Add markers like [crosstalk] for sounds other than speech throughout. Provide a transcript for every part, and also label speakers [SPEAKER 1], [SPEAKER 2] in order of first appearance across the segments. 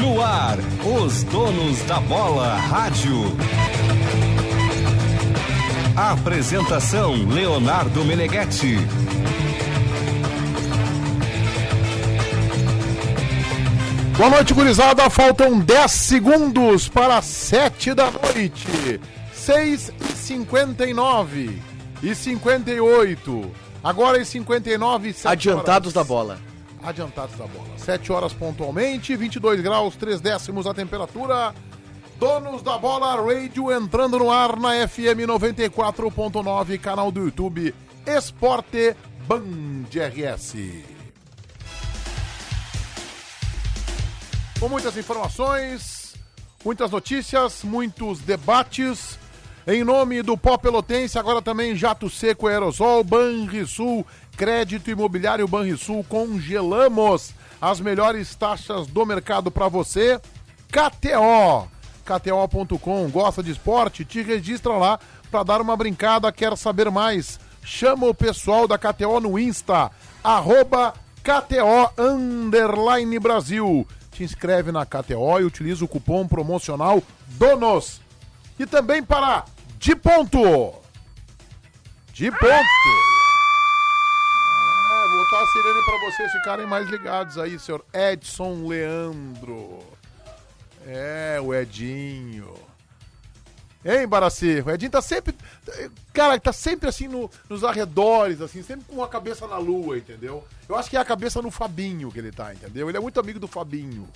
[SPEAKER 1] No ar, os donos da bola rádio. Apresentação Leonardo Meneghetti.
[SPEAKER 2] Boa noite, gurizada. Faltam 10 segundos para 7 da noite. 6 e 59 e 58. Agora em 59 e 7
[SPEAKER 3] Adiantados da
[SPEAKER 2] horas.
[SPEAKER 3] bola.
[SPEAKER 2] Adiantados da bola. 7 horas pontualmente, 22 graus, 3 décimos a temperatura. Donos da Bola Radio entrando no ar na FM 94.9, canal do YouTube Esporte Band RS. com muitas informações, muitas notícias, muitos debates. Em nome do Pó Pelotense, agora também Jato Seco Aerosol, Banrisul, Crédito Imobiliário Banrisul, congelamos as melhores taxas do mercado para você. KTO, KTO.com, gosta de esporte? Te registra lá para dar uma brincada, quer saber mais? Chama o pessoal da KTO no Insta, arroba KTO Underline Brasil. Te inscreve na KTO e utiliza o cupom promocional DONOS. E também para De Ponto. De Ponto. É, vou botar a sirene para vocês ficarem mais ligados aí, senhor Edson Leandro. É, o Edinho. Hein, Baracê? O Edinho tá sempre. Cara, tá sempre assim no- nos arredores, assim, sempre com a cabeça na lua, entendeu? Eu acho que é a cabeça no Fabinho que ele tá, entendeu? Ele é muito amigo do Fabinho.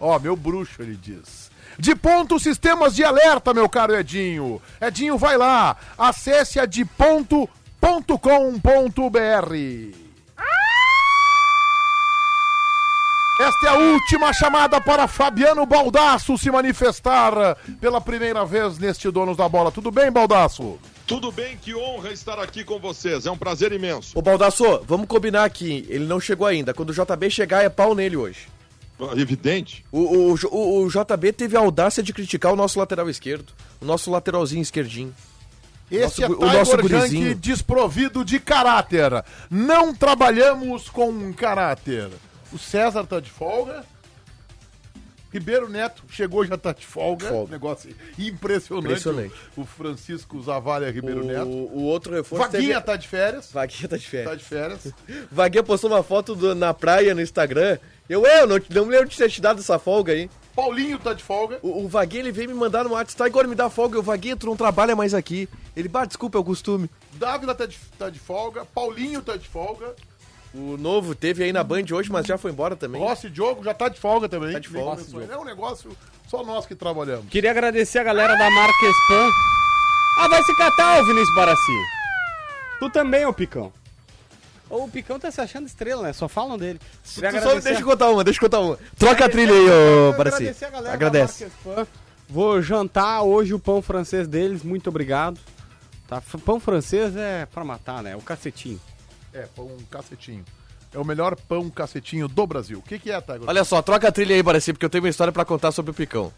[SPEAKER 2] Ó, meu bruxo, ele diz. De ponto sistemas de alerta, meu caro Edinho. Edinho, vai lá. Acesse a de ponto.com.br. Esta é a última chamada para Fabiano Baldasso se manifestar pela primeira vez neste Donos da Bola. Tudo bem, Baldasso?
[SPEAKER 4] Tudo bem, que honra estar aqui com vocês. É um prazer imenso.
[SPEAKER 3] Ô Baldasso, vamos combinar aqui. Ele não chegou ainda. Quando o JB chegar, é pau nele hoje.
[SPEAKER 4] Evidente.
[SPEAKER 3] O, o, o- o JB teve a audácia de criticar o nosso lateral esquerdo. O nosso lateralzinho esquerdinho.
[SPEAKER 2] Este
[SPEAKER 3] Nosso gu- o
[SPEAKER 2] é
[SPEAKER 3] nosso
[SPEAKER 2] Tiger Junk
[SPEAKER 3] gurizinho.
[SPEAKER 2] desprovido de caráter. Não trabalhamos com caráter. O César tá de folga. Ribeiro Neto chegou já tá de folga.
[SPEAKER 3] Folga.
[SPEAKER 2] Negócio impressionante.
[SPEAKER 3] Impressionante.
[SPEAKER 2] O, o Francisco Zavalha
[SPEAKER 3] O,
[SPEAKER 2] Ribeiro Neto.
[SPEAKER 3] o outro reforço.
[SPEAKER 2] Vaguinha
[SPEAKER 3] teve-
[SPEAKER 2] tá de férias.
[SPEAKER 3] Vaguinha tá de
[SPEAKER 2] Tá
[SPEAKER 3] férias.
[SPEAKER 2] de férias.
[SPEAKER 3] Vaguinha postou uma foto do- na praia no Instagram. Eu, eu não, te- não me lembro de ter te dado essa folga aí.
[SPEAKER 2] Paulinho tá de folga.
[SPEAKER 3] O, o Vaguinha, ele veio me mandar no WhatsApp. Tá, agora me dá folga. O Vaguinha, tu não trabalha mais aqui. Ele, bah, desculpa, é o costume.
[SPEAKER 2] Dávila tá de, tá de folga, Paulinho tá de folga,
[SPEAKER 3] O novo teve aí na Band hoje, mas já foi embora também.
[SPEAKER 2] Rossi Diogo já tá de folga também.
[SPEAKER 3] Tá de
[SPEAKER 2] Nem
[SPEAKER 3] folga,
[SPEAKER 2] começou.
[SPEAKER 3] Diogo.
[SPEAKER 2] É um negócio só nós que trabalhamos.
[SPEAKER 5] Queria agradecer a galera da Marquespan. Ah, vai se catar, ô Vinícius Barassi. Tu também, ô Picão. Ô, O Picão tá se achando estrela, né? Só falam dele.
[SPEAKER 3] Tu
[SPEAKER 5] Queria
[SPEAKER 3] só me deixa eu contar uma, deixa eu contar uma. Troca a trilha aí,
[SPEAKER 5] Agradecer-
[SPEAKER 3] ô Barassi.
[SPEAKER 5] agradecer a galera da
[SPEAKER 3] Agradece.
[SPEAKER 5] Marquespan. Vou jantar hoje o pão francês deles, muito obrigado. Tá? F- Pão francês é pra matar, né? O cacetinho.
[SPEAKER 2] É, pão cacetinho. É o melhor pão cacetinho do Brasil. O que, que é, Tiger?
[SPEAKER 3] Olha só, troca a trilha aí, Barassi, porque eu tenho uma história pra contar sobre o Picão.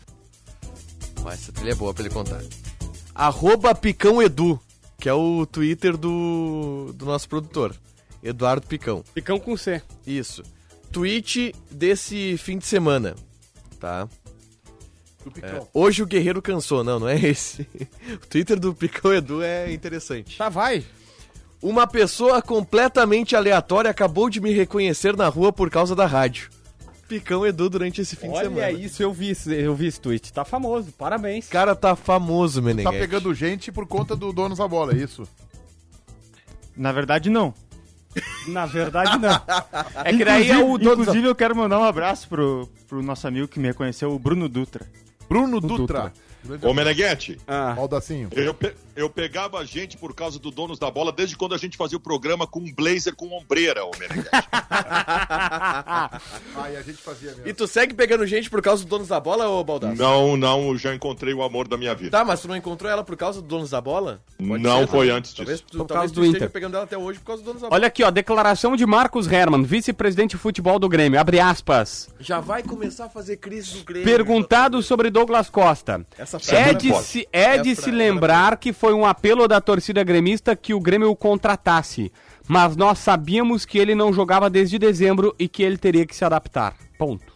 [SPEAKER 3] Mas essa trilha é boa pra ele contar. Arroba Picão Edu, que é o Twitter do, do nosso produtor, Eduardo Picão.
[SPEAKER 5] Picão com C.
[SPEAKER 3] Isso. Tweet desse fim de semana, tá?
[SPEAKER 2] Do
[SPEAKER 3] É,
[SPEAKER 2] picão.
[SPEAKER 3] hoje o Guerreiro cansou, não, não é esse. [laughs] o Twitter do Picão Edu é interessante.
[SPEAKER 5] Tá, vai.
[SPEAKER 3] Uma pessoa completamente aleatória acabou de me reconhecer na rua por causa da rádio. Picão Edu durante esse fim de semana.
[SPEAKER 5] Olha isso, eu vi, esse- eu vi esse tweet. Tá famoso, parabéns.
[SPEAKER 3] O cara tá famoso,
[SPEAKER 2] Tá
[SPEAKER 3] Meneghete.
[SPEAKER 2] pegando gente por conta do Donos da Bola, é isso?
[SPEAKER 6] Na verdade, não.
[SPEAKER 5] Na verdade, não.
[SPEAKER 6] É
[SPEAKER 5] que daí [laughs] é o dono da-
[SPEAKER 6] Inclusive, eu quero mandar um abraço pro, pro nosso amigo que me reconheceu, o Bruno Dutra.
[SPEAKER 2] Bruno Dutra.
[SPEAKER 4] Ô, Meneghetti,
[SPEAKER 5] Ah.
[SPEAKER 2] Baldacinho.
[SPEAKER 4] eu, pe- eu pegava a gente por causa do Donos da Bola desde quando a gente fazia o programa com um blazer com ombreira, ô Meneghetti.
[SPEAKER 2] Ah, e a gente fazia mesmo.
[SPEAKER 3] E tu segue pegando gente por causa do Donos da Bola, ô Baldasso?
[SPEAKER 4] não, não, eu já encontrei o amor da minha vida.
[SPEAKER 3] Tá, mas tu não encontrou ela por causa do Donos da Bola?
[SPEAKER 4] Não, foi
[SPEAKER 3] talvez.
[SPEAKER 4] antes disso.
[SPEAKER 3] Talvez tu,
[SPEAKER 5] Por
[SPEAKER 3] talvez
[SPEAKER 5] causa
[SPEAKER 3] tu
[SPEAKER 5] do
[SPEAKER 3] esteja
[SPEAKER 5] Inter.
[SPEAKER 3] pegando ela até hoje por causa do Donos da Bola.
[SPEAKER 5] Olha aqui, ó, declaração de Marcos Herman, vice-presidente de futebol do Grêmio, abre aspas.
[SPEAKER 3] Já vai começar a fazer crise do Grêmio.
[SPEAKER 5] Perguntado sobre Douglas Costa,
[SPEAKER 3] Essa frase
[SPEAKER 5] é
[SPEAKER 3] não
[SPEAKER 5] de,
[SPEAKER 3] pode.
[SPEAKER 5] se, é de
[SPEAKER 3] Essa
[SPEAKER 5] se
[SPEAKER 3] era-
[SPEAKER 5] lembrar que foi um apelo da torcida gremista que o Grêmio o contratasse, mas nós sabíamos que ele não jogava desde dezembro e que ele teria que se adaptar. Ponto.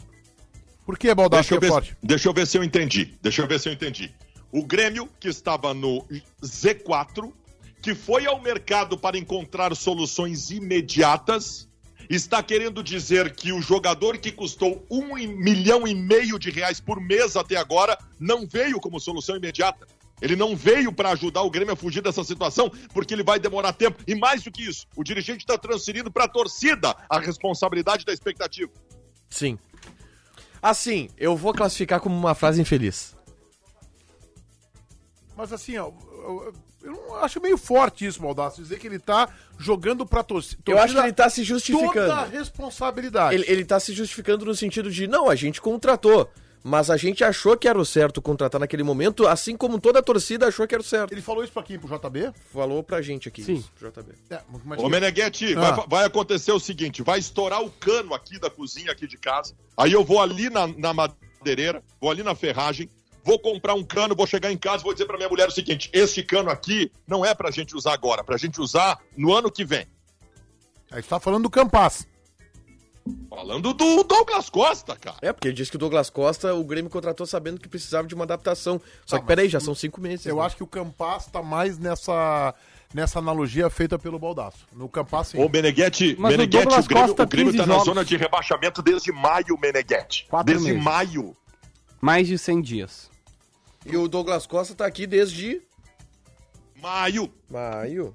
[SPEAKER 2] Por que Baldaço
[SPEAKER 4] Deixa
[SPEAKER 2] que
[SPEAKER 4] eu,
[SPEAKER 2] é forte?
[SPEAKER 4] ver, deixa eu ver se eu entendi. Deixa eu ver se eu entendi. O Grêmio, que estava no Z4, que foi ao mercado para encontrar soluções imediatas, está querendo dizer que o jogador que custou um e- milhão e meio de reais por mês até agora não veio como solução imediata. Ele não veio para ajudar o Grêmio a fugir dessa situação, porque ele vai demorar tempo. E mais do que isso, o dirigente está transferindo para a torcida a responsabilidade da expectativa.
[SPEAKER 3] Sim. Assim, eu vou classificar como uma frase infeliz.
[SPEAKER 2] Mas assim, ó, eu, eu não acho meio forte isso, Baldaço, dizer que ele tá jogando pra torci- torcida.
[SPEAKER 3] Eu acho que ele tá
[SPEAKER 2] toda
[SPEAKER 3] se
[SPEAKER 2] a
[SPEAKER 3] justificando.
[SPEAKER 2] responsabilidade.
[SPEAKER 3] Ele, ele tá se justificando no sentido de, não, a gente contratou, mas a gente achou que era o certo contratar naquele momento, assim como toda a torcida achou que era o certo.
[SPEAKER 2] Ele falou isso pra quem? Pro JB?
[SPEAKER 3] Falou pra gente aqui,
[SPEAKER 5] Sim.
[SPEAKER 3] isso, JB.
[SPEAKER 2] É, mas
[SPEAKER 4] Ô, Meneghetti,
[SPEAKER 2] Ah.
[SPEAKER 4] vai, vai acontecer o seguinte: vai estourar o cano aqui da cozinha, aqui de casa. Aí eu vou ali na, na madeireira, vou ali na ferragem, vou comprar um cano, vou chegar em casa e vou dizer pra minha mulher o seguinte: este cano aqui não é pra gente usar agora, pra gente usar no ano que vem.
[SPEAKER 2] Aí você tá falando do Campas.
[SPEAKER 4] Falando do Douglas Costa, cara.
[SPEAKER 3] É, porque ele disse que o Douglas Costa, o Grêmio contratou sabendo que precisava de uma adaptação. Só que, peraí, já são cinco meses.
[SPEAKER 2] Eu
[SPEAKER 3] né?
[SPEAKER 2] acho que o Campas tá mais nessa, nessa analogia feita pelo Baldaço. No Campas, sim.
[SPEAKER 4] Ô, Meneghetti,
[SPEAKER 5] Mas o
[SPEAKER 4] Meneghetti, o,
[SPEAKER 5] Douglas
[SPEAKER 4] Grêmio,
[SPEAKER 5] Costa,
[SPEAKER 4] o Grêmio
[SPEAKER 5] 15
[SPEAKER 4] tá na
[SPEAKER 5] jogos.
[SPEAKER 4] zona de rebaixamento desde maio, Meneghetti.
[SPEAKER 5] Quatro
[SPEAKER 4] Desde
[SPEAKER 5] meses.
[SPEAKER 4] maio.
[SPEAKER 5] Mais de 100 dias.
[SPEAKER 3] E o Douglas Costa tá aqui desde
[SPEAKER 4] Maio.
[SPEAKER 3] maio.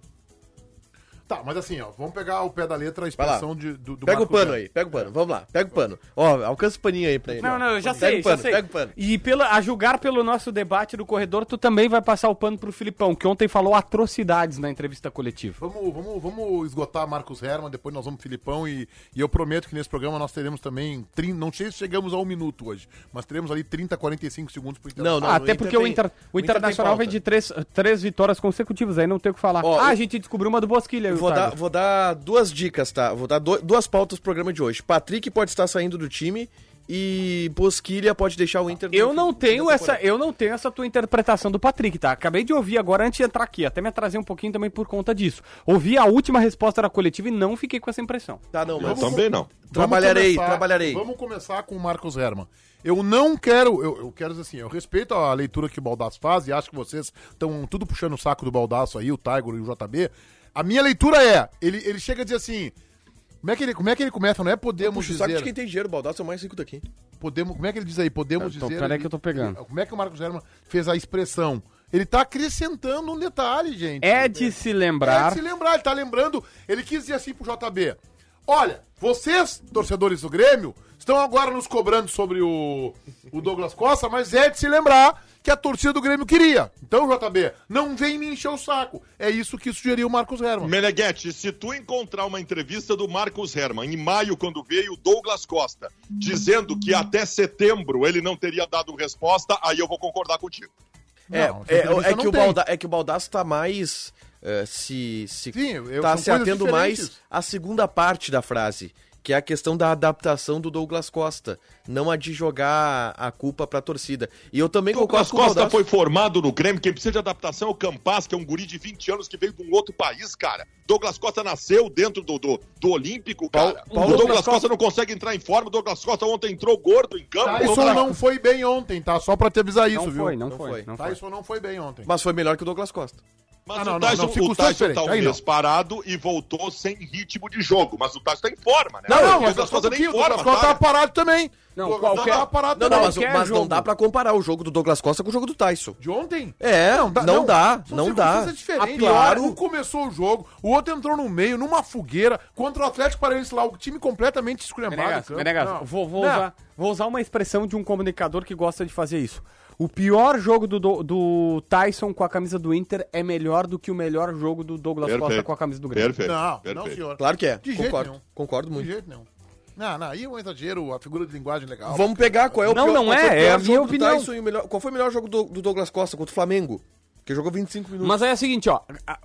[SPEAKER 2] Tá, mas assim, ó, vamos pegar o pé da letra, a
[SPEAKER 3] lá.
[SPEAKER 2] expressão de, do, do
[SPEAKER 3] Pega o
[SPEAKER 2] Marco
[SPEAKER 3] pano
[SPEAKER 2] Zero.
[SPEAKER 3] aí, pega o pano. Vamos lá, pega o pano. Ó, alcança o paninho aí pra ele. ó.
[SPEAKER 5] É. Não, não, eu já
[SPEAKER 3] pega
[SPEAKER 5] sei,
[SPEAKER 3] o pano,
[SPEAKER 5] já sei.
[SPEAKER 3] Pega o pano.
[SPEAKER 5] E pela, a julgar pelo nosso debate do corredor, tu também vai passar o pano pro Filipão, que ontem falou atrocidades na entrevista coletiva.
[SPEAKER 2] Vamos, vamos, vamos esgotar Marcos Herman, depois nós vamos Filipão e, e eu prometo que nesse programa nós teremos também. 30, não sei se chegamos a um minuto hoje, mas teremos ali 30, 45 segundos pro
[SPEAKER 3] Não, não.
[SPEAKER 5] Ah, até
[SPEAKER 3] o
[SPEAKER 5] porque
[SPEAKER 3] Inter
[SPEAKER 5] o,
[SPEAKER 3] tem-
[SPEAKER 5] Inter, o
[SPEAKER 3] o Inter
[SPEAKER 5] Internacional
[SPEAKER 3] tem
[SPEAKER 5] vem de três, três vitórias consecutivas, aí não tem o que falar.
[SPEAKER 3] Ó,
[SPEAKER 5] ah,
[SPEAKER 3] eu-
[SPEAKER 5] a gente descobriu uma do Bosquilha. eu e o
[SPEAKER 3] Vou dar,
[SPEAKER 5] Tiger.
[SPEAKER 3] vou dar duas dicas, tá? Vou dar do- duas pautas pro programa de hoje. Patrick pode estar saindo do time e Bosquilha pode deixar o Inter. no
[SPEAKER 5] Eu
[SPEAKER 3] fim
[SPEAKER 5] não
[SPEAKER 3] da
[SPEAKER 5] tenho
[SPEAKER 3] temporada.
[SPEAKER 5] essa, eu não tenho essa tua interpretação do Patrick, tá? Acabei de ouvir agora antes de entrar aqui, até me atrasei um pouquinho também por conta disso. Ouvi a última resposta da coletiva e não fiquei com essa impressão.
[SPEAKER 3] Tá, não,
[SPEAKER 4] Eu
[SPEAKER 3] mas.
[SPEAKER 4] também não.
[SPEAKER 2] Vamos
[SPEAKER 3] Trabalharei,
[SPEAKER 2] começar-
[SPEAKER 3] trabalharei.
[SPEAKER 2] Vamos começar com o Marcos Herman. Eu não quero, eu, eu quero dizer assim, eu respeito a leitura que o Baldaço faz e acho que vocês estão tudo puxando o saco do Baldaço aí, o Tiger e o JB. A minha leitura é, ele, ele chega a dizer assim, como é que ele, como é que ele começa, não é podemos
[SPEAKER 3] Puxa, o saco de
[SPEAKER 2] dizer,
[SPEAKER 3] quem tem dinheiro, o Baldaço é o mais rico daqui.
[SPEAKER 2] podemos, como é que ele diz aí, podemos
[SPEAKER 5] Então,
[SPEAKER 2] dizer...
[SPEAKER 5] peraí que eu tô pegando.
[SPEAKER 2] Como é que o Marcos Herman fez a expressão? Ele tá acrescentando um detalhe, gente.
[SPEAKER 5] É de se
[SPEAKER 2] É
[SPEAKER 5] lembrar.
[SPEAKER 2] de se lembrar, ele tá lembrando. Ele quis dizer assim pro JB: Olha, vocês, torcedores do Grêmio, estão agora nos cobrando sobre o, o Douglas Costa, mas é de se lembrar que a torcida do Grêmio queria. Então, JB, não vem me encher o saco. É isso que sugeriu o Marcos Herman.
[SPEAKER 4] Meneghetti, se tu encontrar uma entrevista do Marcos Herman em maio, quando veio o Douglas Costa, dizendo que até setembro ele não teria dado resposta, aí eu vou concordar contigo.
[SPEAKER 3] É,
[SPEAKER 2] Não, essa
[SPEAKER 3] é,
[SPEAKER 2] entrevista
[SPEAKER 3] é
[SPEAKER 2] não
[SPEAKER 3] que o
[SPEAKER 2] tem.
[SPEAKER 3] Balda, é que o Baldaço tá mais. é, se, se
[SPEAKER 2] Sim, eu- são
[SPEAKER 3] tá se
[SPEAKER 2] coisas
[SPEAKER 3] atendo
[SPEAKER 2] diferentes.
[SPEAKER 3] mais à segunda parte da frase, que é a questão da adaptação do Douglas Costa, não a de jogar a culpa pra torcida. E eu também
[SPEAKER 4] Douglas
[SPEAKER 3] concordo com o
[SPEAKER 4] Costa
[SPEAKER 3] Baldaço.
[SPEAKER 4] foi formado no Grêmio, quem precisa de adaptação é o Campas, que é um guri de 20 anos que veio de um outro país, cara. Douglas Costa nasceu dentro do, do, do Olímpico, cara.
[SPEAKER 3] Paulo
[SPEAKER 4] o Douglas
[SPEAKER 3] Douglas
[SPEAKER 4] Costa não consegue entrar em forma, o Douglas Costa ontem entrou gordo em campo.
[SPEAKER 2] Tyson Tá, não foi bem ontem, tá? Só pra te avisar isso,
[SPEAKER 5] Não
[SPEAKER 2] viu?
[SPEAKER 5] foi, não,
[SPEAKER 3] Não
[SPEAKER 5] foi,
[SPEAKER 3] foi.
[SPEAKER 5] não foi.
[SPEAKER 2] Tyson não foi bem ontem.
[SPEAKER 3] Mas foi melhor que o Douglas Costa.
[SPEAKER 4] Mas
[SPEAKER 2] Ah, não,
[SPEAKER 4] o
[SPEAKER 2] não,
[SPEAKER 4] Tyson,
[SPEAKER 2] não, ficou
[SPEAKER 4] o Tyson
[SPEAKER 2] diferente,
[SPEAKER 4] tá um
[SPEAKER 2] aí não.
[SPEAKER 4] mês parado e voltou sem ritmo de jogo, mas o Tyson tá em forma, né?
[SPEAKER 3] Não,
[SPEAKER 4] O
[SPEAKER 3] não,
[SPEAKER 2] mas
[SPEAKER 4] Douglas
[SPEAKER 2] só um
[SPEAKER 4] Costa nem
[SPEAKER 2] pouquinho,
[SPEAKER 4] em
[SPEAKER 2] o Douglas
[SPEAKER 4] forma,
[SPEAKER 2] Costa
[SPEAKER 4] tá?
[SPEAKER 2] tava parado também.
[SPEAKER 5] Não,
[SPEAKER 2] O Douglas
[SPEAKER 5] qualquer-
[SPEAKER 2] tava parado
[SPEAKER 3] Não, não, mas,
[SPEAKER 5] Qualquer
[SPEAKER 3] mas não
[SPEAKER 5] É, jogo.
[SPEAKER 3] dá pra comparar o jogo do Douglas Costa com o jogo do Tyson.
[SPEAKER 2] De ontem?
[SPEAKER 3] É, não dá,
[SPEAKER 2] são
[SPEAKER 3] não dá.
[SPEAKER 2] circunstâncias diferentes.
[SPEAKER 3] Ah, claro.
[SPEAKER 2] Um começou o jogo, o outro entrou no meio, numa fogueira, contra o Atlético Paranaense lá, o time completamente esculhambado. em
[SPEAKER 5] Menegas,
[SPEAKER 2] campo.
[SPEAKER 5] Menegas,
[SPEAKER 2] Não.
[SPEAKER 5] vou, vou
[SPEAKER 2] Não.
[SPEAKER 5] usar, vou usar uma expressão de um comunicador que gosta de fazer isso. O pior jogo do, do, do Tyson com a camisa do Inter é melhor do que o melhor jogo do Douglas Costa
[SPEAKER 4] Perfeito.
[SPEAKER 5] com a camisa do Grêmio.
[SPEAKER 4] Perfeito.
[SPEAKER 2] Não, não,
[SPEAKER 4] perfeito.
[SPEAKER 2] senhor.
[SPEAKER 3] Claro que é.
[SPEAKER 2] De jeito
[SPEAKER 3] concordo.
[SPEAKER 2] nenhum.
[SPEAKER 3] Concordo
[SPEAKER 2] De
[SPEAKER 3] muito.
[SPEAKER 2] jeito nenhum. Não, não, aí é um exagero, a figura de linguagem é legal.
[SPEAKER 3] Vamos pegar qual é o
[SPEAKER 5] Não, não
[SPEAKER 3] qual foi
[SPEAKER 5] é,
[SPEAKER 3] o
[SPEAKER 5] é a
[SPEAKER 3] jogo
[SPEAKER 5] minha
[SPEAKER 3] do
[SPEAKER 5] opinião.
[SPEAKER 3] Tyson e o melhor- qual foi o melhor jogo do, do Douglas Costa contra o Flamengo? Que jogou 25 minutos.
[SPEAKER 5] Mas aí é o seguinte, ó. a- a-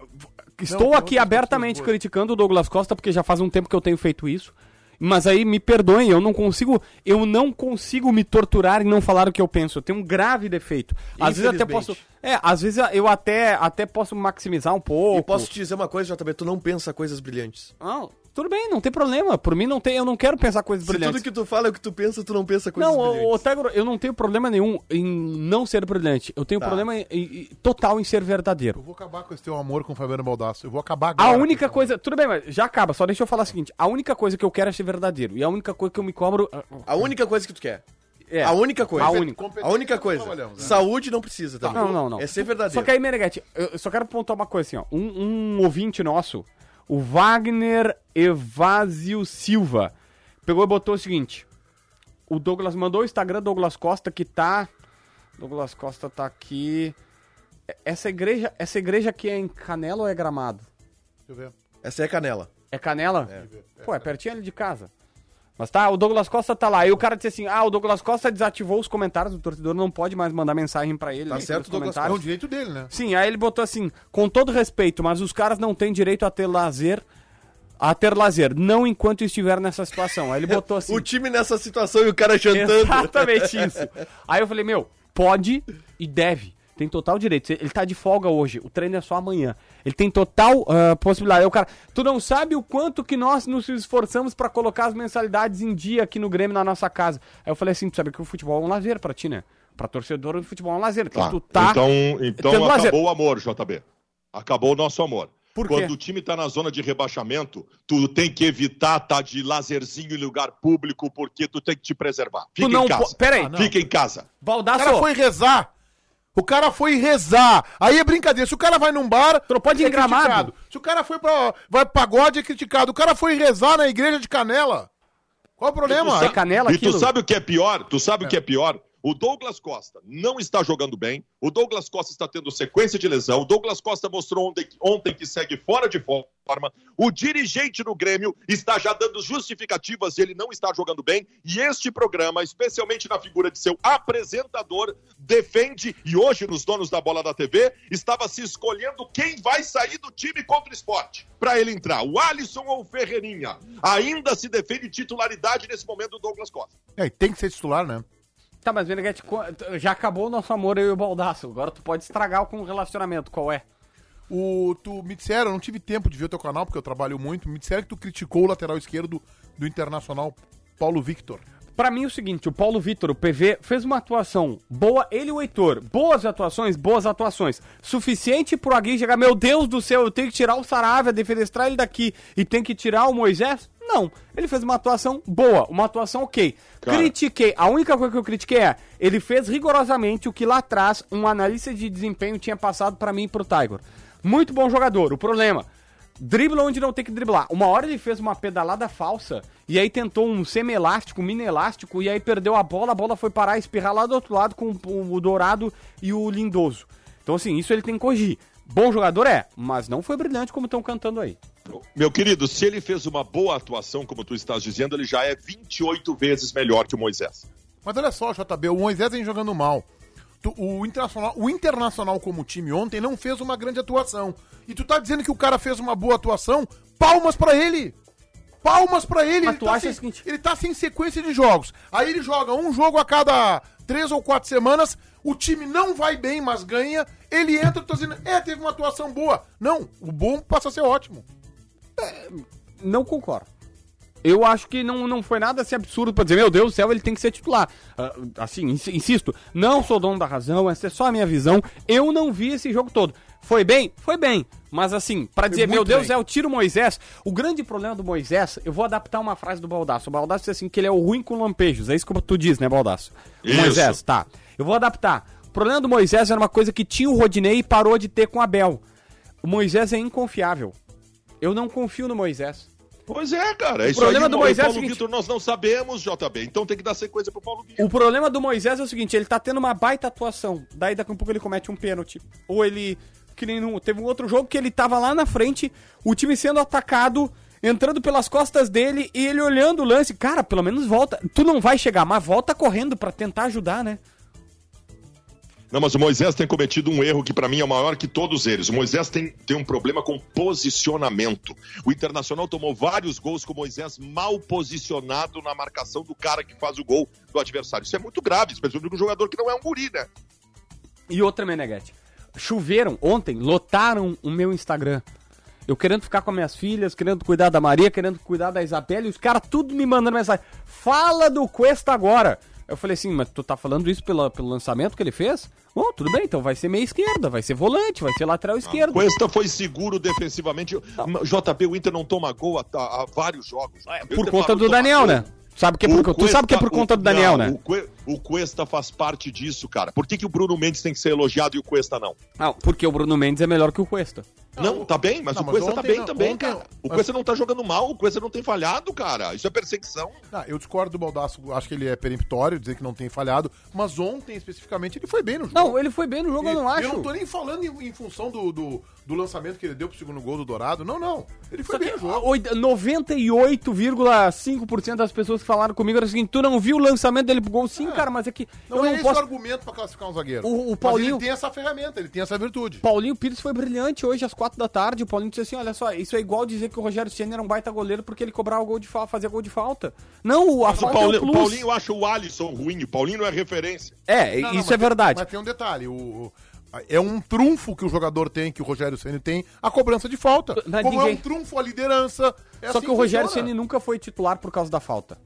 [SPEAKER 5] Estou
[SPEAKER 2] tem
[SPEAKER 5] aqui
[SPEAKER 2] outras
[SPEAKER 5] abertamente
[SPEAKER 2] pessoas boas.
[SPEAKER 5] criticando o Douglas Costa, porque já faz um tempo que eu tenho feito isso. Mas aí me perdoem, eu não consigo, eu não consigo me torturar e não falar o que eu penso. Eu tenho um grave defeito. Às vezes até
[SPEAKER 3] Infelizmente.
[SPEAKER 5] posso, é, às vezes eu até até posso maximizar um pouco.
[SPEAKER 3] E posso te dizer uma coisa, JB, tu não pensa coisas brilhantes.
[SPEAKER 5] Não, Tudo bem, não tem problema. Por mim não tem, eu não quero pensar coisas
[SPEAKER 3] Se tudo
[SPEAKER 5] brilhantes.
[SPEAKER 3] que é tu fala é o que tu pensa, tu não pensa coisas
[SPEAKER 5] Não, ô,
[SPEAKER 3] brilhantes.
[SPEAKER 5] Otávio, eu não tenho problema nenhum em não ser brilhante. Eu
[SPEAKER 3] Tá.
[SPEAKER 5] tenho problema em- em- total em ser verdadeiro.
[SPEAKER 2] Eu vou acabar com esse teu amor com o Fabiano Baldasso. Eu vou acabar agora.
[SPEAKER 5] A única
[SPEAKER 3] então.
[SPEAKER 5] coisa. Tudo bem, mas já acaba. Só deixa eu falar o seguinte: a única coisa que eu quero é ser verdadeiro. E a única coisa que eu me cobro. ah,
[SPEAKER 3] A única coisa que tu quer.
[SPEAKER 5] É.
[SPEAKER 3] A única coisa.
[SPEAKER 5] A única.
[SPEAKER 3] A única coisa.
[SPEAKER 2] Trabalhamos, né?
[SPEAKER 3] Saúde não precisa também.
[SPEAKER 5] Não, não, não.
[SPEAKER 3] É ser verdadeiro.
[SPEAKER 5] Só que aí, Meneghetti, eu eu só quero pontuar uma coisa assim, ó. Um, um ouvinte nosso, o Wagner Evásio Silva, pegou e botou o seguinte. O Douglas mandou o Instagram Douglas Costa que tá. Douglas Costa tá aqui. É- Essa igreja, essa igreja aqui é em Canela ou é Gramado?
[SPEAKER 2] Deixa eu ver.
[SPEAKER 3] Essa é a canela.
[SPEAKER 5] É Canela? Pô, é pertinho ali de casa. Mas tá, o Douglas Costa tá lá. E o cara disse assim: ah, o Douglas Costa desativou os comentários, o torcedor não pode mais mandar mensagem pra ele.
[SPEAKER 3] Tá
[SPEAKER 5] né,
[SPEAKER 3] certo,
[SPEAKER 5] nos
[SPEAKER 3] Douglas
[SPEAKER 2] É
[SPEAKER 5] comentários.
[SPEAKER 2] um direito dele, né?
[SPEAKER 5] Sim, aí ele botou assim, com todo respeito, mas os caras não têm direito a ter lazer, a ter lazer, não enquanto estiver nessa situação. Aí ele
[SPEAKER 4] [laughs]
[SPEAKER 5] botou assim,
[SPEAKER 3] O time nessa situação e o cara jantando.
[SPEAKER 5] exatamente
[SPEAKER 4] [laughs]
[SPEAKER 5] isso. Aí eu falei, meu, pode e deve, tem total direito. Ele tá de folga hoje, o treino é só amanhã. Ele tem total ah, possibilidade. Aí o cara, tu não sabe o quanto que nós nos esforçamos pra colocar as mensalidades em dia aqui no Grêmio, na nossa casa. Aí eu falei assim, tu sabe que o futebol é um lazer pra ti, né? Pra torcedor, o futebol é um lazer. Então
[SPEAKER 4] Tá.
[SPEAKER 5] tu tá...
[SPEAKER 4] Então,
[SPEAKER 5] tendo
[SPEAKER 4] então
[SPEAKER 5] lazer.
[SPEAKER 4] acabou o amor, JB. Acabou o nosso amor.
[SPEAKER 5] Por quê?
[SPEAKER 4] Quando o time tá na zona de rebaixamento, tu tem que evitar tá de lazerzinho em lugar público, porque tu tem que te preservar. Fica
[SPEAKER 5] Tu não
[SPEAKER 4] em
[SPEAKER 5] po...
[SPEAKER 4] casa.
[SPEAKER 5] Pera aí,
[SPEAKER 4] Fica em casa.
[SPEAKER 2] O
[SPEAKER 5] Baldasso,
[SPEAKER 2] cara foi rezar. O cara foi rezar. Aí é brincadeira. Se o cara vai num bar.
[SPEAKER 5] Trocou de
[SPEAKER 2] é
[SPEAKER 5] engramado.
[SPEAKER 2] criticado. Se o cara foi pra. Vai pra pagode é criticado. O cara foi rezar na igreja de Canela. Qual o problema?
[SPEAKER 5] É canela
[SPEAKER 4] Então, e
[SPEAKER 5] aquilo?
[SPEAKER 4] tu sabe o que é pior? Tu sabe o que é pior? O Douglas Costa não está jogando bem. O Douglas Costa está tendo sequência de lesão. O Douglas Costa mostrou ontem, ontem que segue fora de forma. O dirigente do Grêmio está já dando justificativas. Ele não está jogando bem. E este programa, especialmente na figura de seu apresentador, defende. E hoje, nos donos da bola da TV, estava se escolhendo quem vai sair do time contra o esporte para ele entrar: o Alisson ou o Ferreirinha. Ainda se defende titularidade nesse momento do Douglas Costa.
[SPEAKER 2] É, tem que ser titular, né?
[SPEAKER 5] Tá, mas Meneghete, qu- t- já acabou o nosso amor, eu e o Baldasso. Agora tu pode estragar com o relacionamento, qual é?
[SPEAKER 2] O, tu me disseram, eu não tive tempo de ver o teu canal, porque eu trabalho muito. Me disseram que tu criticou o lateral esquerdo do Internacional Paulo Victor.
[SPEAKER 5] Pra mim é o seguinte, o Paulo Vitor, o PV, fez uma atuação boa, ele e o Heitor. Boas atuações, boas atuações. Suficiente pro Agui chegar, meu Deus do céu, eu tenho que tirar o Saravia, defenestrar ele daqui e tem que tirar o Moisés? Não, ele fez uma atuação boa, uma atuação ok.
[SPEAKER 4] Cara.
[SPEAKER 5] Critiquei, a única coisa que eu critiquei é, ele fez rigorosamente o que lá atrás um analista de desempenho tinha passado pra mim e pro Tiger. Muito bom jogador, o problema... Dribla onde não tem que driblar. Uma hora ele fez uma pedalada falsa e aí tentou um semi-elástico, um mini-elástico e aí perdeu a bola. A bola foi parar, espirrar lá do outro lado com o o Dourado e o Lindoso. Então, assim, isso ele tem que corrigir. Bom jogador é, mas não foi brilhante como estão cantando aí.
[SPEAKER 4] Meu querido, se ele fez uma boa atuação, como tu estás dizendo, ele já é 28 vezes melhor que o Moisés.
[SPEAKER 2] Mas olha só, JB, o Moisés vem jogando mal. Tu- O Internacional, o Internacional como time ontem não fez uma grande atuação. E tu tá dizendo que o cara fez uma boa atuação? Palmas pra ele! Palmas pra ele!
[SPEAKER 5] Mas
[SPEAKER 2] ele
[SPEAKER 5] tu
[SPEAKER 2] tá
[SPEAKER 5] acha
[SPEAKER 2] sem,
[SPEAKER 5] o seguinte-
[SPEAKER 2] Ele tá sem sequência de jogos. Aí ele joga um jogo a cada três ou quatro semanas, o time não vai bem, mas ganha. Ele entra, tu tá dizendo, é, teve uma atuação boa. Não, o bom passa a ser ótimo.
[SPEAKER 5] Não concordo. Eu acho que não, não foi nada assim absurdo pra dizer, meu Deus do céu, ele tem que ser titular. Ah, assim, ins- insisto, não sou dono da razão, essa é só a minha visão. Eu não vi esse jogo todo. Foi bem? Foi bem. Mas assim, pra dizer, meu
[SPEAKER 2] muito
[SPEAKER 5] Deus,
[SPEAKER 2] bem.
[SPEAKER 5] é o tiro Moisés. O grande problema do Moisés, eu vou adaptar uma frase do Baldaço. O Baldaço disse assim, que ele é o ruim com lampejos. É isso que tu diz, né, Baldaço? O
[SPEAKER 4] Isso.
[SPEAKER 5] Moisés, tá. Eu vou adaptar. O problema do Moisés era uma coisa que tinha o Rodinei e parou de ter com o Abel. O Moisés é inconfiável. Eu não confio no Moisés.
[SPEAKER 4] Pois é, cara. É isso
[SPEAKER 5] problema
[SPEAKER 4] aí,
[SPEAKER 5] do
[SPEAKER 4] o
[SPEAKER 5] Moisés é o
[SPEAKER 4] Paulo
[SPEAKER 5] seguinte-
[SPEAKER 4] Vitor, nós não sabemos, JB. Então tem que dar sequência pro Paulo Vitor.
[SPEAKER 5] O problema do Moisés é o seguinte, ele tá tendo uma baita atuação. Daí daqui a pouco ele comete um pênalti. Ou ele. Que nem no, teve um outro jogo que ele tava lá na frente, o time sendo atacado, entrando pelas costas dele e ele olhando o lance. Cara, pelo menos volta. Tu não vai chegar, mas volta correndo pra tentar ajudar, né?
[SPEAKER 4] Não, mas o Moisés tem cometido um erro que pra mim é maior que todos eles. O Moisés tem, tem um problema com posicionamento. O Internacional tomou vários gols com o Moisés mal posicionado na marcação do cara que faz o gol do adversário. Isso é muito grave, especialmente com um jogador que não é um guri, né?
[SPEAKER 5] E outra, Meneghete. Choveram ontem, lotaram o meu Instagram. Eu querendo ficar com as minhas filhas, querendo cuidar da Maria, querendo cuidar da Isabela, e os caras tudo me mandando mensagem. Fala do Cuesta agora! Eu falei assim, mas tu tá falando isso pela, pelo lançamento que ele fez? Bom, tudo bem, então vai ser meia esquerda, vai ser volante, vai ser lateral esquerdo.
[SPEAKER 4] Ah, Cuesta foi seguro defensivamente. JP, o Inter não toma gol há, há vários jogos. O
[SPEAKER 5] É, por
[SPEAKER 4] Inter
[SPEAKER 5] conta
[SPEAKER 4] parou de
[SPEAKER 5] do
[SPEAKER 4] tomar
[SPEAKER 5] Daniel,
[SPEAKER 4] gol.
[SPEAKER 5] né? Sabe que é
[SPEAKER 4] O
[SPEAKER 5] por, tu sabe que é por
[SPEAKER 4] Cuesta-
[SPEAKER 5] conta
[SPEAKER 4] o-
[SPEAKER 5] do Daniel,
[SPEAKER 4] não,
[SPEAKER 5] né?
[SPEAKER 4] O, Cue- o Cuesta faz parte disso, cara. Por que, que o Bruno Mendes tem que ser elogiado e o Cuesta não?
[SPEAKER 5] Não, porque o Bruno Mendes é melhor que o Cuesta.
[SPEAKER 4] Não, tá bem, mas
[SPEAKER 2] Não,
[SPEAKER 4] o
[SPEAKER 2] mas
[SPEAKER 4] Cuesta tá
[SPEAKER 2] ontem
[SPEAKER 4] bem
[SPEAKER 2] não,
[SPEAKER 4] também,
[SPEAKER 2] ontem-
[SPEAKER 4] cara. O Cuesta não tá jogando mal, o Cuesta não tem falhado, cara. Isso é perseguição.
[SPEAKER 2] Ah, eu discordo do Baldasso, acho que ele é peremptório, dizer que não tem falhado, mas ontem especificamente ele foi bem no jogo.
[SPEAKER 5] Não, ele foi bem no jogo, eu não
[SPEAKER 2] E
[SPEAKER 5] acho.
[SPEAKER 2] Eu não tô nem falando em, em função do, do, do lançamento que ele deu pro segundo gol do Dourado. Não, não. Ele foi
[SPEAKER 5] Só que
[SPEAKER 2] bem no jogo.
[SPEAKER 5] oit- 98,5% das pessoas que falaram comigo era o seguinte: tu não viu o lançamento dele pro gol? Sim, cara, mas é que
[SPEAKER 2] Não,
[SPEAKER 5] eu
[SPEAKER 2] é
[SPEAKER 5] não
[SPEAKER 2] esse
[SPEAKER 5] posso.
[SPEAKER 2] o argumento pra classificar um zagueiro.
[SPEAKER 5] O- o
[SPEAKER 2] Mas
[SPEAKER 5] Paulinho-
[SPEAKER 2] ele tem essa ferramenta, ele tem essa virtude.
[SPEAKER 5] Paulinho Pires foi brilhante hoje às quatro da tarde. O Paulinho disse assim: olha só, isso é igual dizer que o Rogério Senna era um baita goleiro porque ele cobrava o gol de falta, fazia gol de falta. Não, o- a
[SPEAKER 4] Mas o
[SPEAKER 5] falta é o
[SPEAKER 4] Paulinho,
[SPEAKER 5] plus.
[SPEAKER 4] Paulinho acha o Alisson ruim, o Paulinho não é referência.
[SPEAKER 5] É,
[SPEAKER 2] Não, não,
[SPEAKER 5] isso
[SPEAKER 2] mas
[SPEAKER 5] é verdade.
[SPEAKER 2] Tem, mas tem um detalhe, o- o- é um trunfo que o jogador tem, que o Rogério Ceni tem, a cobrança de falta.
[SPEAKER 5] Mas
[SPEAKER 2] Como é
[SPEAKER 5] ninguém-
[SPEAKER 2] um trunfo a liderança. é
[SPEAKER 5] Só
[SPEAKER 2] assim
[SPEAKER 5] que o Rogério
[SPEAKER 2] funciona.
[SPEAKER 5] Ceni nunca foi titular por causa da falta.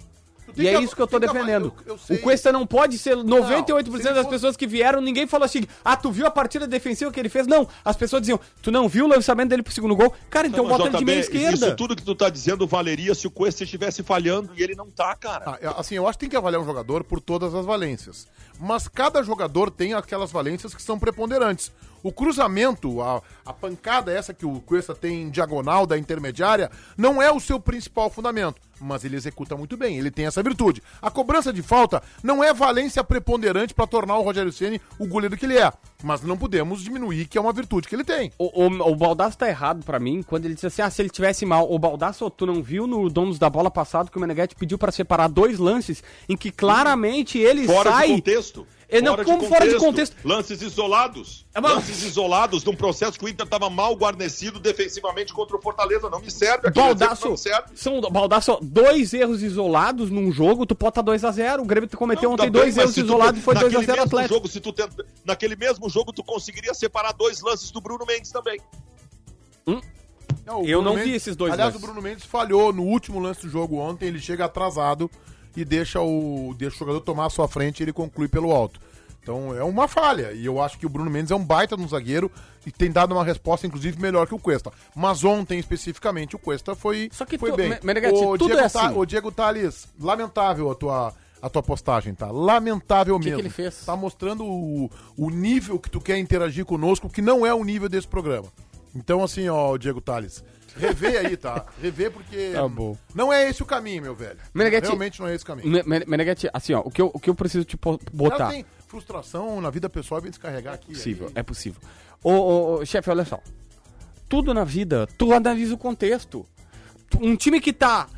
[SPEAKER 2] Tu tem
[SPEAKER 5] E é
[SPEAKER 2] que-
[SPEAKER 5] isso que eu tô
[SPEAKER 2] tem que-
[SPEAKER 5] defendendo.
[SPEAKER 2] eu- eu sei.
[SPEAKER 5] o Cuesta não pode ser. 98%
[SPEAKER 2] se ele
[SPEAKER 5] das
[SPEAKER 2] for-
[SPEAKER 5] pessoas que vieram, ninguém falou assim: ah, tu viu a partida defensiva que ele fez? Não. As pessoas diziam: tu não viu o lançamento dele pro segundo gol? Cara, então
[SPEAKER 4] Mas,
[SPEAKER 5] bota ele de meia
[SPEAKER 4] JB,
[SPEAKER 5] esquerda.
[SPEAKER 4] Isso tudo que tu tá dizendo valeria se o Cuesta estivesse falhando e ele não tá, cara.
[SPEAKER 2] Ah, é- assim, eu acho que tem que avaliar um jogador por todas as valências. Mas cada jogador tem aquelas valências que são preponderantes. O cruzamento, a, a pancada essa que o Cuesta tem em diagonal da intermediária, não é o seu principal fundamento. Mas ele executa muito bem, ele tem essa virtude. A cobrança de falta não é valência preponderante para tornar o Rogério Ceni o goleiro que ele é. Mas não podemos diminuir que é uma virtude que ele tem.
[SPEAKER 5] O, o, o Baldasso tá errado pra mim quando ele disse assim: ah, se ele tivesse mal, o Baldasso, tu não viu no Donos da Bola passado que o Meneghetti pediu pra separar dois lances em que claramente ele
[SPEAKER 4] Fora
[SPEAKER 5] sai.
[SPEAKER 4] de contexto.
[SPEAKER 5] É, não, como fora de contexto?
[SPEAKER 4] Lances isolados.
[SPEAKER 5] É, mas-
[SPEAKER 4] Lances isolados de um processo que o Inter estava mal guarnecido defensivamente contra o Fortaleza. Não me serve. aquele exemplo
[SPEAKER 5] Baldasso,
[SPEAKER 4] não serve.
[SPEAKER 5] são Baldasso, dois erros isolados num jogo, tu pode tá 2x0. O Grêmio cometeu
[SPEAKER 4] Não,
[SPEAKER 5] ontem
[SPEAKER 4] tá bem,
[SPEAKER 5] dois
[SPEAKER 4] mas
[SPEAKER 5] erros
[SPEAKER 4] se tu-
[SPEAKER 5] isolados e foi
[SPEAKER 4] naquele
[SPEAKER 5] 2x0
[SPEAKER 4] mesmo
[SPEAKER 5] Atlético.
[SPEAKER 4] Jogo, se tu tenta- naquele mesmo jogo, tu conseguiria separar dois lances do Bruno Mendes também.
[SPEAKER 2] Não, o
[SPEAKER 5] Eu
[SPEAKER 2] Bruno
[SPEAKER 5] não vi esses dois
[SPEAKER 2] Aliás,
[SPEAKER 5] lances.
[SPEAKER 2] o Bruno Mendes falhou no último lance do jogo ontem, ele chega atrasado e deixa o, deixa o jogador tomar a sua frente e ele conclui pelo alto. Então é uma falha. E eu acho que o Bruno Mendes é um baita no zagueiro e tem dado uma resposta, inclusive, melhor que o Cuesta. Mas ontem, especificamente, o Cuesta foi,
[SPEAKER 5] Só que
[SPEAKER 2] foi
[SPEAKER 5] tu-
[SPEAKER 2] bem.
[SPEAKER 5] Me- Meneghetti,
[SPEAKER 2] Ô,
[SPEAKER 5] tudo
[SPEAKER 2] Diego
[SPEAKER 5] é
[SPEAKER 2] Ta-
[SPEAKER 5] assim.
[SPEAKER 2] ô, Diego Tales, lamentável a tua, a tua postagem, tá? Lamentável
[SPEAKER 5] que
[SPEAKER 2] mesmo.
[SPEAKER 5] ele fez?
[SPEAKER 2] Tá mostrando o, o nível que tu quer interagir conosco, que não é o nível desse programa. Então, assim, ó, Diego Tales, revê aí,
[SPEAKER 5] [laughs]
[SPEAKER 2] tá? Revê porque.
[SPEAKER 5] Tá bom.
[SPEAKER 2] Não é esse o caminho, meu velho.
[SPEAKER 5] Meneghetti-
[SPEAKER 2] Realmente não é esse o caminho.
[SPEAKER 5] Me- Me- Meneghetti, assim, ó, o que eu, o que eu preciso te po-
[SPEAKER 2] O cara
[SPEAKER 5] botar.
[SPEAKER 2] tem frustração na vida pessoal e vem descarregar aqui.
[SPEAKER 5] É tá. possível, é possível. Ô, ô, ô, chefe, olha só. Tudo na vida, tu analisa o contexto. Tu- Um time que tá.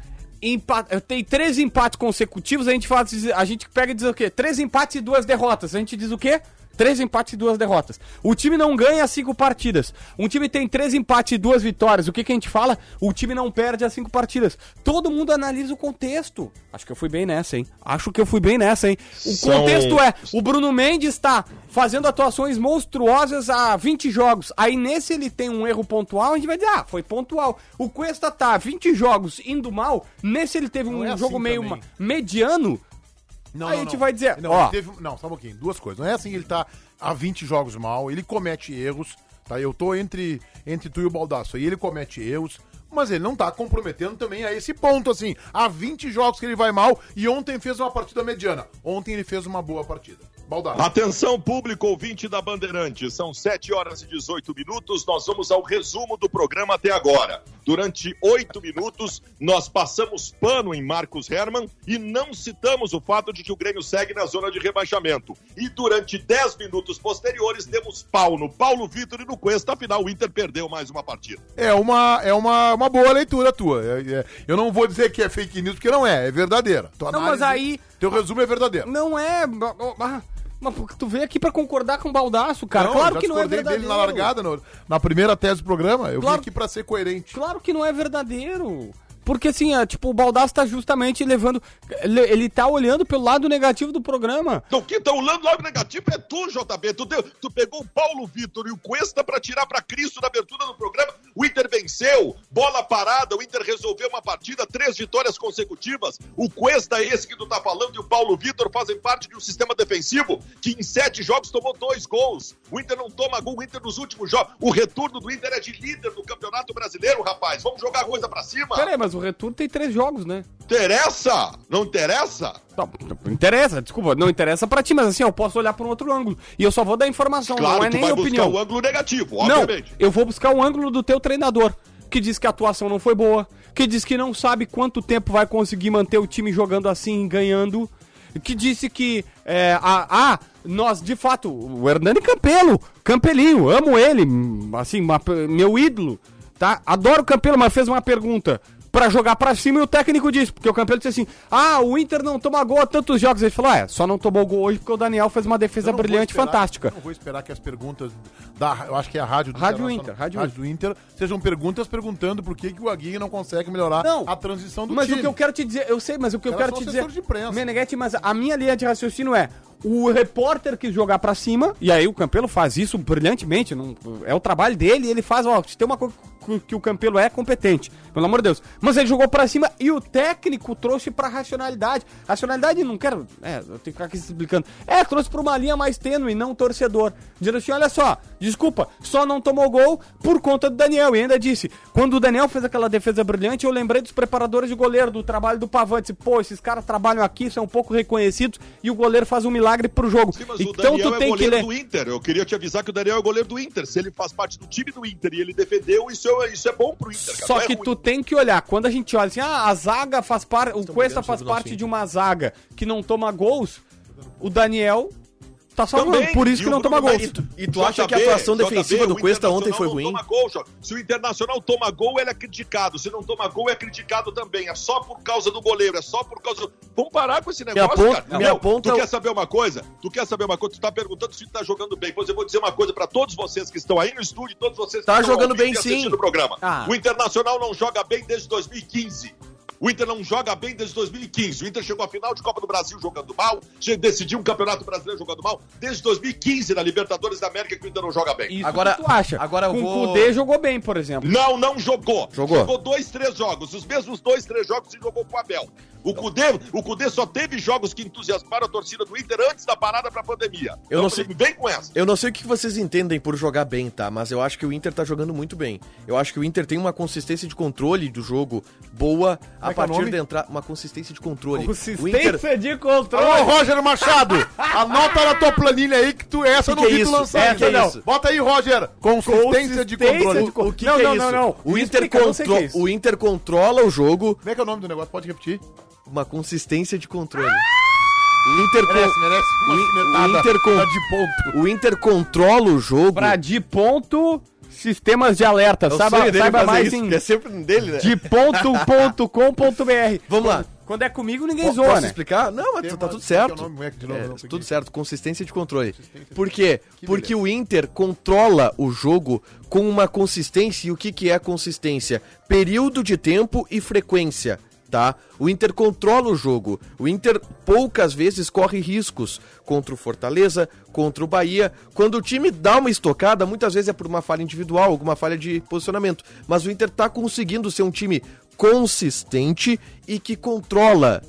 [SPEAKER 5] empa- Tem três empates consecutivos, a gente, faz, a gente pega e diz o quê? Três empates e duas derrotas. A gente diz o quê? Três empates e duas derrotas. O time não ganha as cinco partidas. Um time tem três empates e duas vitórias. O que, que a gente fala? O time não perde as cinco partidas. Todo mundo analisa o contexto. Acho que eu fui bem nessa, hein? Acho que eu fui bem nessa, hein? O
[SPEAKER 4] São-
[SPEAKER 5] contexto é, o Bruno Mendes tá fazendo atuações monstruosas há 20 jogos. Aí nesse ele tem um erro pontual, a gente vai dizer, ah, foi pontual. O Cuesta tá 20 jogos indo mal, nesse ele teve um
[SPEAKER 2] é assim
[SPEAKER 5] jogo meio
[SPEAKER 2] também.
[SPEAKER 5] ma- mediano.
[SPEAKER 2] Não,
[SPEAKER 5] Aí a gente vai dizer,
[SPEAKER 2] Não,
[SPEAKER 5] ó.
[SPEAKER 2] ele teve- não, só um pouquinho. Duas coisas. Não é assim que ele tá há 20 jogos mal, ele comete erros, tá? Eu tô entre, entre tu e o Baldaço aí, ele comete erros, mas ele não tá comprometendo também a esse ponto, assim. Há 20 jogos que ele vai mal e ontem fez uma partida mediana. Ontem ele fez uma boa partida.
[SPEAKER 4] Ah.
[SPEAKER 2] Baldaço.
[SPEAKER 4] Atenção, público ouvinte da Bandeirante. São 7 horas e 18 minutos. Nós vamos ao resumo do programa até agora. Durante oito minutos, nós passamos pano em Marcos Herman e não citamos o fato de que o Grêmio segue na zona de rebaixamento. E durante 10 minutos posteriores, demos pau no Paulo Vitor e no Cuesta. Afinal, o Inter perdeu mais uma partida.
[SPEAKER 2] É uma, é uma, uma boa leitura tua. É- é- eu não vou dizer que é fake news, porque não é, é verdadeira. Tua
[SPEAKER 5] Não, mas aí-
[SPEAKER 2] Teu resumo é verdadeiro.
[SPEAKER 5] Não é. ba- ba- ba- Mas porque tu veio aqui pra concordar com o Baldaço, cara. claro
[SPEAKER 2] eu
[SPEAKER 5] que não é
[SPEAKER 2] discordei
[SPEAKER 5] verdadeiro.
[SPEAKER 2] dele na largada, no- na primeira tese do programa. Eu
[SPEAKER 5] Claro-
[SPEAKER 2] vim aqui pra ser coerente.
[SPEAKER 5] Claro que não é verdadeiro. Porque assim, é, tipo, o Baldassi tá justamente levando. Ele, ele tá olhando pelo lado negativo do programa.
[SPEAKER 4] Então, quem tá olhando logo negativo é tu, JB. Tu, deu- tu pegou o Paulo Vitor e o Cuesta pra tirar pra Cristo na abertura do programa. O Inter venceu, bola parada, o Inter resolveu uma partida, três vitórias consecutivas. O Cuesta, esse que tu tá falando, e o Paulo Vitor fazem parte de um sistema defensivo que em sete jogos tomou dois gols. O Inter não toma gol, o Inter nos últimos jogos. O retorno do Inter é de líder do Campeonato Brasileiro, rapaz. Vamos jogar a coisa pra cima.
[SPEAKER 5] Pera aí, mas o retorno tem três jogos, né?
[SPEAKER 4] Interessa? Não interessa?
[SPEAKER 5] Tá, Não interessa, desculpa, não interessa pra ti, mas assim, eu posso olhar por um outro ângulo. E eu só vou dar informação,
[SPEAKER 4] Claro,
[SPEAKER 5] não é
[SPEAKER 4] tu
[SPEAKER 5] nem
[SPEAKER 4] vai
[SPEAKER 5] opinião.
[SPEAKER 4] buscar o ângulo negativo,
[SPEAKER 2] Tipo,
[SPEAKER 5] Não,
[SPEAKER 4] obviamente.
[SPEAKER 5] eu vou buscar o ângulo do teu treinador, que diz que a atuação não foi boa, que diz que não sabe quanto tempo vai conseguir manter o time jogando assim, ganhando, que disse que, é, ah, ah, nós, de fato, o Hernani Campelo, Campelinho, amo ele, hum, assim, uma- meu ídolo, tá? Adoro o Campelo, mas fez uma pergunta. Pra jogar pra cima e o técnico disse, porque o Campelo disse assim: Ah, o Inter não toma gol há tantos jogos. Ele falou: ah, É, só não tomou gol hoje porque o Daniel fez uma defesa
[SPEAKER 2] Eu não vou
[SPEAKER 5] brilhante e
[SPEAKER 2] esperar-
[SPEAKER 5] fantástica.
[SPEAKER 2] eu não vou esperar que as perguntas da. Eu acho que é a rádio do
[SPEAKER 5] Rádio
[SPEAKER 2] Internacional-
[SPEAKER 5] Inter, Rádio
[SPEAKER 2] do Inter sejam perguntas perguntando por que, que o Aguirre não consegue melhorar
[SPEAKER 5] Não,
[SPEAKER 2] a transição do
[SPEAKER 5] mas
[SPEAKER 2] time.
[SPEAKER 5] o que eu quero te dizer, eu sei, mas o que eu
[SPEAKER 2] Cara,
[SPEAKER 5] quero
[SPEAKER 2] só
[SPEAKER 5] te dizer.
[SPEAKER 2] assessor de imprensa.
[SPEAKER 5] Meneghetti, mas a minha linha de raciocínio é: o repórter que jogar pra cima, e aí o Campelo faz isso brilhantemente, não, é o trabalho dele, ele faz, ó, se tem uma coisa que- que o Campelo é competente, pelo amor de Deus. Mas ele jogou pra cima e o técnico trouxe pra racionalidade. Racionalidade não quero, é, eu tenho que ficar aqui explicando. É, trouxe pra uma linha mais tênue, não torcedor. Dizendo assim, olha só, desculpa, só não tomou gol por conta do Daniel. E ainda disse, quando o Daniel fez aquela defesa brilhante, eu lembrei dos preparadores de goleiro, do trabalho do Pavão. Disse, pô, esses caras trabalham aqui, são um pouco reconhecidos, e o goleiro faz um milagre pro jogo.
[SPEAKER 4] Sim, mas o
[SPEAKER 5] então
[SPEAKER 4] Daniel
[SPEAKER 5] tu
[SPEAKER 4] é
[SPEAKER 5] tem que
[SPEAKER 4] goleiro
[SPEAKER 5] ler...
[SPEAKER 4] do Inter. Eu queria te avisar que o Daniel é goleiro do Inter. Se ele faz parte do time do Inter e ele defendeu, isso é, isso é bom pro Inter. cara.
[SPEAKER 5] Só
[SPEAKER 4] Não é
[SPEAKER 5] que
[SPEAKER 4] ruim.
[SPEAKER 5] tu tem que olhar. Quando a gente olha assim, ah, a zaga faz parte. O Cuesta faz parte de uma zaga que não toma gols, o Daniel tá salvando.
[SPEAKER 4] Também.
[SPEAKER 5] Por isso
[SPEAKER 4] E
[SPEAKER 5] que
[SPEAKER 4] o
[SPEAKER 5] não
[SPEAKER 4] Bruno
[SPEAKER 5] toma gols.
[SPEAKER 4] Henrique.
[SPEAKER 3] E tu, e tu
[SPEAKER 4] JB,
[SPEAKER 3] acha que a atuação
[SPEAKER 4] JB,
[SPEAKER 3] defensiva do
[SPEAKER 4] o
[SPEAKER 3] Cuesta ontem foi
[SPEAKER 4] Internacional
[SPEAKER 3] ruim?
[SPEAKER 4] não toma gol, Jô. se o Internacional toma gol, ele é criticado. Se não toma gol, é criticado também. É só por causa do goleiro, é só por causa do... Vamos parar com esse negócio,
[SPEAKER 3] aponta-
[SPEAKER 4] cara.
[SPEAKER 3] me
[SPEAKER 4] Não,
[SPEAKER 3] aponta
[SPEAKER 4] tu
[SPEAKER 3] o-
[SPEAKER 4] quer saber uma coisa? Tu quer saber uma coisa? Tu tá perguntando se tu tá jogando bem. Pois eu vou dizer uma coisa pra todos vocês que estão aí no estúdio, todos vocês que
[SPEAKER 3] Tá
[SPEAKER 4] estão ao
[SPEAKER 3] jogando
[SPEAKER 4] vivo
[SPEAKER 3] bem,
[SPEAKER 4] e assistindo
[SPEAKER 3] sim.
[SPEAKER 4] o programa.
[SPEAKER 5] Ah.
[SPEAKER 4] O Internacional não joga bem desde 2015. O Inter não joga bem desde 2015. O Inter chegou à final de Copa do Brasil jogando mal, che- decidiu um Campeonato Brasileiro jogando mal, desde 2015 na Libertadores da América que o Inter não joga bem.
[SPEAKER 5] Isso
[SPEAKER 3] Agora-
[SPEAKER 5] que tu acha.
[SPEAKER 3] agora eu
[SPEAKER 5] Com
[SPEAKER 3] vou-
[SPEAKER 5] O Kudê jogou bem, por exemplo.
[SPEAKER 4] Não, não jogou.
[SPEAKER 3] Jogou.
[SPEAKER 4] Jogou dois, três jogos. Os mesmos dois, três jogos se jogou com o Abel. O Cudê, o Cudê só teve jogos que entusiasmaram a torcida do Inter antes da parada pra pandemia.
[SPEAKER 3] Eu não
[SPEAKER 4] Então,
[SPEAKER 3] sei-
[SPEAKER 4] Vem com essa.
[SPEAKER 3] Eu não sei o que vocês entendem por jogar bem, tá? Mas eu acho que o Inter tá jogando muito bem. Eu acho que o Inter tem uma consistência de controle do jogo boa a
[SPEAKER 2] é que é o
[SPEAKER 3] partir
[SPEAKER 2] nome?
[SPEAKER 3] da entrada. Uma consistência de controle.
[SPEAKER 5] Consistência
[SPEAKER 3] O Inter.
[SPEAKER 5] de controle.
[SPEAKER 2] Alô, Roger Machado! Anota na tua planilha aí que tu essa eu
[SPEAKER 3] Que
[SPEAKER 2] não
[SPEAKER 3] que é
[SPEAKER 2] vi tu
[SPEAKER 3] isso?
[SPEAKER 2] lançar.
[SPEAKER 3] É,
[SPEAKER 2] ainda,
[SPEAKER 3] que é
[SPEAKER 2] não.
[SPEAKER 3] isso?
[SPEAKER 2] Bota aí, Roger! Consistência, de controle.
[SPEAKER 5] de co-
[SPEAKER 3] O que,
[SPEAKER 5] Não,
[SPEAKER 3] que é
[SPEAKER 5] não,
[SPEAKER 3] isso?
[SPEAKER 5] não, não.
[SPEAKER 3] O,
[SPEAKER 5] Me
[SPEAKER 3] Inter
[SPEAKER 5] explica, eu não sei o que
[SPEAKER 3] contro-
[SPEAKER 5] é isso.
[SPEAKER 3] o Inter controla o jogo,
[SPEAKER 2] Como é que é o nome do negócio? Pode repetir?
[SPEAKER 3] uma consistência de controle. O Inter, con-
[SPEAKER 2] merece.
[SPEAKER 3] o
[SPEAKER 2] Uma
[SPEAKER 3] In-
[SPEAKER 2] cimentada.
[SPEAKER 3] o Inter com-
[SPEAKER 2] Tá de ponto.
[SPEAKER 3] o Inter controla o jogo.
[SPEAKER 5] Pra de ponto, sistemas de alerta.
[SPEAKER 3] Eu
[SPEAKER 5] saiba
[SPEAKER 3] sonho dele
[SPEAKER 5] saiba
[SPEAKER 3] fazer
[SPEAKER 5] mais
[SPEAKER 3] isso,
[SPEAKER 5] em
[SPEAKER 3] que é sempre dele, né?
[SPEAKER 5] [laughs] de ponto.com.br.
[SPEAKER 3] Vamos lá.
[SPEAKER 5] Quando é comigo, ninguém
[SPEAKER 3] Po-
[SPEAKER 5] zoa,
[SPEAKER 3] Posso
[SPEAKER 5] né?
[SPEAKER 3] explicar? Não, mas
[SPEAKER 2] Tem
[SPEAKER 3] tá
[SPEAKER 2] uma-
[SPEAKER 3] tudo
[SPEAKER 2] que é o
[SPEAKER 3] certo.
[SPEAKER 2] nome, como é que de novo?
[SPEAKER 3] É,
[SPEAKER 2] Não,
[SPEAKER 3] tudo
[SPEAKER 2] porque-
[SPEAKER 3] certo, consistência de controle.
[SPEAKER 2] de
[SPEAKER 3] Por quê? Porque o Inter controla o jogo com uma consistência. E o que, que é consistência? Período de tempo e frequência. Tá? O Inter controla o jogo. O Inter poucas vezes corre riscos contra o Fortaleza, contra o Bahia. Quando o time dá uma estocada, muitas vezes é por uma falha individual, alguma falha de posicionamento. Mas o Inter tá conseguindo ser um time consistente e que controla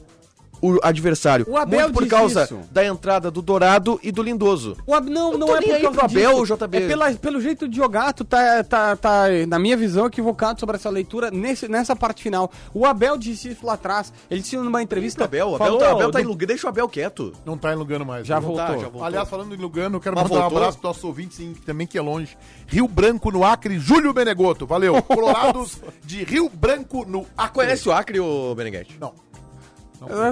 [SPEAKER 3] o adversário.
[SPEAKER 5] O Abel
[SPEAKER 3] muito por
[SPEAKER 5] diz
[SPEAKER 3] causa
[SPEAKER 5] isso.
[SPEAKER 3] da entrada do Dourado e do Lindoso.
[SPEAKER 5] O Ab- Não,
[SPEAKER 3] Eu
[SPEAKER 5] não
[SPEAKER 3] tô
[SPEAKER 5] é
[SPEAKER 3] nem
[SPEAKER 5] por
[SPEAKER 3] aí
[SPEAKER 5] causa
[SPEAKER 3] pro Abel,
[SPEAKER 5] disso.
[SPEAKER 3] JB.
[SPEAKER 5] É pela- pelo jeito de jogar, tu tá, tá, tá, na minha visão, equivocado sobre essa leitura nesse, nessa parte final. O Abel disse isso lá atrás. Ele disse numa entrevista.
[SPEAKER 3] Abel, Abel, tá,
[SPEAKER 5] falou
[SPEAKER 3] Abel tá
[SPEAKER 5] do-
[SPEAKER 3] em lugar. Deixa o Abel quieto.
[SPEAKER 2] Não tá em Lugano mais.
[SPEAKER 5] Já
[SPEAKER 2] né?
[SPEAKER 5] voltou.
[SPEAKER 3] Tá, já voltou.
[SPEAKER 2] Aliás, falando em Lugano, eu quero
[SPEAKER 3] Mas
[SPEAKER 2] mandar um
[SPEAKER 3] voltou?
[SPEAKER 2] abraço para nossos ouvintes em- também que é longe. Rio Branco no Acre, Júlio Benegoto. Valeu.
[SPEAKER 3] [laughs]
[SPEAKER 2] Colorados de Rio Branco no
[SPEAKER 3] Ah,
[SPEAKER 2] Acre.
[SPEAKER 3] conhece o Acre, ô Beneguete?
[SPEAKER 2] Não.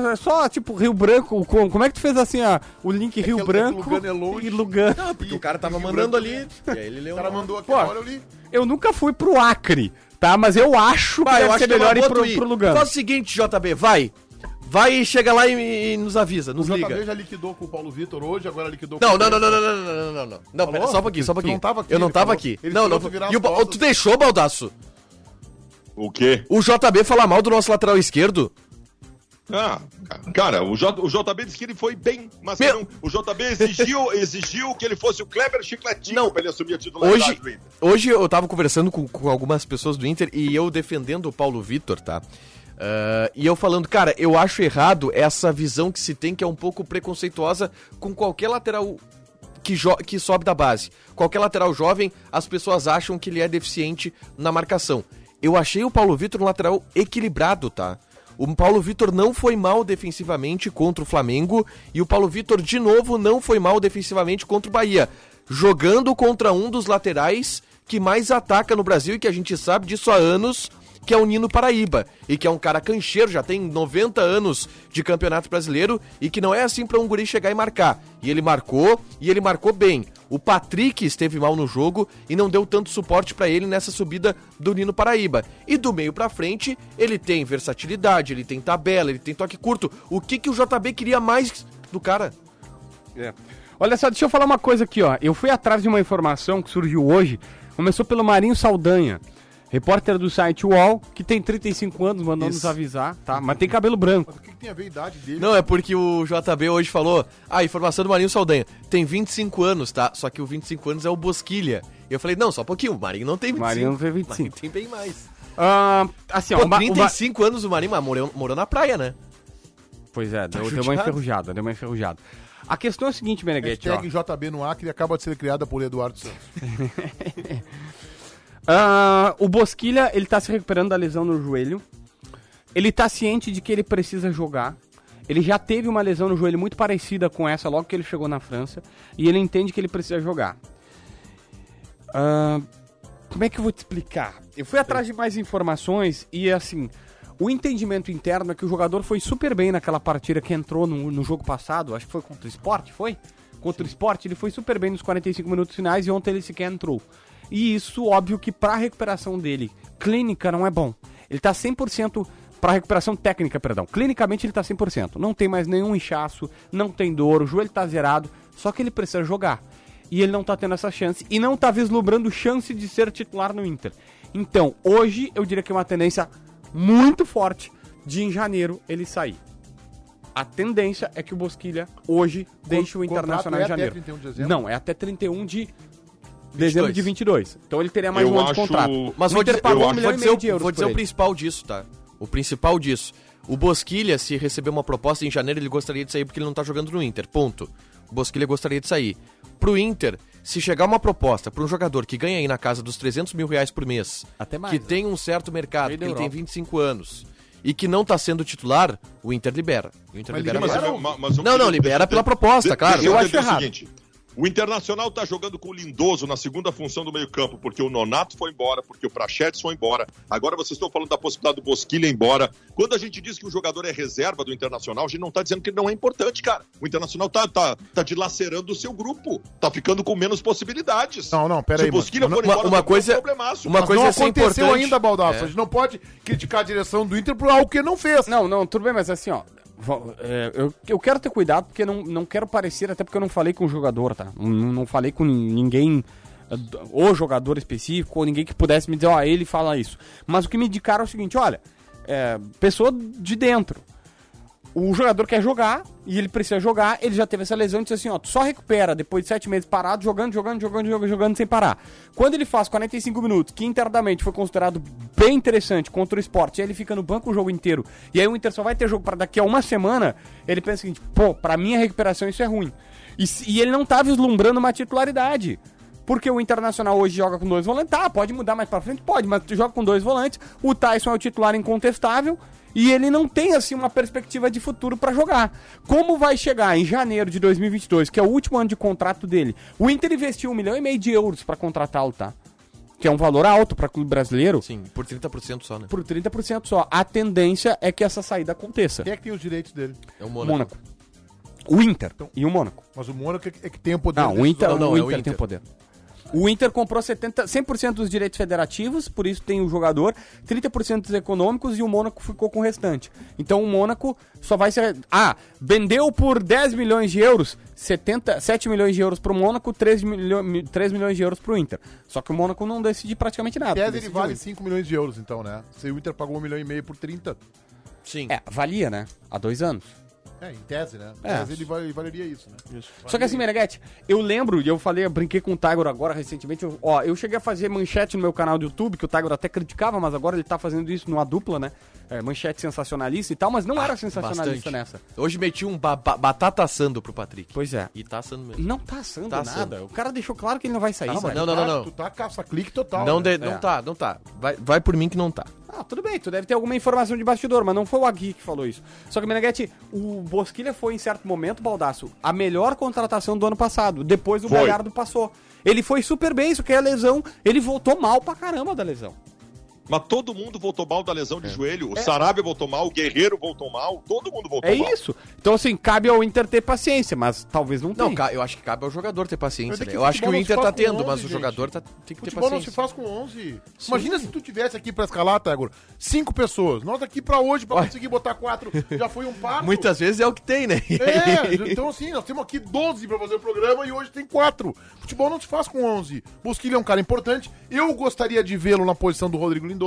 [SPEAKER 5] É só, tipo, Rio Branco. com- Como é que tu fez assim, ó, o link Rio
[SPEAKER 2] é que
[SPEAKER 5] Branco
[SPEAKER 2] Lugano é longe.
[SPEAKER 5] e Lugano?
[SPEAKER 3] Não, porque
[SPEAKER 2] Ih,
[SPEAKER 3] o cara tava
[SPEAKER 2] Rio
[SPEAKER 3] mandando ali.
[SPEAKER 2] Branco,
[SPEAKER 3] [laughs] E aí ele leu.
[SPEAKER 2] O cara mandou aqui
[SPEAKER 5] Pô.
[SPEAKER 2] agora, eu li.
[SPEAKER 5] Eu nunca fui pro Acre, tá? Mas eu acho que
[SPEAKER 3] Vai, eu
[SPEAKER 5] deve
[SPEAKER 3] acho
[SPEAKER 5] ser
[SPEAKER 3] que é
[SPEAKER 5] melhor ir pro,
[SPEAKER 3] ir
[SPEAKER 5] pro Lugano.
[SPEAKER 3] Faz o seguinte, JB, vai. Vai e chega lá e, e nos avisa,
[SPEAKER 2] O
[SPEAKER 3] nos
[SPEAKER 2] JB
[SPEAKER 3] liga.
[SPEAKER 2] já liquidou com o Paulo Vitor hoje, agora liquidou
[SPEAKER 3] Não,
[SPEAKER 2] com
[SPEAKER 3] não, não, não, não, não, não, não, não, não. Não, pera,
[SPEAKER 2] Falou?
[SPEAKER 3] só um pouquinho, só um
[SPEAKER 2] Tu
[SPEAKER 3] pouquinho.
[SPEAKER 2] não tava aqui,
[SPEAKER 3] eu não
[SPEAKER 2] ele
[SPEAKER 3] tava
[SPEAKER 2] falou.
[SPEAKER 3] aqui.
[SPEAKER 2] Ele
[SPEAKER 3] Não,
[SPEAKER 2] falou
[SPEAKER 3] não.
[SPEAKER 2] tu virar
[SPEAKER 3] E o,
[SPEAKER 2] as
[SPEAKER 3] Ba-
[SPEAKER 2] costas.
[SPEAKER 3] tu deixou, Baldaço?
[SPEAKER 4] O quê?
[SPEAKER 3] O JB falar mal do nosso lateral esquerdo?
[SPEAKER 4] Ah, cara, o, J, o JB disse que ele foi bem, mas
[SPEAKER 3] Meu-
[SPEAKER 4] não- o JB exigiu, exigiu que ele fosse o Kleber Chicletinho
[SPEAKER 3] Não.
[SPEAKER 4] pra ele assumir a titularidade
[SPEAKER 3] Hoje,
[SPEAKER 4] do Inter.
[SPEAKER 3] hoje eu tava conversando com, com algumas pessoas do Inter e eu defendendo o Paulo Vitor, tá? Ah, e eu falando, cara, eu acho errado essa visão que se tem que é um pouco preconceituosa com qualquer lateral que, jo- que sobe da base. Qualquer lateral jovem, as pessoas acham que ele é deficiente na marcação. Eu achei o Paulo Vitor um lateral equilibrado, tá? O Paulo Vitor não foi mal defensivamente contra o Flamengo e o Paulo Vitor de novo não foi mal defensivamente contra o Bahia, jogando contra um dos laterais que mais ataca no Brasil e que a gente sabe disso há anos, que é o Nino Paraíba e que é um cara cancheiro, já tem 90 anos de campeonato brasileiro e que não é assim pra um guri chegar e marcar. E ele marcou e ele marcou bem. O Patrick esteve mal no jogo e não deu tanto suporte pra ele nessa subida do Nino Paraíba. E do meio pra frente, ele tem versatilidade, ele tem tabela, ele tem toque curto. O que que o JB queria mais do cara?
[SPEAKER 5] Olha só, deixa eu falar uma coisa aqui, ó. Eu fui atrás de uma informação que surgiu hoje. Começou pelo Marinho Saldanha, repórter do site UOL, que tem 35 anos, mandou nos avisar, tá? Mas tem cabelo branco.
[SPEAKER 2] O que, que tem a ver a idade dele?
[SPEAKER 3] Não, é porque o JB hoje falou. Ah, informação do Marinho Saldanha. Tem 25 anos, tá? Só que o 25 anos é o Bosquilha. E eu falei, não, só um pouquinho. O Marinho não tem 25.
[SPEAKER 5] Marinho não tem
[SPEAKER 3] O Marinho Então,
[SPEAKER 5] 25.
[SPEAKER 3] tem bem mais.
[SPEAKER 5] Ah, assim, ó,
[SPEAKER 3] Pô,
[SPEAKER 5] o Ma- o Ma-
[SPEAKER 3] 35 anos o Marinho mas morou, morou na praia, né?
[SPEAKER 5] Pois é, deu, deu uma
[SPEAKER 3] judiado.
[SPEAKER 5] enferrujada, deu uma enferrujada. A questão é o seguinte, Meneghete, ó.
[SPEAKER 2] Hashtag JB no Acre acaba de ser criada por Eduardo Santos.
[SPEAKER 5] Ah, o Bosquilha, ele tá se recuperando da lesão no joelho. Ele tá ciente de que ele precisa jogar. Ele já teve uma lesão no joelho muito parecida com essa logo que ele chegou na França. E ele entende que ele precisa jogar. Ah, como é que eu vou te explicar? Eu fui atrás de mais informações e, assim, o entendimento interno é que o jogador foi super bem naquela partida que entrou no, no jogo passado. Acho que foi contra o esporte, foi? Contra o esporte, ele foi super bem nos 45 minutos finais e ontem ele sequer entrou. E isso, óbvio, que pra recuperação dele, clínica não é bom. Ele tá 100% pra recuperação técnica, perdão. Clinicamente ele tá 100%. Não tem mais nenhum inchaço, não tem dor, o joelho tá zerado, só que ele precisa jogar e ele não tá tendo essa chance e não tá vislumbrando chance de ser titular no Inter. Então, hoje eu diria que é uma tendência muito forte de em janeiro ele sair. A tendência é que o Bosquilha hoje deixe o
[SPEAKER 2] contrato
[SPEAKER 5] Internacional
[SPEAKER 2] é
[SPEAKER 5] em
[SPEAKER 2] até
[SPEAKER 5] janeiro.
[SPEAKER 2] 31 de dezembro?
[SPEAKER 5] Não, é até 31 de dezembro de 22. Então ele teria mais
[SPEAKER 4] Eu
[SPEAKER 5] um ano de
[SPEAKER 4] acho-
[SPEAKER 5] contrato.
[SPEAKER 3] Mas
[SPEAKER 5] O
[SPEAKER 3] vou
[SPEAKER 5] Inter
[SPEAKER 3] dizer,
[SPEAKER 5] pagou
[SPEAKER 3] eu
[SPEAKER 5] um
[SPEAKER 3] acho-
[SPEAKER 5] milhão
[SPEAKER 3] vou
[SPEAKER 5] e
[SPEAKER 3] dizer,
[SPEAKER 5] meio
[SPEAKER 3] o-
[SPEAKER 5] de euros
[SPEAKER 3] vou dizer
[SPEAKER 5] por
[SPEAKER 3] o
[SPEAKER 5] ele.
[SPEAKER 3] principal disso, tá? O principal disso. O Bosquilha, se receber uma proposta em janeiro, ele gostaria de sair porque ele não tá jogando no Inter. Ponto. O Bosquilha gostaria de sair. Pro Inter, se chegar uma proposta pra um jogador que ganha aí na casa dos 300 mil reais por mês,
[SPEAKER 5] Até mais,
[SPEAKER 3] que
[SPEAKER 5] né?
[SPEAKER 3] tem um certo mercado,
[SPEAKER 5] Meio
[SPEAKER 3] que
[SPEAKER 5] da
[SPEAKER 3] ele tem
[SPEAKER 5] Europa.
[SPEAKER 3] 25 anos, e que não tá sendo titular, o Inter libera. O Inter
[SPEAKER 2] Mas
[SPEAKER 3] libera.
[SPEAKER 2] libera-
[SPEAKER 3] mesmo.
[SPEAKER 4] eu- mas eu
[SPEAKER 3] Não, não,
[SPEAKER 4] queria-
[SPEAKER 3] libera
[SPEAKER 4] deixa eu-
[SPEAKER 3] pela proposta,
[SPEAKER 4] de-
[SPEAKER 3] claro.
[SPEAKER 4] deixa Eu,
[SPEAKER 5] Eu acho
[SPEAKER 4] acho o
[SPEAKER 5] errado.
[SPEAKER 4] seguinte. O Internacional tá jogando com o Lindoso na segunda função do meio-campo, porque o Nonato foi embora, porque o Prachetes foi embora. Agora vocês estão falando da possibilidade do Bosquilha ir embora. Quando a gente diz que o jogador é reserva do Internacional, a gente não tá dizendo que ele não é importante, cara. O Internacional tá, tá, tá dilacerando o seu grupo, tá ficando com menos possibilidades.
[SPEAKER 2] Não, não, pera
[SPEAKER 4] Se
[SPEAKER 2] aí,
[SPEAKER 4] o Bosquilha
[SPEAKER 2] mano.
[SPEAKER 4] for
[SPEAKER 3] Uma-
[SPEAKER 4] embora,
[SPEAKER 3] uma
[SPEAKER 4] não tem
[SPEAKER 3] coisa-
[SPEAKER 4] problemaço.
[SPEAKER 3] uma
[SPEAKER 2] Mas
[SPEAKER 3] coisa
[SPEAKER 2] não
[SPEAKER 3] é ser
[SPEAKER 2] aconteceu
[SPEAKER 3] importante.
[SPEAKER 2] ainda, Baldaço.
[SPEAKER 3] É.
[SPEAKER 2] A gente não pode criticar a direção do Inter por algo que não fez.
[SPEAKER 5] Não, não, tudo bem, mas assim, ó. vo- é, eu, eu quero ter cuidado porque não, não quero parecer, até porque eu não falei com o jogador, tá? Não, não falei com ninguém, eh, do- o jogador específico, ou ninguém que pudesse me dizer, ó, ele fala isso. Mas o que me indicaram é o seguinte: olha, é, pessoa de dentro. O jogador quer jogar e ele precisa jogar. Ele já teve essa lesão e disse assim: ó, tu só recupera depois de sete meses parado, jogando, jogando, jogando, jogando, jogando sem parar. Quando ele faz 45 minutos, que internamente foi considerado bem interessante contra o esporte, e aí ele fica no banco o jogo inteiro, e aí o Inter só vai ter jogo para daqui a uma semana, ele pensa o seguinte: pô, pra minha recuperação isso é ruim. E, se- e ele não tá vislumbrando uma titularidade. Porque o Internacional hoje joga com dois volantes. Tá, pode mudar mais pra frente? Pode, mas tu joga com dois volantes. O Tyson é o titular incontestável. E ele não tem, assim, uma perspectiva de futuro pra jogar. Como vai chegar em janeiro de 2022, que é o último ano de contrato dele? O Inter investiu um milhão e meio de euros pra contratá-lo, tá? Que é um valor alto pra clube brasileiro.
[SPEAKER 3] Sim, por 30% só, né?
[SPEAKER 5] Por 30% só. A tendência é que essa saída aconteça.
[SPEAKER 2] Quem é que tem os direitos dele?
[SPEAKER 3] É o Mônaco.
[SPEAKER 5] Mônaco. O Inter e o Mônaco.
[SPEAKER 2] Mas o Mônaco é que é que tem o poder.
[SPEAKER 5] Não, o
[SPEAKER 2] decisório.
[SPEAKER 5] Inter,
[SPEAKER 3] Não, não,
[SPEAKER 5] o
[SPEAKER 3] é o
[SPEAKER 5] Inter tem
[SPEAKER 3] Inter.
[SPEAKER 5] poder. O Inter comprou 70, 100% dos direitos federativos, por isso tem o jogador, 30% dos econômicos e o Mônaco ficou com o restante. Então o Mônaco só vai ser. Ah, vendeu por 10 milhões de euros, 70, 7 milhões de euros pro Mônaco, 3, milho, 3 milhões de euros pro Inter. Só que o Mônaco não decide praticamente nada.
[SPEAKER 2] Em tese, ele
[SPEAKER 5] decidiu
[SPEAKER 2] vale
[SPEAKER 5] isso.
[SPEAKER 2] 5 milhões de euros, então, né? Se o Inter pagou 1 milhão e meio por 30,
[SPEAKER 3] Sim.
[SPEAKER 5] É, valia, né? Há dois anos.
[SPEAKER 2] é, em tese, né? Em
[SPEAKER 5] É.
[SPEAKER 2] tese, ele vale- valeria isso, né?
[SPEAKER 5] Só que assim, Meneghete, eu lembro, e eu falei, eu brinquei com o Tiger agora recentemente, eu- ó, eu cheguei a fazer manchete no meu canal do YouTube, que o Tiger até criticava, mas agora ele tá fazendo isso numa dupla, né? É, manchete sensacionalista e tal, mas não era sensacionalista
[SPEAKER 3] Ah, Bastante.
[SPEAKER 5] nessa.
[SPEAKER 3] Hoje meti um ba- ba- batata assando pro Patrick.
[SPEAKER 5] Pois é.
[SPEAKER 3] E tá assando mesmo.
[SPEAKER 5] Não tá assando
[SPEAKER 3] Tá
[SPEAKER 5] nada.
[SPEAKER 3] assando.
[SPEAKER 5] O cara deixou claro que ele não vai sair.
[SPEAKER 3] Não,
[SPEAKER 5] velho.
[SPEAKER 3] não, não,
[SPEAKER 2] Ah,
[SPEAKER 3] não.
[SPEAKER 2] Tu tá caça-clique total.
[SPEAKER 3] Não,
[SPEAKER 2] né?
[SPEAKER 3] de- não
[SPEAKER 5] É.
[SPEAKER 3] tá, não tá. Vai, vai por mim que não tá.
[SPEAKER 5] Ah, tudo bem, tu deve ter alguma informação de bastidor, mas não foi o Agui que falou isso. Só que, Meneghete, o Bosquilha foi, em certo momento, Baldaço, a melhor contratação do ano passado. Depois o
[SPEAKER 4] Foi.
[SPEAKER 5] Galhardo passou. Ele foi super bem, isso que é a lesão. Ele voltou mal pra caramba da lesão.
[SPEAKER 4] Mas todo mundo voltou mal da lesão de
[SPEAKER 3] É.
[SPEAKER 4] joelho. O Sarabia voltou mal, o Guerreiro voltou mal, todo mundo voltou
[SPEAKER 5] É
[SPEAKER 4] mal.
[SPEAKER 5] isso. Então, assim, cabe ao Inter ter paciência, mas talvez não tenha.
[SPEAKER 3] Não, ca- eu acho que cabe ao jogador ter
[SPEAKER 2] Mas é
[SPEAKER 3] paciência.
[SPEAKER 2] que
[SPEAKER 3] né? Eu acho que
[SPEAKER 2] futebol
[SPEAKER 3] o
[SPEAKER 2] não
[SPEAKER 3] Inter
[SPEAKER 2] se
[SPEAKER 3] tá
[SPEAKER 2] faz com
[SPEAKER 3] tendo, mas
[SPEAKER 2] 11,
[SPEAKER 3] o jogador tá- tem que ter
[SPEAKER 2] Futebol não
[SPEAKER 3] paciência.
[SPEAKER 2] se faz com 11. Imagina se tu tivesse aqui pra escalar, Tagor, cinco pessoas. Nós aqui pra hoje, pra
[SPEAKER 3] Olha.
[SPEAKER 2] conseguir botar quatro, já foi
[SPEAKER 3] [laughs]
[SPEAKER 2] um parto.
[SPEAKER 3] Muitas vezes é o que tem, né?
[SPEAKER 2] É, então assim, nós temos aqui 12 pra fazer o programa e hoje tem 4. Futebol não se faz com 11. Bosquilha é um cara importante. Eu gostaria de vê-lo na posição do Rodrigo Lindoso.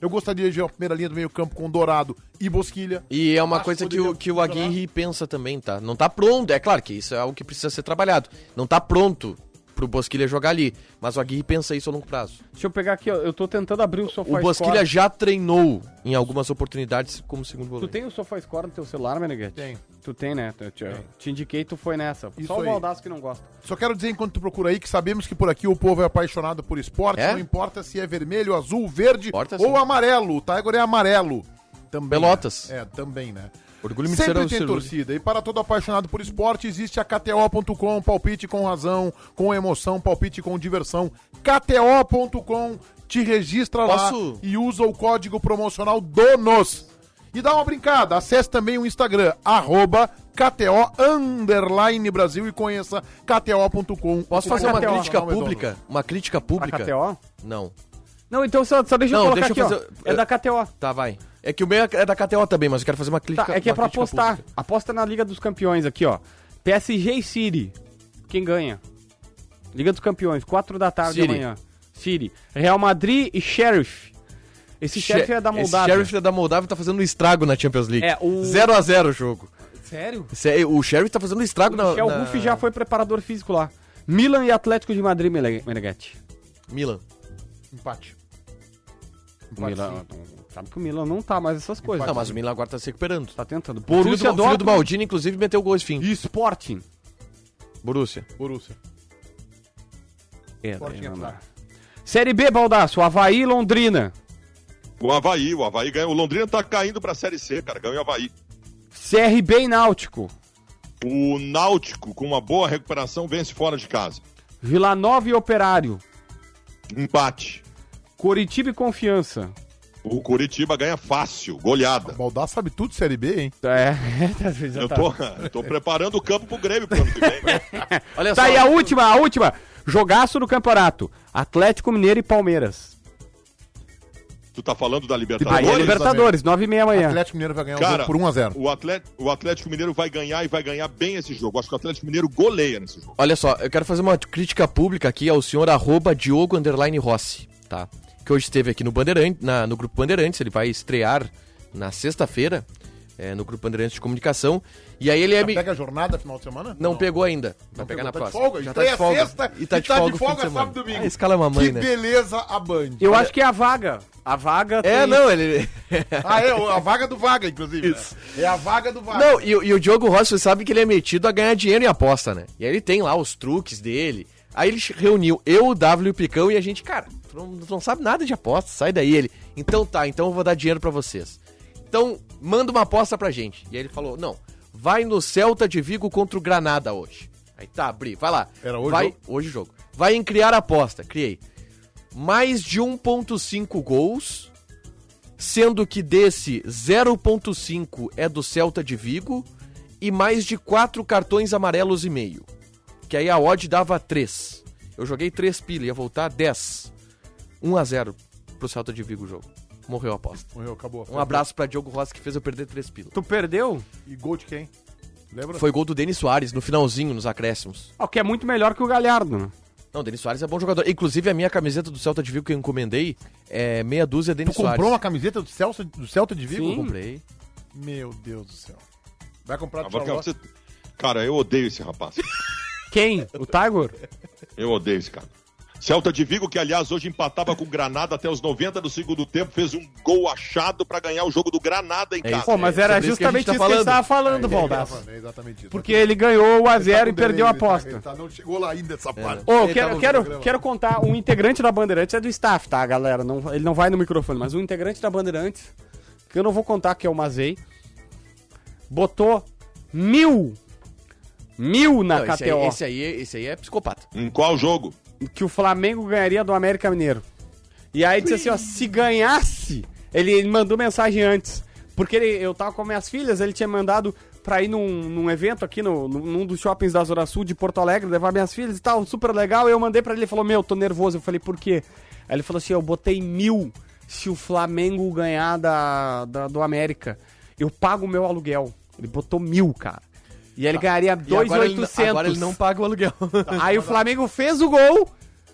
[SPEAKER 2] Eu gostaria de ver a primeira linha do meio-campo com Dourado e Bosquilha.
[SPEAKER 3] [laughs] E é uma
[SPEAKER 2] Acho
[SPEAKER 3] coisa
[SPEAKER 2] que
[SPEAKER 3] que o,
[SPEAKER 2] poderia
[SPEAKER 3] que o Aguirre pensa também, tá? Não tá pronto, é claro que isso é algo que precisa ser trabalhado. Não tá pronto pro Bosquilha jogar ali, mas o Aguirre pensa isso a longo prazo.
[SPEAKER 5] Deixa eu pegar aqui, ó. Eu tô tentando abrir o sofá
[SPEAKER 3] o Bosquilha já treinou em algumas oportunidades como segundo
[SPEAKER 5] Tu
[SPEAKER 3] goleiro.
[SPEAKER 5] tem o sofá score no teu celular, Meneghete?
[SPEAKER 2] Tenho.
[SPEAKER 5] Tu tem, né? Eu te, eu te indiquei, tu foi nessa.
[SPEAKER 2] Isso
[SPEAKER 5] Só o
[SPEAKER 2] aí.
[SPEAKER 5] Baldaço que não gosta.
[SPEAKER 2] Só quero dizer, enquanto tu procura aí, que sabemos que por aqui o povo é apaixonado por esporte.
[SPEAKER 3] É?
[SPEAKER 2] Não importa se é vermelho, azul, verde
[SPEAKER 3] Importa
[SPEAKER 2] ou
[SPEAKER 3] sim.
[SPEAKER 2] amarelo. O Tiger é amarelo. Também,
[SPEAKER 3] Pelotas.
[SPEAKER 2] né? É, também, né?
[SPEAKER 3] Orgulho me
[SPEAKER 2] Sempre
[SPEAKER 3] será o
[SPEAKER 2] tem
[SPEAKER 3] Cerulli.
[SPEAKER 2] torcida. E para todo apaixonado por esporte, existe a KTO.com. Palpite com razão, com emoção, palpite com diversão. KTO.com. Te registra lá
[SPEAKER 3] Posso?
[SPEAKER 2] e usa o código promocional DONOS. E dá uma brincada. Acesse também o Instagram, arroba KTO underline Brasil e conheça KTO.com.
[SPEAKER 3] Posso
[SPEAKER 2] O
[SPEAKER 3] fazer
[SPEAKER 2] Tiger
[SPEAKER 3] uma
[SPEAKER 5] KTO.
[SPEAKER 3] crítica
[SPEAKER 2] não é dono.
[SPEAKER 3] pública? Uma crítica
[SPEAKER 5] A
[SPEAKER 3] pública?
[SPEAKER 5] KTO?
[SPEAKER 3] Não.
[SPEAKER 5] Não, então só, só deixa eu
[SPEAKER 3] Não,
[SPEAKER 5] colocar
[SPEAKER 3] deixa eu
[SPEAKER 5] aqui,
[SPEAKER 3] fazer-
[SPEAKER 5] ó. É da KTO.
[SPEAKER 3] Tá, vai. É que o meu é da KTO também, mas eu quero fazer uma crítica.
[SPEAKER 5] Tá, é que é
[SPEAKER 3] uma
[SPEAKER 5] pra
[SPEAKER 3] crítica
[SPEAKER 5] apostar.
[SPEAKER 3] pública.
[SPEAKER 5] Aposta na Liga dos Campeões aqui, ó. PSG e City. Quem ganha? Liga dos Campeões, 4 da tarde
[SPEAKER 3] City.
[SPEAKER 5] amanhã. City. Real Madrid e Sheriff. Esse Sheriff é da
[SPEAKER 3] Esse
[SPEAKER 5] Moldávia.
[SPEAKER 3] Sheriff é da Moldávia tá fazendo um estrago na Champions League.
[SPEAKER 5] É, o-
[SPEAKER 3] 0 a 0 o jogo.
[SPEAKER 5] Sério?
[SPEAKER 3] Sé- O Sheriff tá fazendo um estrago
[SPEAKER 5] O
[SPEAKER 3] na,
[SPEAKER 5] Michel
[SPEAKER 3] na...
[SPEAKER 5] Ruff já foi preparador físico lá. Milan e Atlético de Madrid, Mele- Meneghetti.
[SPEAKER 3] Milan.
[SPEAKER 2] Empate.
[SPEAKER 5] O Milan, sabe que o Milan não tá mais essas coisas.
[SPEAKER 3] Não, mas o Milan agora tá se recuperando.
[SPEAKER 5] Tá tentando.
[SPEAKER 3] O filho, do,
[SPEAKER 5] Borussia
[SPEAKER 3] o filho do
[SPEAKER 5] Dortmund
[SPEAKER 3] Maldini, inclusive, meteu gol esse fim.
[SPEAKER 5] e Sporting.
[SPEAKER 3] Borussia.
[SPEAKER 2] Borussia.
[SPEAKER 5] É,
[SPEAKER 2] Sporting
[SPEAKER 5] daí não
[SPEAKER 2] é
[SPEAKER 5] dá.
[SPEAKER 2] fraco.
[SPEAKER 5] Série B, Baldaço. Havaí e Londrina.
[SPEAKER 4] O Havaí, o Havaí ganhou. O Londrina tá caindo pra Série C, cara. Ganhou o Havaí.
[SPEAKER 5] CRB e Náutico.
[SPEAKER 4] O Náutico, com uma boa recuperação, vence fora de casa.
[SPEAKER 5] Vila Nova e Operário.
[SPEAKER 4] Empate.
[SPEAKER 5] Coritiba e Confiança.
[SPEAKER 4] O Curitiba ganha fácil, goleada.
[SPEAKER 2] Baldar sabe tudo de Série B, hein?
[SPEAKER 5] É, [laughs] já
[SPEAKER 4] Eu
[SPEAKER 5] tá.
[SPEAKER 4] tô, eu tô [laughs] preparando o campo pro Grêmio pro ano que vem. né?
[SPEAKER 3] Olha
[SPEAKER 5] Tá aí a última, a última. Jogaço do campeonato. Atlético Mineiro e Palmeiras.
[SPEAKER 4] Tu tá falando da
[SPEAKER 5] Aí
[SPEAKER 4] Libertadores?
[SPEAKER 5] é Libertadores, 9h30
[SPEAKER 3] É.
[SPEAKER 5] amanhã.
[SPEAKER 2] Atlético Mineiro vai ganhar o
[SPEAKER 4] Cara,
[SPEAKER 2] jogo por 1 a 0
[SPEAKER 4] O, Atlet- o Atlético Mineiro vai ganhar e vai ganhar bem esse jogo. Acho que o Atlético Mineiro goleia nesse jogo.
[SPEAKER 3] Olha só, eu quero fazer uma crítica pública aqui ao senhor arroba Diogo Underline Rossi, tá? Que hoje esteve aqui no Bandeirantes, na- no Grupo Bandeirantes, ele vai estrear na sexta-feira, é, no Grupo Bandeirantes de Comunicação. E aí ele é.
[SPEAKER 2] Já
[SPEAKER 3] me-
[SPEAKER 2] pega a jornada final de semana?
[SPEAKER 3] Não, pegou ainda. Vai
[SPEAKER 2] pegou,
[SPEAKER 3] pegar na
[SPEAKER 2] tá de
[SPEAKER 3] próxima.
[SPEAKER 2] folga,
[SPEAKER 3] Já
[SPEAKER 2] estreia sexta
[SPEAKER 3] e tá de folga, o fim de semana.
[SPEAKER 2] sábado e domingo.
[SPEAKER 3] Ah, escala é mamãe,
[SPEAKER 2] que
[SPEAKER 3] né?
[SPEAKER 2] beleza a Band.
[SPEAKER 5] Eu acho que é a vaga. A vaga
[SPEAKER 3] É,
[SPEAKER 5] tem-
[SPEAKER 3] não, ele. [laughs]
[SPEAKER 2] Ah, é a vaga do Vaga, inclusive. né? É a vaga do Vaga.
[SPEAKER 3] Não, e, o- e o Diogo Rossi, você sabe que ele é metido a ganhar dinheiro em aposta, né? E aí ele tem lá os truques dele. Aí ele reuniu eu, o W e o Picão e a gente, cara, tu não, tu não sabe nada de aposta, sai daí ele. Então tá, então eu vou dar dinheiro pra vocês. Então, manda uma aposta pra gente. E aí ele falou, não, vai no Celta de Vigo contra o Granada hoje. Aí tá, abri, vai lá.
[SPEAKER 2] Era hoje o
[SPEAKER 3] vai,
[SPEAKER 2] jogo?
[SPEAKER 3] Hoje o jogo. Vai em criar aposta, criei. Mais de 1.5 gols sendo que desse 0.5 é do Celta de Vigo e mais de 4 cartões amarelos e meio. Que aí a odd dava 3. Eu joguei 3 pilha, ia voltar 10. 1 a 0 pro Celta de Vigo o jogo. Morreu a aposta.
[SPEAKER 2] Morreu, acabou.
[SPEAKER 3] Um abraço pra Diogo Rossi que fez eu perder 3 pila.
[SPEAKER 5] Tu perdeu?
[SPEAKER 2] E gol de quem? Lembra?
[SPEAKER 3] Foi gol do Denis Soares no finalzinho, nos acréscimos.
[SPEAKER 5] Ó, que é muito melhor que o Galhardo, né?
[SPEAKER 3] Não, o Denis Soares é bom jogador. Inclusive, a minha camiseta do Celta de Vigo que eu encomendei é meia dúzia
[SPEAKER 2] Tu
[SPEAKER 3] Denis Soares.
[SPEAKER 2] comprou uma camiseta do Celta, do Celta de Vigo?
[SPEAKER 5] Sim.
[SPEAKER 3] Comprei.
[SPEAKER 2] Meu Deus do céu. Vai comprar
[SPEAKER 5] Tá
[SPEAKER 4] Ah,
[SPEAKER 2] do
[SPEAKER 4] porque
[SPEAKER 2] Charlotte.
[SPEAKER 4] você- Cara, eu odeio esse rapaz.
[SPEAKER 5] Quem? O Tiger?
[SPEAKER 4] Eu odeio esse cara. Celta de Vigo, que aliás hoje empatava com o Granada até os 90 do segundo tempo, fez um gol achado pra ganhar o jogo do Granada em
[SPEAKER 3] É
[SPEAKER 4] casa.
[SPEAKER 5] Pô, mas
[SPEAKER 3] É,
[SPEAKER 5] era
[SPEAKER 3] sobre isso que a gente
[SPEAKER 5] justamente
[SPEAKER 3] tá
[SPEAKER 5] isso que ele
[SPEAKER 3] falando.
[SPEAKER 5] tava falando, Baldaço.
[SPEAKER 2] Tava, né, exatamente isso.
[SPEAKER 5] Porque ele ganhou o a
[SPEAKER 2] Ele tá
[SPEAKER 5] 0 e
[SPEAKER 2] com
[SPEAKER 5] perdeu a
[SPEAKER 2] delay, ele tá-
[SPEAKER 5] aposta. É.
[SPEAKER 2] ele tá- não chegou lá ainda essa tá parte.
[SPEAKER 5] Ô,
[SPEAKER 3] Ele tava
[SPEAKER 5] quero,
[SPEAKER 3] no
[SPEAKER 5] quero,
[SPEAKER 2] programa.
[SPEAKER 5] quero contar, um integrante da Bandeirantes é do staff, tá, galera? Não, ele não vai no microfone, mas um integrante da Bandeirantes, que eu não vou contar que é o Mazei, botou mil, mil na
[SPEAKER 3] Não, esse, aí,
[SPEAKER 5] KTO,
[SPEAKER 3] esse, aí, esse aí é psicopata.
[SPEAKER 4] Em qual jogo?
[SPEAKER 5] que o Flamengo ganharia do América Mineiro. E aí disse assim, ó, se ganhasse, ele, ele mandou mensagem antes, porque ele- eu tava com minhas filhas, ele tinha mandado pra ir num, num evento aqui, no, num- num dos shoppings da Zona Sul de Porto Alegre, levar minhas filhas e tal, super legal, e eu mandei pra ele, ele falou, meu, tô nervoso, eu falei, por quê? Aí ele falou assim, eu botei mil se o Flamengo ganhar da, da- do América, eu pago o meu aluguel. Ele botou mil, cara. E ele ganharia
[SPEAKER 3] Tá. E agora ele-
[SPEAKER 5] 2,800.
[SPEAKER 3] Agora ele não paga o aluguel.
[SPEAKER 5] [laughs] Aí o Flamengo fez o gol.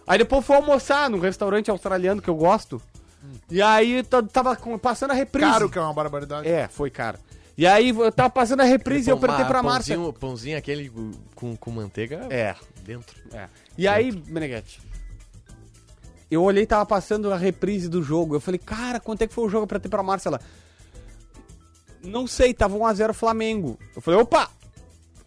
[SPEAKER 5] Aí depois foi almoçar num restaurante australiano que eu gosto.
[SPEAKER 3] Hum.
[SPEAKER 5] E aí t- tava com- passando a reprise.
[SPEAKER 2] Caro que é uma barbaridade.
[SPEAKER 5] É, foi caro. E aí eu tava passando a reprise e eu apertei pra Márcia.
[SPEAKER 3] pãozinho, pãozinho aquele com, com manteiga
[SPEAKER 5] É,
[SPEAKER 3] dentro.
[SPEAKER 5] é. E aí, Meneghete, eu olhei tava passando a reprise do jogo. Eu falei, cara, quanto é que foi o jogo pra ter pra Márcia? Ela, não sei, tava 1x0 Flamengo. Eu falei, opa!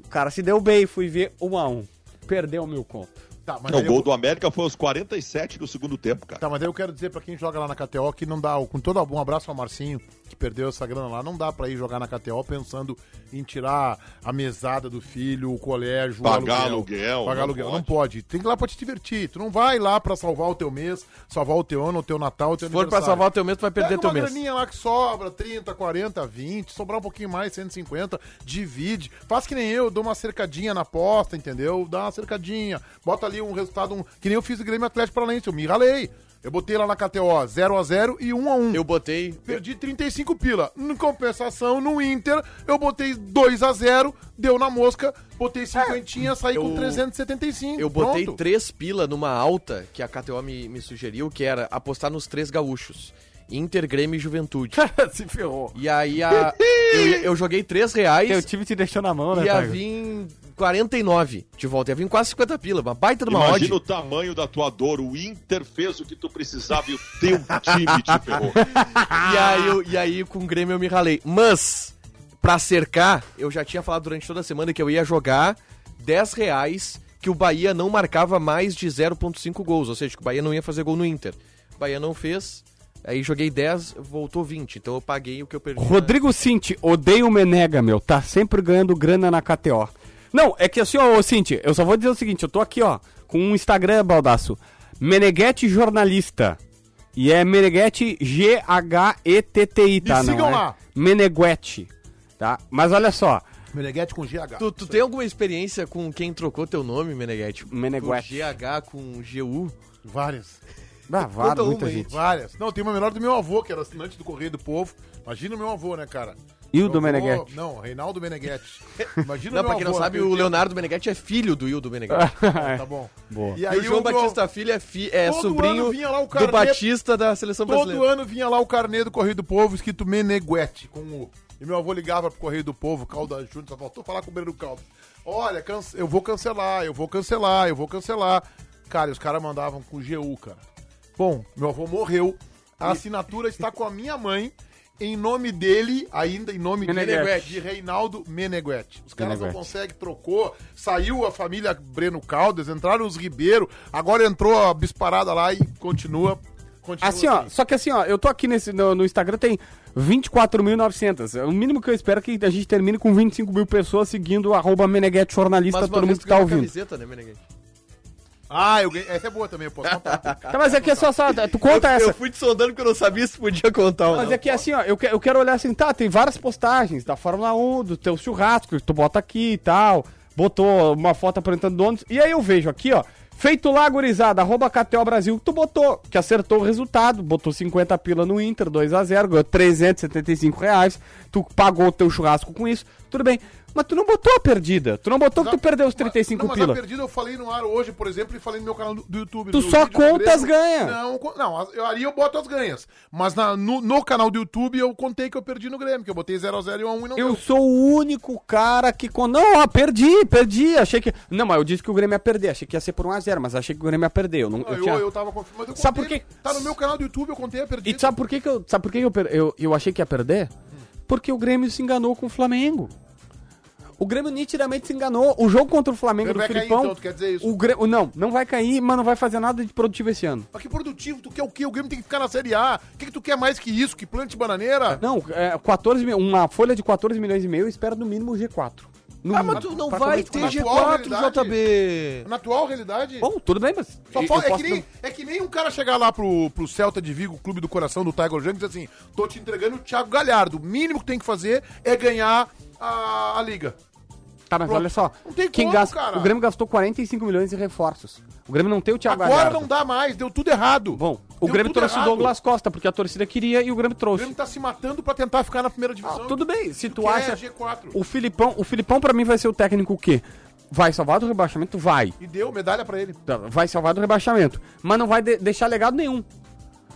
[SPEAKER 5] O cara se deu bem, fui ver 1x1. Perdeu o meu conto.
[SPEAKER 2] Tá, mas
[SPEAKER 4] Não, o
[SPEAKER 2] aí eu-
[SPEAKER 4] gol do América foi aos 47 do segundo tempo, cara.
[SPEAKER 2] Tá, mas aí eu quero dizer pra quem joga lá na KTO que não dá, com todo um abraço ao Marcinho, que perdeu essa grana lá, não dá pra ir jogar na KTO pensando em tirar a mesada do filho, o colégio,
[SPEAKER 4] Pagar
[SPEAKER 2] o
[SPEAKER 4] aluguel,
[SPEAKER 2] pagar
[SPEAKER 4] não
[SPEAKER 2] aluguel, não
[SPEAKER 4] pode.
[SPEAKER 2] pode. Tem que ir lá pra te divertir, tu não vai lá pra salvar o teu mês, salvar o teu ano, o teu Natal, o teu
[SPEAKER 3] Se for pra salvar o teu mês, tu vai perder
[SPEAKER 2] Pega
[SPEAKER 3] teu
[SPEAKER 2] uma
[SPEAKER 3] mês.
[SPEAKER 2] graninha lá que sobra, 30, 40, 20, sobrar um pouquinho mais, 150, divide. Faz que nem eu, dou uma cercadinha na aposta, entendeu? Dá uma cercadinha, bota ali um resultado, um... que nem eu fiz o Grêmio Atlético Paranaense, eu me ralei. Eu botei lá na KTO 0x0 e 1x1.
[SPEAKER 3] Eu botei.
[SPEAKER 2] Perdi 35 pila. Em compensação, no Inter, eu botei 2x0, deu na mosca, botei 50, saí com
[SPEAKER 3] É, eu-
[SPEAKER 2] 375.
[SPEAKER 3] Eu botei
[SPEAKER 2] pronto.
[SPEAKER 3] três pila numa alta que a KTO me, me sugeriu, que era apostar nos três gaúchos. Inter, Grêmio e Juventude.
[SPEAKER 5] se ferrou.
[SPEAKER 3] E aí a- eu, ia- eu joguei três reais
[SPEAKER 5] Teu time te deixou na mão, né,
[SPEAKER 3] e ia
[SPEAKER 5] Tiger?
[SPEAKER 3] vir 49 de volta. Ia vir quase 50 pila, uma baita de uma odd.
[SPEAKER 4] Imagina o tamanho da tua dor. O Inter fez o que tu precisava e o teu time te ferrou.
[SPEAKER 3] E aí, eu- e aí com o Grêmio eu me ralei. Mas, pra cercar, eu já tinha falado durante toda a semana que eu ia jogar 10 reais que o Bahia não marcava mais de 0,5 gols. Ou seja, que o Bahia não ia fazer gol no Inter. O Bahia não fez, aí joguei 10, voltou 20. Então eu paguei o que eu perdi. na-
[SPEAKER 5] Rodrigo Cinti, odeio o Menega, meu. Tá sempre ganhando grana na KTO. Não, é que assim, ó, ô, Cinti, eu só vou dizer o seguinte, eu tô aqui, ó, com um Instagram, baldaço. Meneghete Jornalista. E é Meneghete G-H-E-T-T-I, tá? não
[SPEAKER 2] sigam
[SPEAKER 5] é?
[SPEAKER 2] lá.
[SPEAKER 5] Meneguete, tá? Mas olha só,
[SPEAKER 2] Meneghete com GH.
[SPEAKER 3] Tu, tu tem alguma experiência com quem trocou teu nome, Meneghetti? Do
[SPEAKER 5] Meneghetti.
[SPEAKER 3] GH com GU?
[SPEAKER 2] Várias.
[SPEAKER 5] bravado,
[SPEAKER 3] uma
[SPEAKER 5] muita
[SPEAKER 3] aí.
[SPEAKER 5] gente.
[SPEAKER 2] Várias. Não, tem uma menor do meu avô, que era assinante do Correio do Povo. Imagina o meu avô, né, cara?
[SPEAKER 5] E o
[SPEAKER 2] Meu
[SPEAKER 5] do
[SPEAKER 2] avô-
[SPEAKER 5] Meneghetti?
[SPEAKER 2] Não, Reinaldo
[SPEAKER 5] [laughs]
[SPEAKER 2] Meneghetti. Imagina
[SPEAKER 3] Não,
[SPEAKER 2] o meu
[SPEAKER 3] pra quem não
[SPEAKER 2] avô,
[SPEAKER 3] sabe,
[SPEAKER 2] naquele
[SPEAKER 3] o Leonardo Meneghetti é filho do Hildo Meneghetti.
[SPEAKER 5] [laughs]
[SPEAKER 2] tempo. Tá bom.
[SPEAKER 5] Boa.
[SPEAKER 2] E
[SPEAKER 3] Aí
[SPEAKER 2] aí
[SPEAKER 3] o João Batista Filho é, fi- é
[SPEAKER 2] Todo ano
[SPEAKER 3] sobrinho
[SPEAKER 2] vinha lá o
[SPEAKER 3] do
[SPEAKER 2] carnê-
[SPEAKER 3] Batista da seleção
[SPEAKER 2] Todo
[SPEAKER 3] brasileira.
[SPEAKER 2] ano vinha lá o carnê do Correio do Povo, escrito Meneguete, com o... E meu avô ligava pro Correio do Povo, Calda Júnior, só faltou falar com o Beiro do Caldas. Olha, cance- eu vou cancelar, eu vou cancelar, eu vou cancelar. Cara, e os caras mandavam com GU, cara. Bom, meu avô morreu, a assinatura está com a minha mãe, em nome dele, ainda em nome dele,
[SPEAKER 5] Meneguete.
[SPEAKER 2] de Reinaldo Meneguete. Os caras não
[SPEAKER 5] Meneguete.
[SPEAKER 2] conseguem, trocou, saiu a família Breno Caldas, entraram os Ribeiro, agora entrou a bisparada lá e continua... continua
[SPEAKER 5] Assim, ó,
[SPEAKER 2] assim.
[SPEAKER 5] só que assim, ó, eu tô aqui nesse, no, no Instagram, tem 24.900. É O mínimo que eu espero é que a gente termine com 25 mil pessoas seguindo o arroba Meneghete Jornalista,
[SPEAKER 3] uma
[SPEAKER 5] todo
[SPEAKER 3] vez
[SPEAKER 5] mundo
[SPEAKER 3] tu
[SPEAKER 5] que tá
[SPEAKER 3] ganhou a
[SPEAKER 5] ouvindo.
[SPEAKER 3] Camiseta, né, Meneghete?
[SPEAKER 2] Ah, eu ganhei. Essa é boa também, eu posso
[SPEAKER 5] [laughs]
[SPEAKER 2] comprar.
[SPEAKER 5] Tá, mas é que é só, só, tu conta
[SPEAKER 3] eu,
[SPEAKER 5] essa.
[SPEAKER 3] eu fui te sondando porque eu não sabia se podia contar ou
[SPEAKER 5] Mas
[SPEAKER 3] não.
[SPEAKER 5] é que assim, ó, eu, que- eu quero olhar assim, tá, tem várias postagens da Fórmula 1, do teu churrasco, que tu bota aqui e tal, botou uma foto apresentando donos, e aí eu vejo aqui, ó, Feito lá, gurizada, arroba KTO Brasil, que tu botou, que acertou o resultado, botou 50 pila no Inter, 2x0, ganhou 375 reais, tu pagou o teu churrasco com isso, tudo bem. Mas tu não botou a perdida, tu não botou que tu perdeu os 35
[SPEAKER 2] não, mas
[SPEAKER 5] pila.
[SPEAKER 2] a perdida eu falei no ar hoje, por exemplo, e falei no meu canal do, do YouTube.
[SPEAKER 5] Tu
[SPEAKER 2] do
[SPEAKER 5] só
[SPEAKER 2] vídeo do
[SPEAKER 5] conta as
[SPEAKER 2] Grêmio.
[SPEAKER 5] ganha.
[SPEAKER 2] Não, co- não as- eu, ali eu boto as ganhas. Mas na- no, no canal do YouTube eu contei que eu perdi no Grêmio, que eu botei 0x0 e 1x1 e não
[SPEAKER 5] Eu
[SPEAKER 2] deu.
[SPEAKER 5] sou o único cara que. Con... Não, ó, perdi, perdi. Achei que. Não, mas eu disse que o Grêmio ia perder. Achei que ia ser por 1x0, mas achei que o Grêmio ia perder. Eu não,
[SPEAKER 2] Não,
[SPEAKER 5] eu
[SPEAKER 2] Eu,
[SPEAKER 5] tinha-
[SPEAKER 2] eu tava confirmando. eu
[SPEAKER 5] Sabe
[SPEAKER 2] contei-
[SPEAKER 5] por quê?
[SPEAKER 2] Tá no meu canal do YouTube, eu contei a perdida.
[SPEAKER 5] E tu sabe por que, que eu, sabe por que que eu, per- eu, eu achei que ia perder? Porque o Grêmio se enganou com o Flamengo. O Grêmio nitidamente se enganou. O jogo contra o Flamengo
[SPEAKER 2] Ele
[SPEAKER 5] do
[SPEAKER 2] vai cair,
[SPEAKER 5] Filipão.
[SPEAKER 2] então, tu quer dizer isso?
[SPEAKER 5] O Grêmio, não, não vai cair, mas não vai fazer nada de produtivo esse ano.
[SPEAKER 2] Mas que produtivo, tu quer o quê? O Grêmio tem que ficar na Série A. O que, que tu quer mais que isso? Que plante bananeira?
[SPEAKER 5] Não, é, 14, mil- uma folha de 14 milhões e meio espera no mínimo o G4. No
[SPEAKER 3] Ah,
[SPEAKER 5] mínimo.
[SPEAKER 3] mas tu não
[SPEAKER 5] Pra
[SPEAKER 3] vai
[SPEAKER 5] começar.
[SPEAKER 3] ter
[SPEAKER 2] Mas é
[SPEAKER 3] G4,
[SPEAKER 2] qual a
[SPEAKER 3] JB.
[SPEAKER 2] Na atual realidade...
[SPEAKER 5] Bom, tudo bem, mas.
[SPEAKER 2] Só
[SPEAKER 5] eu
[SPEAKER 2] falta- é,
[SPEAKER 5] posso
[SPEAKER 2] que nem, é que nem um cara chegar lá pro, pro Celta de Vigo, clube do coração do Tiger Junk, e dizer assim: tô te entregando o Thiago Galhardo. O mínimo que tem que fazer é ganhar a, a liga.
[SPEAKER 5] Tá, mas
[SPEAKER 2] Pronto.
[SPEAKER 5] olha só.
[SPEAKER 2] Não tem
[SPEAKER 5] quem
[SPEAKER 2] como,
[SPEAKER 5] gasta,
[SPEAKER 2] cara.
[SPEAKER 5] O Grêmio gastou 45 milhões em reforços. O Grêmio não tem o Thiago
[SPEAKER 2] Agora
[SPEAKER 5] Galhardo.
[SPEAKER 2] não dá mais, deu tudo errado.
[SPEAKER 5] Bom,
[SPEAKER 2] um
[SPEAKER 5] o
[SPEAKER 2] Deu
[SPEAKER 5] Grêmio
[SPEAKER 2] tudo
[SPEAKER 5] trouxe
[SPEAKER 2] errado.
[SPEAKER 5] o Douglas Costa, porque a torcida queria e o Grêmio
[SPEAKER 2] O
[SPEAKER 5] trouxe.
[SPEAKER 2] Grêmio tá se matando pra tentar ficar na primeira
[SPEAKER 5] Ah,
[SPEAKER 2] divisão. é
[SPEAKER 5] tudo bem, se tu
[SPEAKER 2] Quer
[SPEAKER 5] acha.
[SPEAKER 2] G4.
[SPEAKER 5] O Filipão, o Filipão pra mim vai ser o técnico que vai salvar do rebaixamento, vai. Tá,
[SPEAKER 2] E deu medalha pra ele.
[SPEAKER 5] Vai salvar do rebaixamento, mas não vai de- deixar legado nenhum.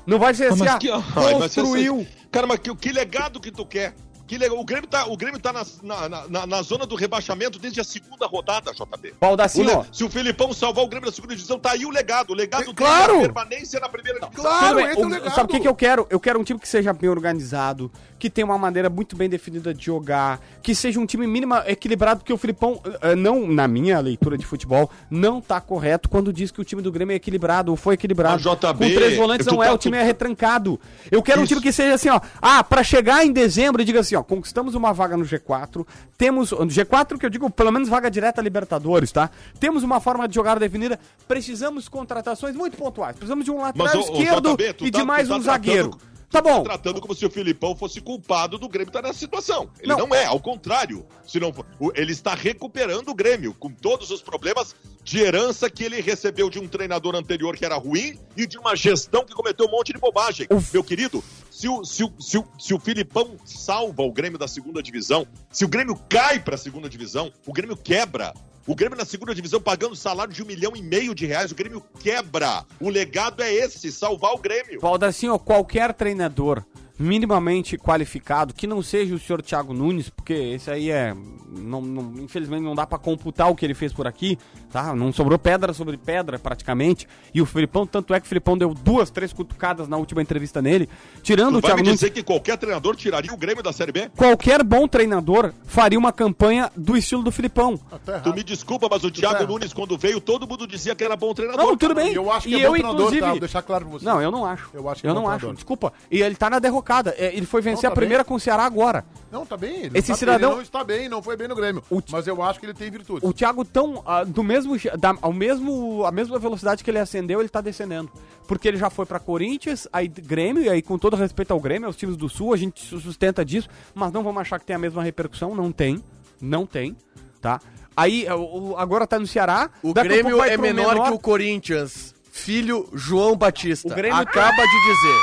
[SPEAKER 5] Não vai ser assim,
[SPEAKER 4] Mas
[SPEAKER 5] ah,
[SPEAKER 4] que- ai, mas você-
[SPEAKER 5] construiu.
[SPEAKER 4] cara, mas que, que legado que tu quer? Que lega- O Grêmio tá, o Grêmio tá na, na- na- na- na zona do rebaixamento desde a segunda rodada, JB. O
[SPEAKER 5] Baldacinho,
[SPEAKER 4] le-
[SPEAKER 5] ó.
[SPEAKER 4] Se o Filipão salvar o Grêmio da segunda divisão, tá aí o legado. O legado dele
[SPEAKER 5] claro!
[SPEAKER 4] é a permanência na primeira divisão.
[SPEAKER 5] Tudo bem,
[SPEAKER 2] esse é
[SPEAKER 5] o-
[SPEAKER 2] legado.
[SPEAKER 5] sabe o que, que eu quero? Eu quero um time que seja bem organizado, que tenha uma maneira muito bem definida de jogar, que seja um time mínima equilibrado, porque o Filipão, eh, eh, não, na minha leitura de futebol, não tá correto quando diz que o time do Grêmio é equilibrado ou foi equilibrado.
[SPEAKER 4] Mas, JB,
[SPEAKER 5] Com três volantes
[SPEAKER 4] tu
[SPEAKER 5] não
[SPEAKER 4] tá-
[SPEAKER 5] é, o time é retrancado. Eu quero um time que seja assim, ó. Ah, pra chegar em dezembro e diga assim, ó, conquistamos uma vaga no G4, temos. no G4 que eu digo, pelo menos vaga direta a Libertadores, tá? Temos uma forma de jogar definida, precisamos contratações muito pontuais. Precisamos de um lateral
[SPEAKER 4] Mas,
[SPEAKER 5] lateral
[SPEAKER 4] ô, ô,
[SPEAKER 5] esquerdo
[SPEAKER 4] JB, tu
[SPEAKER 5] e
[SPEAKER 4] tá-
[SPEAKER 5] de mais
[SPEAKER 4] tu tá
[SPEAKER 5] um
[SPEAKER 4] tratando-
[SPEAKER 5] zagueiro.
[SPEAKER 4] tu
[SPEAKER 5] Tá bom.
[SPEAKER 4] Tratando como se o Filipão fosse culpado do Grêmio estar nessa situação. Ele
[SPEAKER 5] Não.
[SPEAKER 4] não, é, ao contrário. Se não for- o- ele está recuperando o Grêmio, com todos os problemas de herança que ele recebeu de um treinador anterior que era ruim e de uma gestão que cometeu um monte de bobagem.
[SPEAKER 5] Uf.
[SPEAKER 4] Meu querido, se o, se, o, se, o, se o Filipão salva o Grêmio da segunda divisão, se o Grêmio cai para a segunda divisão, o Grêmio quebra. O Grêmio na segunda divisão pagando salário de um milhão e meio de reais, o Grêmio quebra. O legado é esse, salvar o Grêmio.
[SPEAKER 5] Valdacinho, assim, qualquer treinador minimamente qualificado, que não seja o senhor Thiago Nunes, porque esse aí é. não- não- infelizmente não dá pra computar o que ele fez por aqui, tá? Não sobrou pedra sobre pedra praticamente. E o Filipão, tanto é que o Filipão deu duas, três cutucadas na última entrevista nele, tirando
[SPEAKER 4] Tu
[SPEAKER 5] o
[SPEAKER 4] vai
[SPEAKER 5] Thiago
[SPEAKER 4] me
[SPEAKER 5] Nunes.
[SPEAKER 4] dizer que qualquer treinador tiraria o Grêmio da Série B?
[SPEAKER 5] Qualquer bom treinador faria uma campanha do estilo do Filipão.
[SPEAKER 4] Tu me desculpa, mas o Thiago Nunes, quando veio, todo mundo dizia que era bom treinador.
[SPEAKER 5] Tá. Não, tudo bem.
[SPEAKER 2] Eu acho que é
[SPEAKER 5] e eu,
[SPEAKER 2] Tá bom treinador,
[SPEAKER 5] inclusive...
[SPEAKER 2] tá? Vou deixar claro pra você.
[SPEAKER 5] Não, eu não acho. Eu,
[SPEAKER 2] Eu acho que é
[SPEAKER 5] não
[SPEAKER 2] bom
[SPEAKER 5] acho,
[SPEAKER 2] treinador.
[SPEAKER 5] desculpa. E ele tá na derrocada. É, Ele foi vencer
[SPEAKER 2] Não,
[SPEAKER 5] a
[SPEAKER 2] tá
[SPEAKER 5] primeira com o Ceará agora.
[SPEAKER 2] Não, tá bem. ele
[SPEAKER 5] Esse
[SPEAKER 2] não tá-
[SPEAKER 5] cidadão-
[SPEAKER 2] ele não está bem, não foi bem no Grêmio.
[SPEAKER 5] O ti-
[SPEAKER 2] Mas eu acho que ele tem virtudes.
[SPEAKER 5] O Thiago tão ah, do mesmo je- da, ao mesmo a mesma velocidade que ele acendeu, ele tá descendendo. Porque ele já foi pra Corinthians, aí d- Grêmio e aí com todo respeito ao Grêmio, aos times do Sul, a gente su- sustenta disso, mas não vamos achar que tem a mesma repercussão, não tem, não tem, tá? Aí ah, o- o- agora tá no Ceará,
[SPEAKER 3] O
[SPEAKER 5] daqui a pouco
[SPEAKER 3] Grêmio
[SPEAKER 5] vai
[SPEAKER 3] é
[SPEAKER 5] pro
[SPEAKER 3] menor, que o Corinthians. Filho João Batista.
[SPEAKER 5] O Grêmio
[SPEAKER 3] acaba de dizer.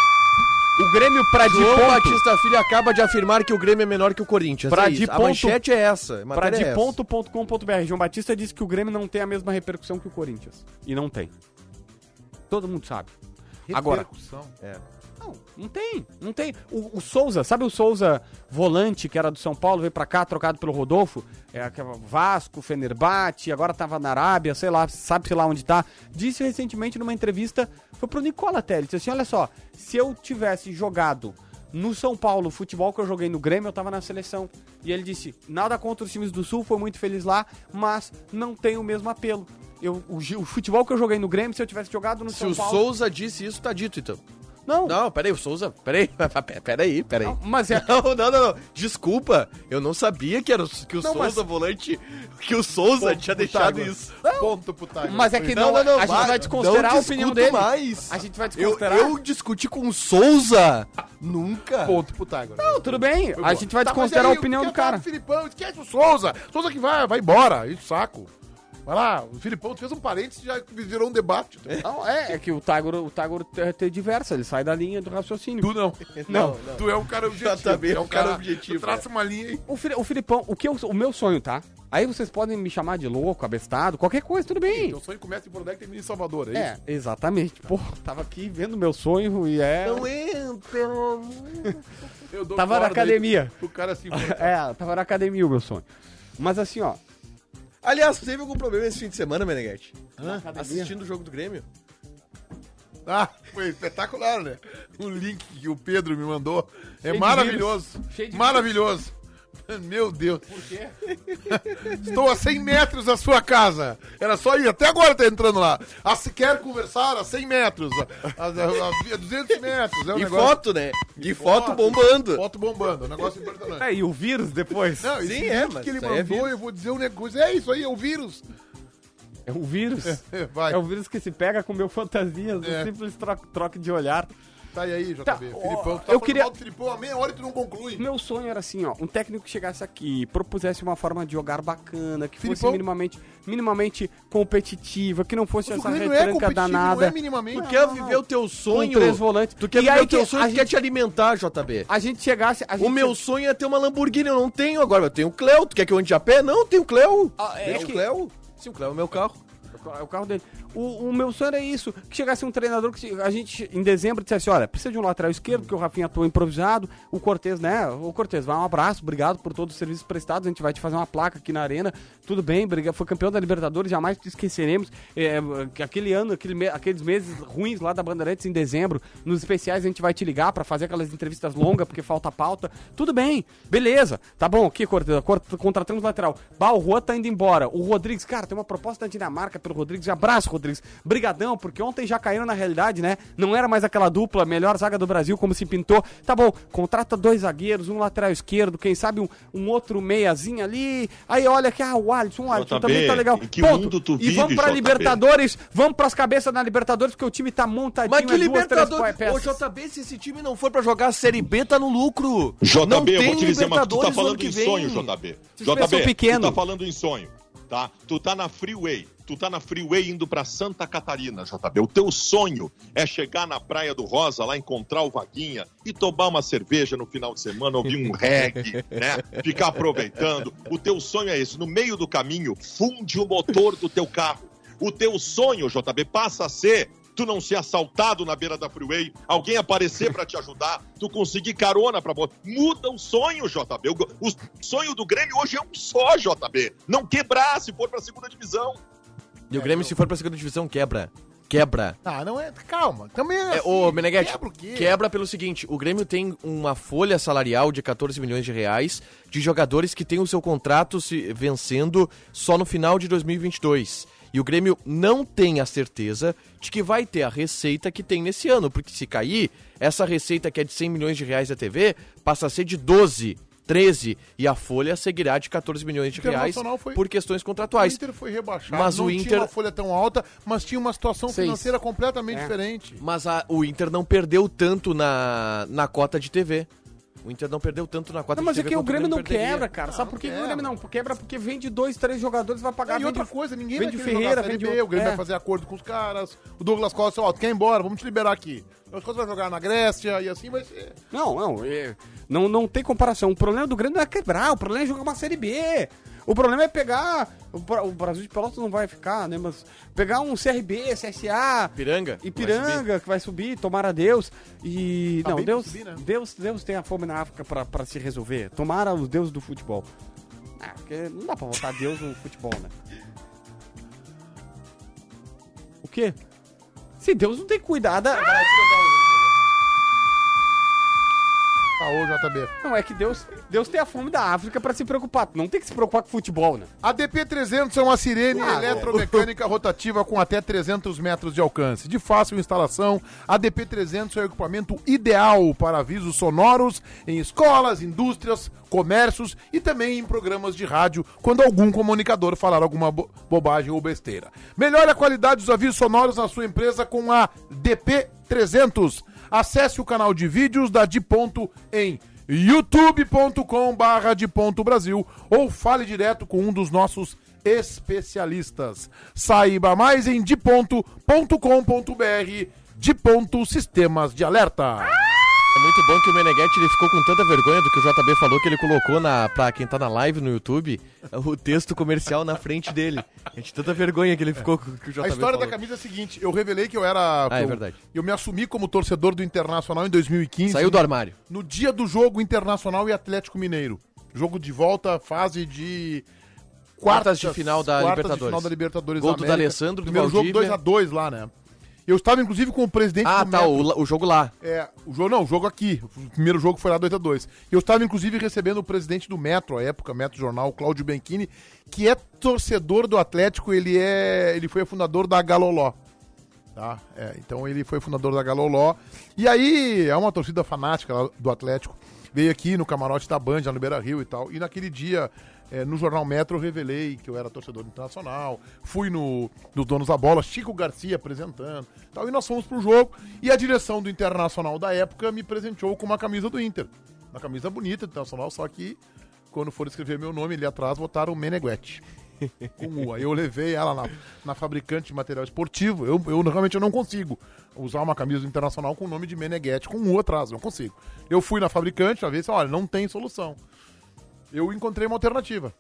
[SPEAKER 5] o Grêmio pra de
[SPEAKER 3] João
[SPEAKER 5] ponto,
[SPEAKER 3] Batista Filho acaba de afirmar que o Grêmio é menor que o Corinthians.
[SPEAKER 5] Pra
[SPEAKER 3] é
[SPEAKER 5] de
[SPEAKER 3] isso. A
[SPEAKER 5] ponto-
[SPEAKER 3] manchete é essa. a
[SPEAKER 5] Pra
[SPEAKER 3] matéria
[SPEAKER 5] de
[SPEAKER 3] é essa.
[SPEAKER 5] ponto.com.br. João Batista disse que o Grêmio não tem a mesma repercussão que o Corinthians. E não tem. Todo mundo sabe. Agora.
[SPEAKER 2] Repercussão.
[SPEAKER 3] É.
[SPEAKER 5] Não, não tem. Não tem. O, o Souza, sabe o Souza volante que era do São Paulo, veio pra cá, trocado pelo Rodolfo? É, aquela Vasco, Fenerbahçe, agora tava na Arábia, sei lá, sabe-se lá onde tá. Disse recentemente numa entrevista, foi pro Nicola até, ele disse assim, olha só, se eu tivesse jogado no São Paulo, o futebol que eu joguei no Grêmio, eu tava na seleção. E ele disse, nada contra os times do Sul, foi muito feliz lá, mas não tem o mesmo apelo. Eu, o, gi- o futebol que eu joguei no Grêmio, se eu tivesse jogado no
[SPEAKER 3] Se
[SPEAKER 5] São
[SPEAKER 3] o
[SPEAKER 5] Paulo...
[SPEAKER 3] Souza disse isso, tá dito então.
[SPEAKER 5] Não,
[SPEAKER 3] Não, peraí, o Souza. Peraí, [laughs] peraí, peraí.
[SPEAKER 5] não, mas é...
[SPEAKER 3] Não, não, não, não. Desculpa, eu não sabia que, era, o- que o
[SPEAKER 5] Não, mas-
[SPEAKER 3] Souza volante. Que o Souza tinha deixado isso.
[SPEAKER 2] Ponto pro Tiger.
[SPEAKER 5] Mas é que não,
[SPEAKER 3] Não, não, não,
[SPEAKER 5] a gente
[SPEAKER 3] vai,
[SPEAKER 5] vai desconsiderar
[SPEAKER 3] não
[SPEAKER 5] a opinião
[SPEAKER 3] discuto
[SPEAKER 5] dele.
[SPEAKER 3] mais.
[SPEAKER 5] A gente vai
[SPEAKER 3] Eu,
[SPEAKER 5] desconsiderar.
[SPEAKER 3] eu discuti com o Souza? Nunca.
[SPEAKER 2] Ponto pro Tiger.
[SPEAKER 5] Não, tudo bem. A gente vai
[SPEAKER 2] Tá, mas
[SPEAKER 5] desconsiderar
[SPEAKER 2] aí,
[SPEAKER 5] a opinião
[SPEAKER 2] o que
[SPEAKER 5] do
[SPEAKER 2] é falar
[SPEAKER 5] cara.
[SPEAKER 2] Filipão, esquece o Souza. Souza que vai, vai embora. Isso, saco. Vai lá, o Filipão tu fez um parênteses e já virou um debate.
[SPEAKER 5] Não, é, é que o Tagoro, o Tagoro é ter diversa, ele sai da linha do raciocínio.
[SPEAKER 2] Tu não.
[SPEAKER 3] Não,
[SPEAKER 2] Tu é um cara objetivo.
[SPEAKER 3] Exatamente,
[SPEAKER 2] tu é um
[SPEAKER 3] um cara
[SPEAKER 2] cara é.
[SPEAKER 3] objetivo,
[SPEAKER 2] Tu traça uma linha aí.
[SPEAKER 5] O, Fili- o Filipão, o, que eu- o meu sonho, tá? Aí vocês podem me chamar de louco, abestado, qualquer coisa, tudo bem.
[SPEAKER 2] Teu sonho começa em Porto Alegre e termina em Salvador, é,
[SPEAKER 5] Então, É, exatamente. Pô, tava aqui vendo meu sonho e é.
[SPEAKER 2] isso? Eu dou
[SPEAKER 5] Tava na
[SPEAKER 2] corda aí.
[SPEAKER 5] academia.
[SPEAKER 2] O cara assim...
[SPEAKER 5] [laughs] É, tava na academia o meu sonho. Mas assim, ó.
[SPEAKER 3] Aliás, teve algum problema esse fim de semana, Meneghete? Assistindo o jogo do Grêmio?
[SPEAKER 2] ah, foi espetacular, né? O link que o Pedro me mandou é maravilhoso.
[SPEAKER 5] Cheio de
[SPEAKER 2] Maravilhoso. Meu Deus. Por quê? [laughs] Estou a 100 metros da sua casa. Era só ir. Até agora tá entrando lá. Ah, se quer conversar a 100 metros. A, a, a- a 200 metros. É um
[SPEAKER 3] e
[SPEAKER 2] negócio...
[SPEAKER 3] foto, né? E foto, bombando.
[SPEAKER 2] Foto bombando. Um negócio impressionante.
[SPEAKER 5] É, e o vírus depois.
[SPEAKER 2] Não, esse
[SPEAKER 3] Sim,
[SPEAKER 2] vídeo
[SPEAKER 3] é, mas
[SPEAKER 2] que ele
[SPEAKER 3] isso aí é
[SPEAKER 2] mandou,
[SPEAKER 3] vírus.
[SPEAKER 2] eu vou dizer um negócio. É isso aí, é o vírus.
[SPEAKER 5] É o vírus.
[SPEAKER 2] Vai,
[SPEAKER 5] É o vírus que se pega com meu fantasias, um
[SPEAKER 2] É.
[SPEAKER 5] simples tro- troque de olhar.
[SPEAKER 2] sai aí, JB.
[SPEAKER 5] Tá,
[SPEAKER 2] Filipão,
[SPEAKER 5] ó,
[SPEAKER 2] tu tá
[SPEAKER 5] eu
[SPEAKER 2] falando
[SPEAKER 5] queria-
[SPEAKER 2] mal do Filipão há meia hora e tu não conclui.
[SPEAKER 5] Meu sonho era assim, ó, um técnico que chegasse aqui, propusesse uma forma de jogar bacana, que fosse
[SPEAKER 2] Filipão?
[SPEAKER 5] minimamente, minimamente competitiva, que não fosse
[SPEAKER 2] Mas o
[SPEAKER 5] essa
[SPEAKER 2] Grêmio é
[SPEAKER 5] retranca
[SPEAKER 2] competitivo, não
[SPEAKER 5] danada.
[SPEAKER 2] é minimamente. é
[SPEAKER 3] Tu quer viver o teu sonho?
[SPEAKER 5] três volantes.
[SPEAKER 3] Tu quer
[SPEAKER 5] E
[SPEAKER 3] viver
[SPEAKER 5] aí
[SPEAKER 3] o teu
[SPEAKER 5] que
[SPEAKER 3] sonho,
[SPEAKER 5] a
[SPEAKER 3] tu quer
[SPEAKER 5] gente-
[SPEAKER 3] te alimentar, JB.
[SPEAKER 5] A gente chegasse. A
[SPEAKER 3] O
[SPEAKER 5] gente-
[SPEAKER 3] meu sonho é ter uma Lamborghini, eu não tenho agora. Eu tenho o Cleo. Tu quer que eu ande a pé? Não, eu tenho o Cleo.
[SPEAKER 5] Ah, é
[SPEAKER 3] Deixa
[SPEAKER 5] que-
[SPEAKER 3] o Cleo? Sim, o Cleo é o meu carro.
[SPEAKER 5] É o carro dele. O, o meu sonho era isso: que chegasse um treinador que se- a gente, em dezembro, dissesse: olha, precisa de um lateral esquerdo, porque o Rafinha atua improvisado. O Cortez, né? O Cortez, vai um abraço, obrigado por todos os serviços prestados. A gente vai te fazer uma placa aqui na Arena. Tudo bem, briga- foi campeão da Libertadores, jamais te esqueceremos. É, que aquele ano, aquele me- aqueles meses ruins lá da Bandeirantes em dezembro, nos especiais a gente vai te ligar pra fazer aquelas entrevistas longas, porque falta pauta. Tudo bem, beleza. Tá bom, aqui, Cortez, cor- contratamos lateral. Bah, o Juan tá indo embora. O Rodrigues, cara, tem uma proposta da Dinamarca pelo Rodrigues. Abraço, Rodrigues. Brigadão, porque ontem já caíram na realidade, né? Não era mais aquela dupla, melhor zaga do Brasil, como se pintou. Tá bom, contrata dois zagueiros, um lateral esquerdo, quem sabe um, um outro meiazinho ali. Aí olha que, ah, o Alisson, o Alisson
[SPEAKER 4] JB,
[SPEAKER 5] também tá legal.
[SPEAKER 4] em que mundo tu
[SPEAKER 5] e vamos
[SPEAKER 4] vive,
[SPEAKER 5] pra
[SPEAKER 4] JB?
[SPEAKER 5] Libertadores, vamos pras cabeças na Libertadores, porque o time tá montadinho.
[SPEAKER 3] Mas que
[SPEAKER 5] é duas, três
[SPEAKER 3] Libertador. Ô,
[SPEAKER 5] peças.
[SPEAKER 3] JB, se esse time não for pra jogar a Série B, tá no lucro.
[SPEAKER 4] JB,
[SPEAKER 3] não
[SPEAKER 4] eu vou
[SPEAKER 3] tem
[SPEAKER 4] te dizer, mas tu tá
[SPEAKER 3] Libertadores no ano
[SPEAKER 4] falando
[SPEAKER 3] que
[SPEAKER 4] em
[SPEAKER 3] vem.
[SPEAKER 4] sonho, JB.
[SPEAKER 5] Vocês pensam pequeno.
[SPEAKER 4] tu tá falando em sonho, tá? Tu tá na freeway, tu tá na freeway indo pra Santa Catarina, JB. O teu sonho é chegar na Praia do Rosa, lá encontrar o Vaguinha e tomar uma cerveja no final de semana, ouvir um
[SPEAKER 3] [laughs]
[SPEAKER 4] reggae, né? Ficar aproveitando. O teu sonho é esse. No meio do caminho, funde o motor do teu carro. O teu sonho, JB, passa a ser tu não ser assaltado na beira da freeway, alguém aparecer pra te ajudar, tu conseguir carona pra volta. Muda o sonho, JB. O, o sonho do Grêmio hoje é um só, JB. Não quebrar se for pra segunda divisão.
[SPEAKER 3] E o Grêmio, se for pra segunda divisão, quebra. Quebra.
[SPEAKER 2] Ah, não é. Calma. Também é.
[SPEAKER 3] É, ô, é Meneghete,
[SPEAKER 2] Quebra
[SPEAKER 3] quebra,
[SPEAKER 2] o quê?
[SPEAKER 3] pelo seguinte: o Grêmio tem uma folha salarial de 14 milhões de reais de jogadores que têm o seu contrato se vencendo só no final de 2022. E o Grêmio não tem a certeza de que vai ter a receita que tem nesse ano, porque se cair, essa receita que é de 100 milhões de reais da TV passa a ser de 12, 13, e a folha seguirá de 14 milhões de reais
[SPEAKER 2] Internacional foi-
[SPEAKER 3] por questões
[SPEAKER 2] O
[SPEAKER 3] contratuais.
[SPEAKER 2] Inter foi rebaixado,
[SPEAKER 3] Mas
[SPEAKER 2] não
[SPEAKER 3] o
[SPEAKER 2] tinha
[SPEAKER 3] Inter-
[SPEAKER 2] uma folha tão alta, mas tinha uma situação
[SPEAKER 5] Seis.
[SPEAKER 2] financeira completamente
[SPEAKER 5] É.
[SPEAKER 2] diferente.
[SPEAKER 3] Mas a- o Inter não perdeu tanto na, na cota de TV. O Inter não perdeu tanto na cota
[SPEAKER 5] Não, mas
[SPEAKER 3] de
[SPEAKER 5] é
[SPEAKER 3] TV.
[SPEAKER 5] que o
[SPEAKER 3] quanto
[SPEAKER 5] Grêmio não
[SPEAKER 3] perderia.
[SPEAKER 5] quebra, cara. Sabe por que que o Grêmio não quebra? Porque vende dois, três jogadores, vai pagar
[SPEAKER 2] É. Ah, e
[SPEAKER 5] vende-
[SPEAKER 2] outra coisa, ninguém
[SPEAKER 5] vende
[SPEAKER 2] querer jogar
[SPEAKER 5] Ferreira,
[SPEAKER 2] a Série
[SPEAKER 5] vende
[SPEAKER 2] B,
[SPEAKER 5] outro-
[SPEAKER 2] o Grêmio
[SPEAKER 5] é.
[SPEAKER 2] vai fazer acordo com os caras, o Douglas Costa, ó, tu quer ir embora, vamos te liberar aqui. O Douglas Costa vai jogar na Grécia e assim vai ser.
[SPEAKER 5] Não, não, é- não, não tem comparação. O problema do Grêmio não é quebrar, o problema é jogar uma Série B. O problema é pegar. O, Bra- o Brasil de Pelotas não vai ficar, né? Mas pegar um CRB, CSA.
[SPEAKER 3] Piranga. Vai subir.
[SPEAKER 5] Ipiranga, que vai subir, tomara Deus. E.
[SPEAKER 2] Tá
[SPEAKER 5] não,
[SPEAKER 2] bem pra
[SPEAKER 5] Deus,
[SPEAKER 2] subir, né?
[SPEAKER 5] Deus, Deus tem a fome na África pra, pra se resolver. Tomara os deuses do futebol. Ah, porque não dá pra botar Deus no futebol, né? O quê? Se Deus não tem cuidado.
[SPEAKER 2] Tá, ô JB.
[SPEAKER 5] Não, é que Deus, Deus tem a fome da África pra se preocupar. Tu Não tem que se preocupar com futebol, né?
[SPEAKER 2] A DP300 é uma sirene eletromecânica rotativa com até 300 metros de alcance. De fácil instalação, a DP300 é o equipamento ideal para avisos sonoros em escolas, indústrias, comércios e também em programas de rádio, quando algum comunicador falar alguma bo- bobagem ou besteira. Melhore a qualidade dos avisos sonoros na sua empresa com a DP300. Acesse o canal de vídeos da De Ponto em youtube.com barra de ponto Brasil ou fale direto com um dos nossos especialistas. Saiba mais em deponto.com.br. De ponto sistemas de alerta.
[SPEAKER 3] É muito bom que o Meneghetti ele ficou com tanta vergonha do que o JB falou que ele colocou na pra quem tá na live no YouTube o texto comercial na frente dele. É de tanta vergonha que ele ficou com que o JB
[SPEAKER 2] A história da
[SPEAKER 3] falou.
[SPEAKER 2] camisa é a seguinte: eu revelei que eu era.
[SPEAKER 3] Ah, é
[SPEAKER 2] eu-
[SPEAKER 3] verdade.
[SPEAKER 2] Eu me assumi como torcedor do Internacional em 2015.
[SPEAKER 3] Saiu do armário.
[SPEAKER 2] no dia do jogo Internacional e Atlético Mineiro. Jogo de volta, fase de
[SPEAKER 3] Quartas de final da Libertadores.
[SPEAKER 2] de final da Libertadores
[SPEAKER 3] Gol
[SPEAKER 2] da
[SPEAKER 3] do
[SPEAKER 2] América.
[SPEAKER 3] D'Alessandro, do
[SPEAKER 2] Primeiro jogo
[SPEAKER 3] Valdívia.
[SPEAKER 2] 2x2 lá, né? Eu estava, inclusive, com o presidente
[SPEAKER 3] Ah,
[SPEAKER 2] do
[SPEAKER 3] tá,
[SPEAKER 2] Metro.
[SPEAKER 3] o, o jogo lá.
[SPEAKER 2] É, o jogo não, o jogo aqui. O primeiro jogo foi lá 2x2. Eu estava, inclusive, recebendo o presidente do Metro, à época, Metro Jornal, Cláudio Benchini, que é torcedor do Atlético, ele é. Ele foi fundador da Galoló. Tá? É, então ele foi fundador da Galoló. E aí, é uma torcida fanática lá do Atlético. Veio aqui no camarote da Band, lá no Beira Rio e tal. E naquele dia, é, no Jornal Metro, eu revelei que eu era torcedor internacional. Fui no, nos Donos da Bola, Chico Garcia apresentando e tal. E nós fomos pro jogo. E a direção do Internacional da época me presenteou com uma camisa do Inter. Uma camisa bonita do Internacional, só que quando for escrever meu nome ali atrás, botaram o Meneguete com U. Aí eu levei ela na, na fabricante de material esportivo. Eu, eu realmente eu não consigo usar uma camisa do internacional com o nome de Meneghetti com U atrás, não consigo. Eu fui na fabricante pra ver se, olha, não tem solução. Eu encontrei uma alternativa.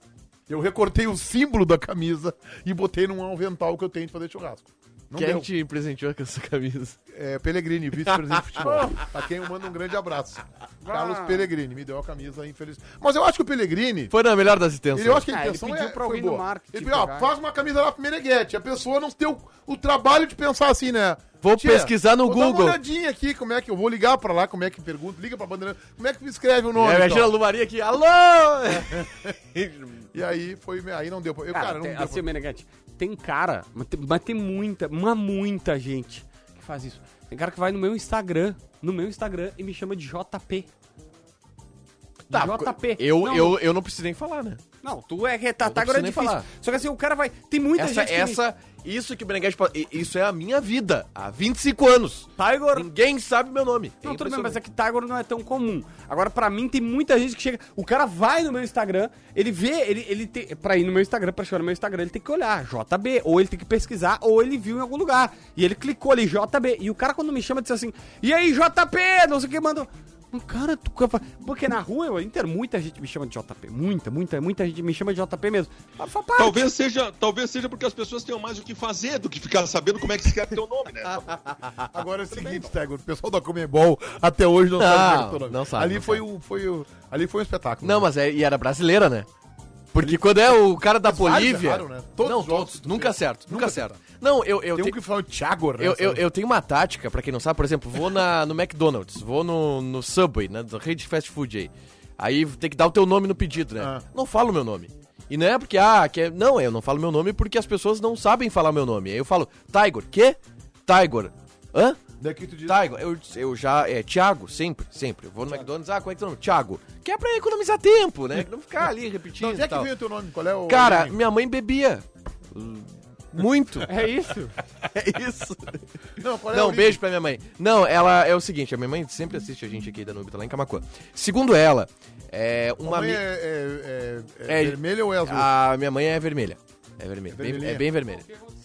[SPEAKER 2] Eu recortei o símbolo da camisa e botei num avental que eu tenho de fazer churrasco. Não
[SPEAKER 3] Quem é
[SPEAKER 2] deu.
[SPEAKER 3] te presenteou com essa camisa?
[SPEAKER 2] É, Pellegrini, vice-presidente de futebol. A quem eu mando um grande abraço. Carlos Pellegrini, me deu a camisa, infeliz. Mas eu acho que o Pellegrini.
[SPEAKER 3] Foi na melhor das intenções.
[SPEAKER 2] Ele, eu acho que
[SPEAKER 5] Ah,
[SPEAKER 2] a
[SPEAKER 5] ele
[SPEAKER 2] intenção
[SPEAKER 5] pediu
[SPEAKER 2] é,
[SPEAKER 5] pra
[SPEAKER 2] foi
[SPEAKER 5] alguém do
[SPEAKER 2] boa.
[SPEAKER 5] marketing
[SPEAKER 2] Ele pediu, ó,
[SPEAKER 5] pegar.
[SPEAKER 2] faz uma camisa lá pro Meneghete. A pessoa não tem o, o trabalho de pensar assim, né?
[SPEAKER 3] Vou pesquisar no
[SPEAKER 2] vou Dar
[SPEAKER 3] Google.
[SPEAKER 2] uma olhadinha aqui, como é que eu vou ligar pra lá, como é que pergunto, liga pra bandeira, como é que escreve o nome. então?
[SPEAKER 3] É,
[SPEAKER 2] e tal.
[SPEAKER 3] imagina a Lumaria aqui, alô!
[SPEAKER 5] É,
[SPEAKER 2] E aí foi, aí não deu. pra- Eu, cara,
[SPEAKER 5] Cara,
[SPEAKER 2] não
[SPEAKER 5] tem,
[SPEAKER 2] deu.
[SPEAKER 5] assim,
[SPEAKER 2] pra-
[SPEAKER 5] Meneghetti, tem cara, mas tem, mas tem muita, mas muita gente que faz isso. Tem cara que vai no meu Instagram, no meu Instagram e me chama de JP. JP.
[SPEAKER 3] Tá, Eu,
[SPEAKER 5] não,
[SPEAKER 3] eu, eu não preciso nem falar, né?
[SPEAKER 5] Não, tu é
[SPEAKER 3] Eu
[SPEAKER 5] retatado,
[SPEAKER 3] não
[SPEAKER 5] agora é
[SPEAKER 3] preciso
[SPEAKER 5] difícil.
[SPEAKER 3] nem
[SPEAKER 5] Só que assim, o cara vai. Tem muita
[SPEAKER 3] Essa,
[SPEAKER 5] gente. que me-
[SPEAKER 3] essa, isso que o Beneguete fala, i- isso é a minha vida, há 25 anos.
[SPEAKER 5] Tiger.
[SPEAKER 3] Ninguém sabe meu nome.
[SPEAKER 5] Não, tudo bem, mas é que Tiger não é tão comum. Agora, pra mim, tem muita gente que chega. O cara vai no meu Instagram, ele vê, ele, ele tem. Pra ir no meu Instagram, pra chegar no meu Instagram, ele tem que olhar, JB. Ou ele tem que pesquisar, ou ele viu em algum lugar. E ele clicou ali, JB. E o cara, quando me chama, diz assim: E aí, JP? Não sei o que, mandou. Mas, Cara, tu. Porque na rua, eu inter, muita gente me chama de JP. Muita, muita, muita gente me chama de JP mesmo. Mas faz parte.
[SPEAKER 4] Talvez seja, talvez seja porque as pessoas tenham mais o que fazer do que ficar sabendo como é que escreve teu nome, né?
[SPEAKER 2] Agora é o seguinte, Tego, o pessoal da Comebol até hoje não,
[SPEAKER 3] Não,
[SPEAKER 2] sabe o nome.
[SPEAKER 3] não sabe,
[SPEAKER 2] Ali
[SPEAKER 3] não
[SPEAKER 2] foi
[SPEAKER 3] sabe.
[SPEAKER 2] um foi o ali foi um espetáculo.
[SPEAKER 3] Não, mas é, e era brasileira, né? Porque quando é o cara da
[SPEAKER 2] vários
[SPEAKER 3] Bolívia.
[SPEAKER 2] erraram, né? Todos
[SPEAKER 3] não,
[SPEAKER 2] os jogos
[SPEAKER 3] todos.
[SPEAKER 2] que tu
[SPEAKER 3] Nunca
[SPEAKER 2] fez.
[SPEAKER 3] acerto, nunca
[SPEAKER 2] Nunca
[SPEAKER 3] acerto. Não, eu, eu,
[SPEAKER 2] tem um
[SPEAKER 3] te-
[SPEAKER 2] que fala de Thiago, né,
[SPEAKER 3] eu, eu,
[SPEAKER 2] sabe?
[SPEAKER 3] eu tenho uma tática, pra quem não sabe, por exemplo, vou na, no McDonald's, vou no, no Subway, na rede de fast food aí. Aí tem que dar o teu nome no pedido, né?
[SPEAKER 2] Ah.
[SPEAKER 3] Não falo o meu nome. E não é porque, ah, que é... não, eu não falo meu nome porque as pessoas não sabem falar meu nome. Aí eu falo, Tiger, quê? Tiger, hã?
[SPEAKER 2] Daqui tu diz,
[SPEAKER 3] Tiago, eu, eu já. É, Tiago, sempre, sempre. Eu vou no McDonald's, ah, qual é que é teu nome? Tiago. Que é pra economizar tempo, né? Não ficar ali repetindo.
[SPEAKER 2] onde é
[SPEAKER 3] e
[SPEAKER 2] que
[SPEAKER 3] tal.
[SPEAKER 2] veio o teu nome? Qual é o
[SPEAKER 3] Cara,
[SPEAKER 2] origem?
[SPEAKER 3] minha mãe bebia. Hum, Muito. [laughs]
[SPEAKER 5] É isso?
[SPEAKER 3] É isso.
[SPEAKER 2] Não, qual é a
[SPEAKER 3] Não,
[SPEAKER 2] origem?
[SPEAKER 3] beijo pra minha mãe. Não, ela é o seguinte: a minha mãe sempre assiste a gente aqui da Nube, tá lá em Camacuã. Segundo ela, é uma.
[SPEAKER 2] Tua mãe é,
[SPEAKER 3] ami-
[SPEAKER 2] é, é, é
[SPEAKER 3] É-
[SPEAKER 2] vermelha ou é azul?
[SPEAKER 3] A minha mãe é vermelha. É vermelha. bem- É,
[SPEAKER 2] vermelhinha.
[SPEAKER 3] bem vermelha. Tipo,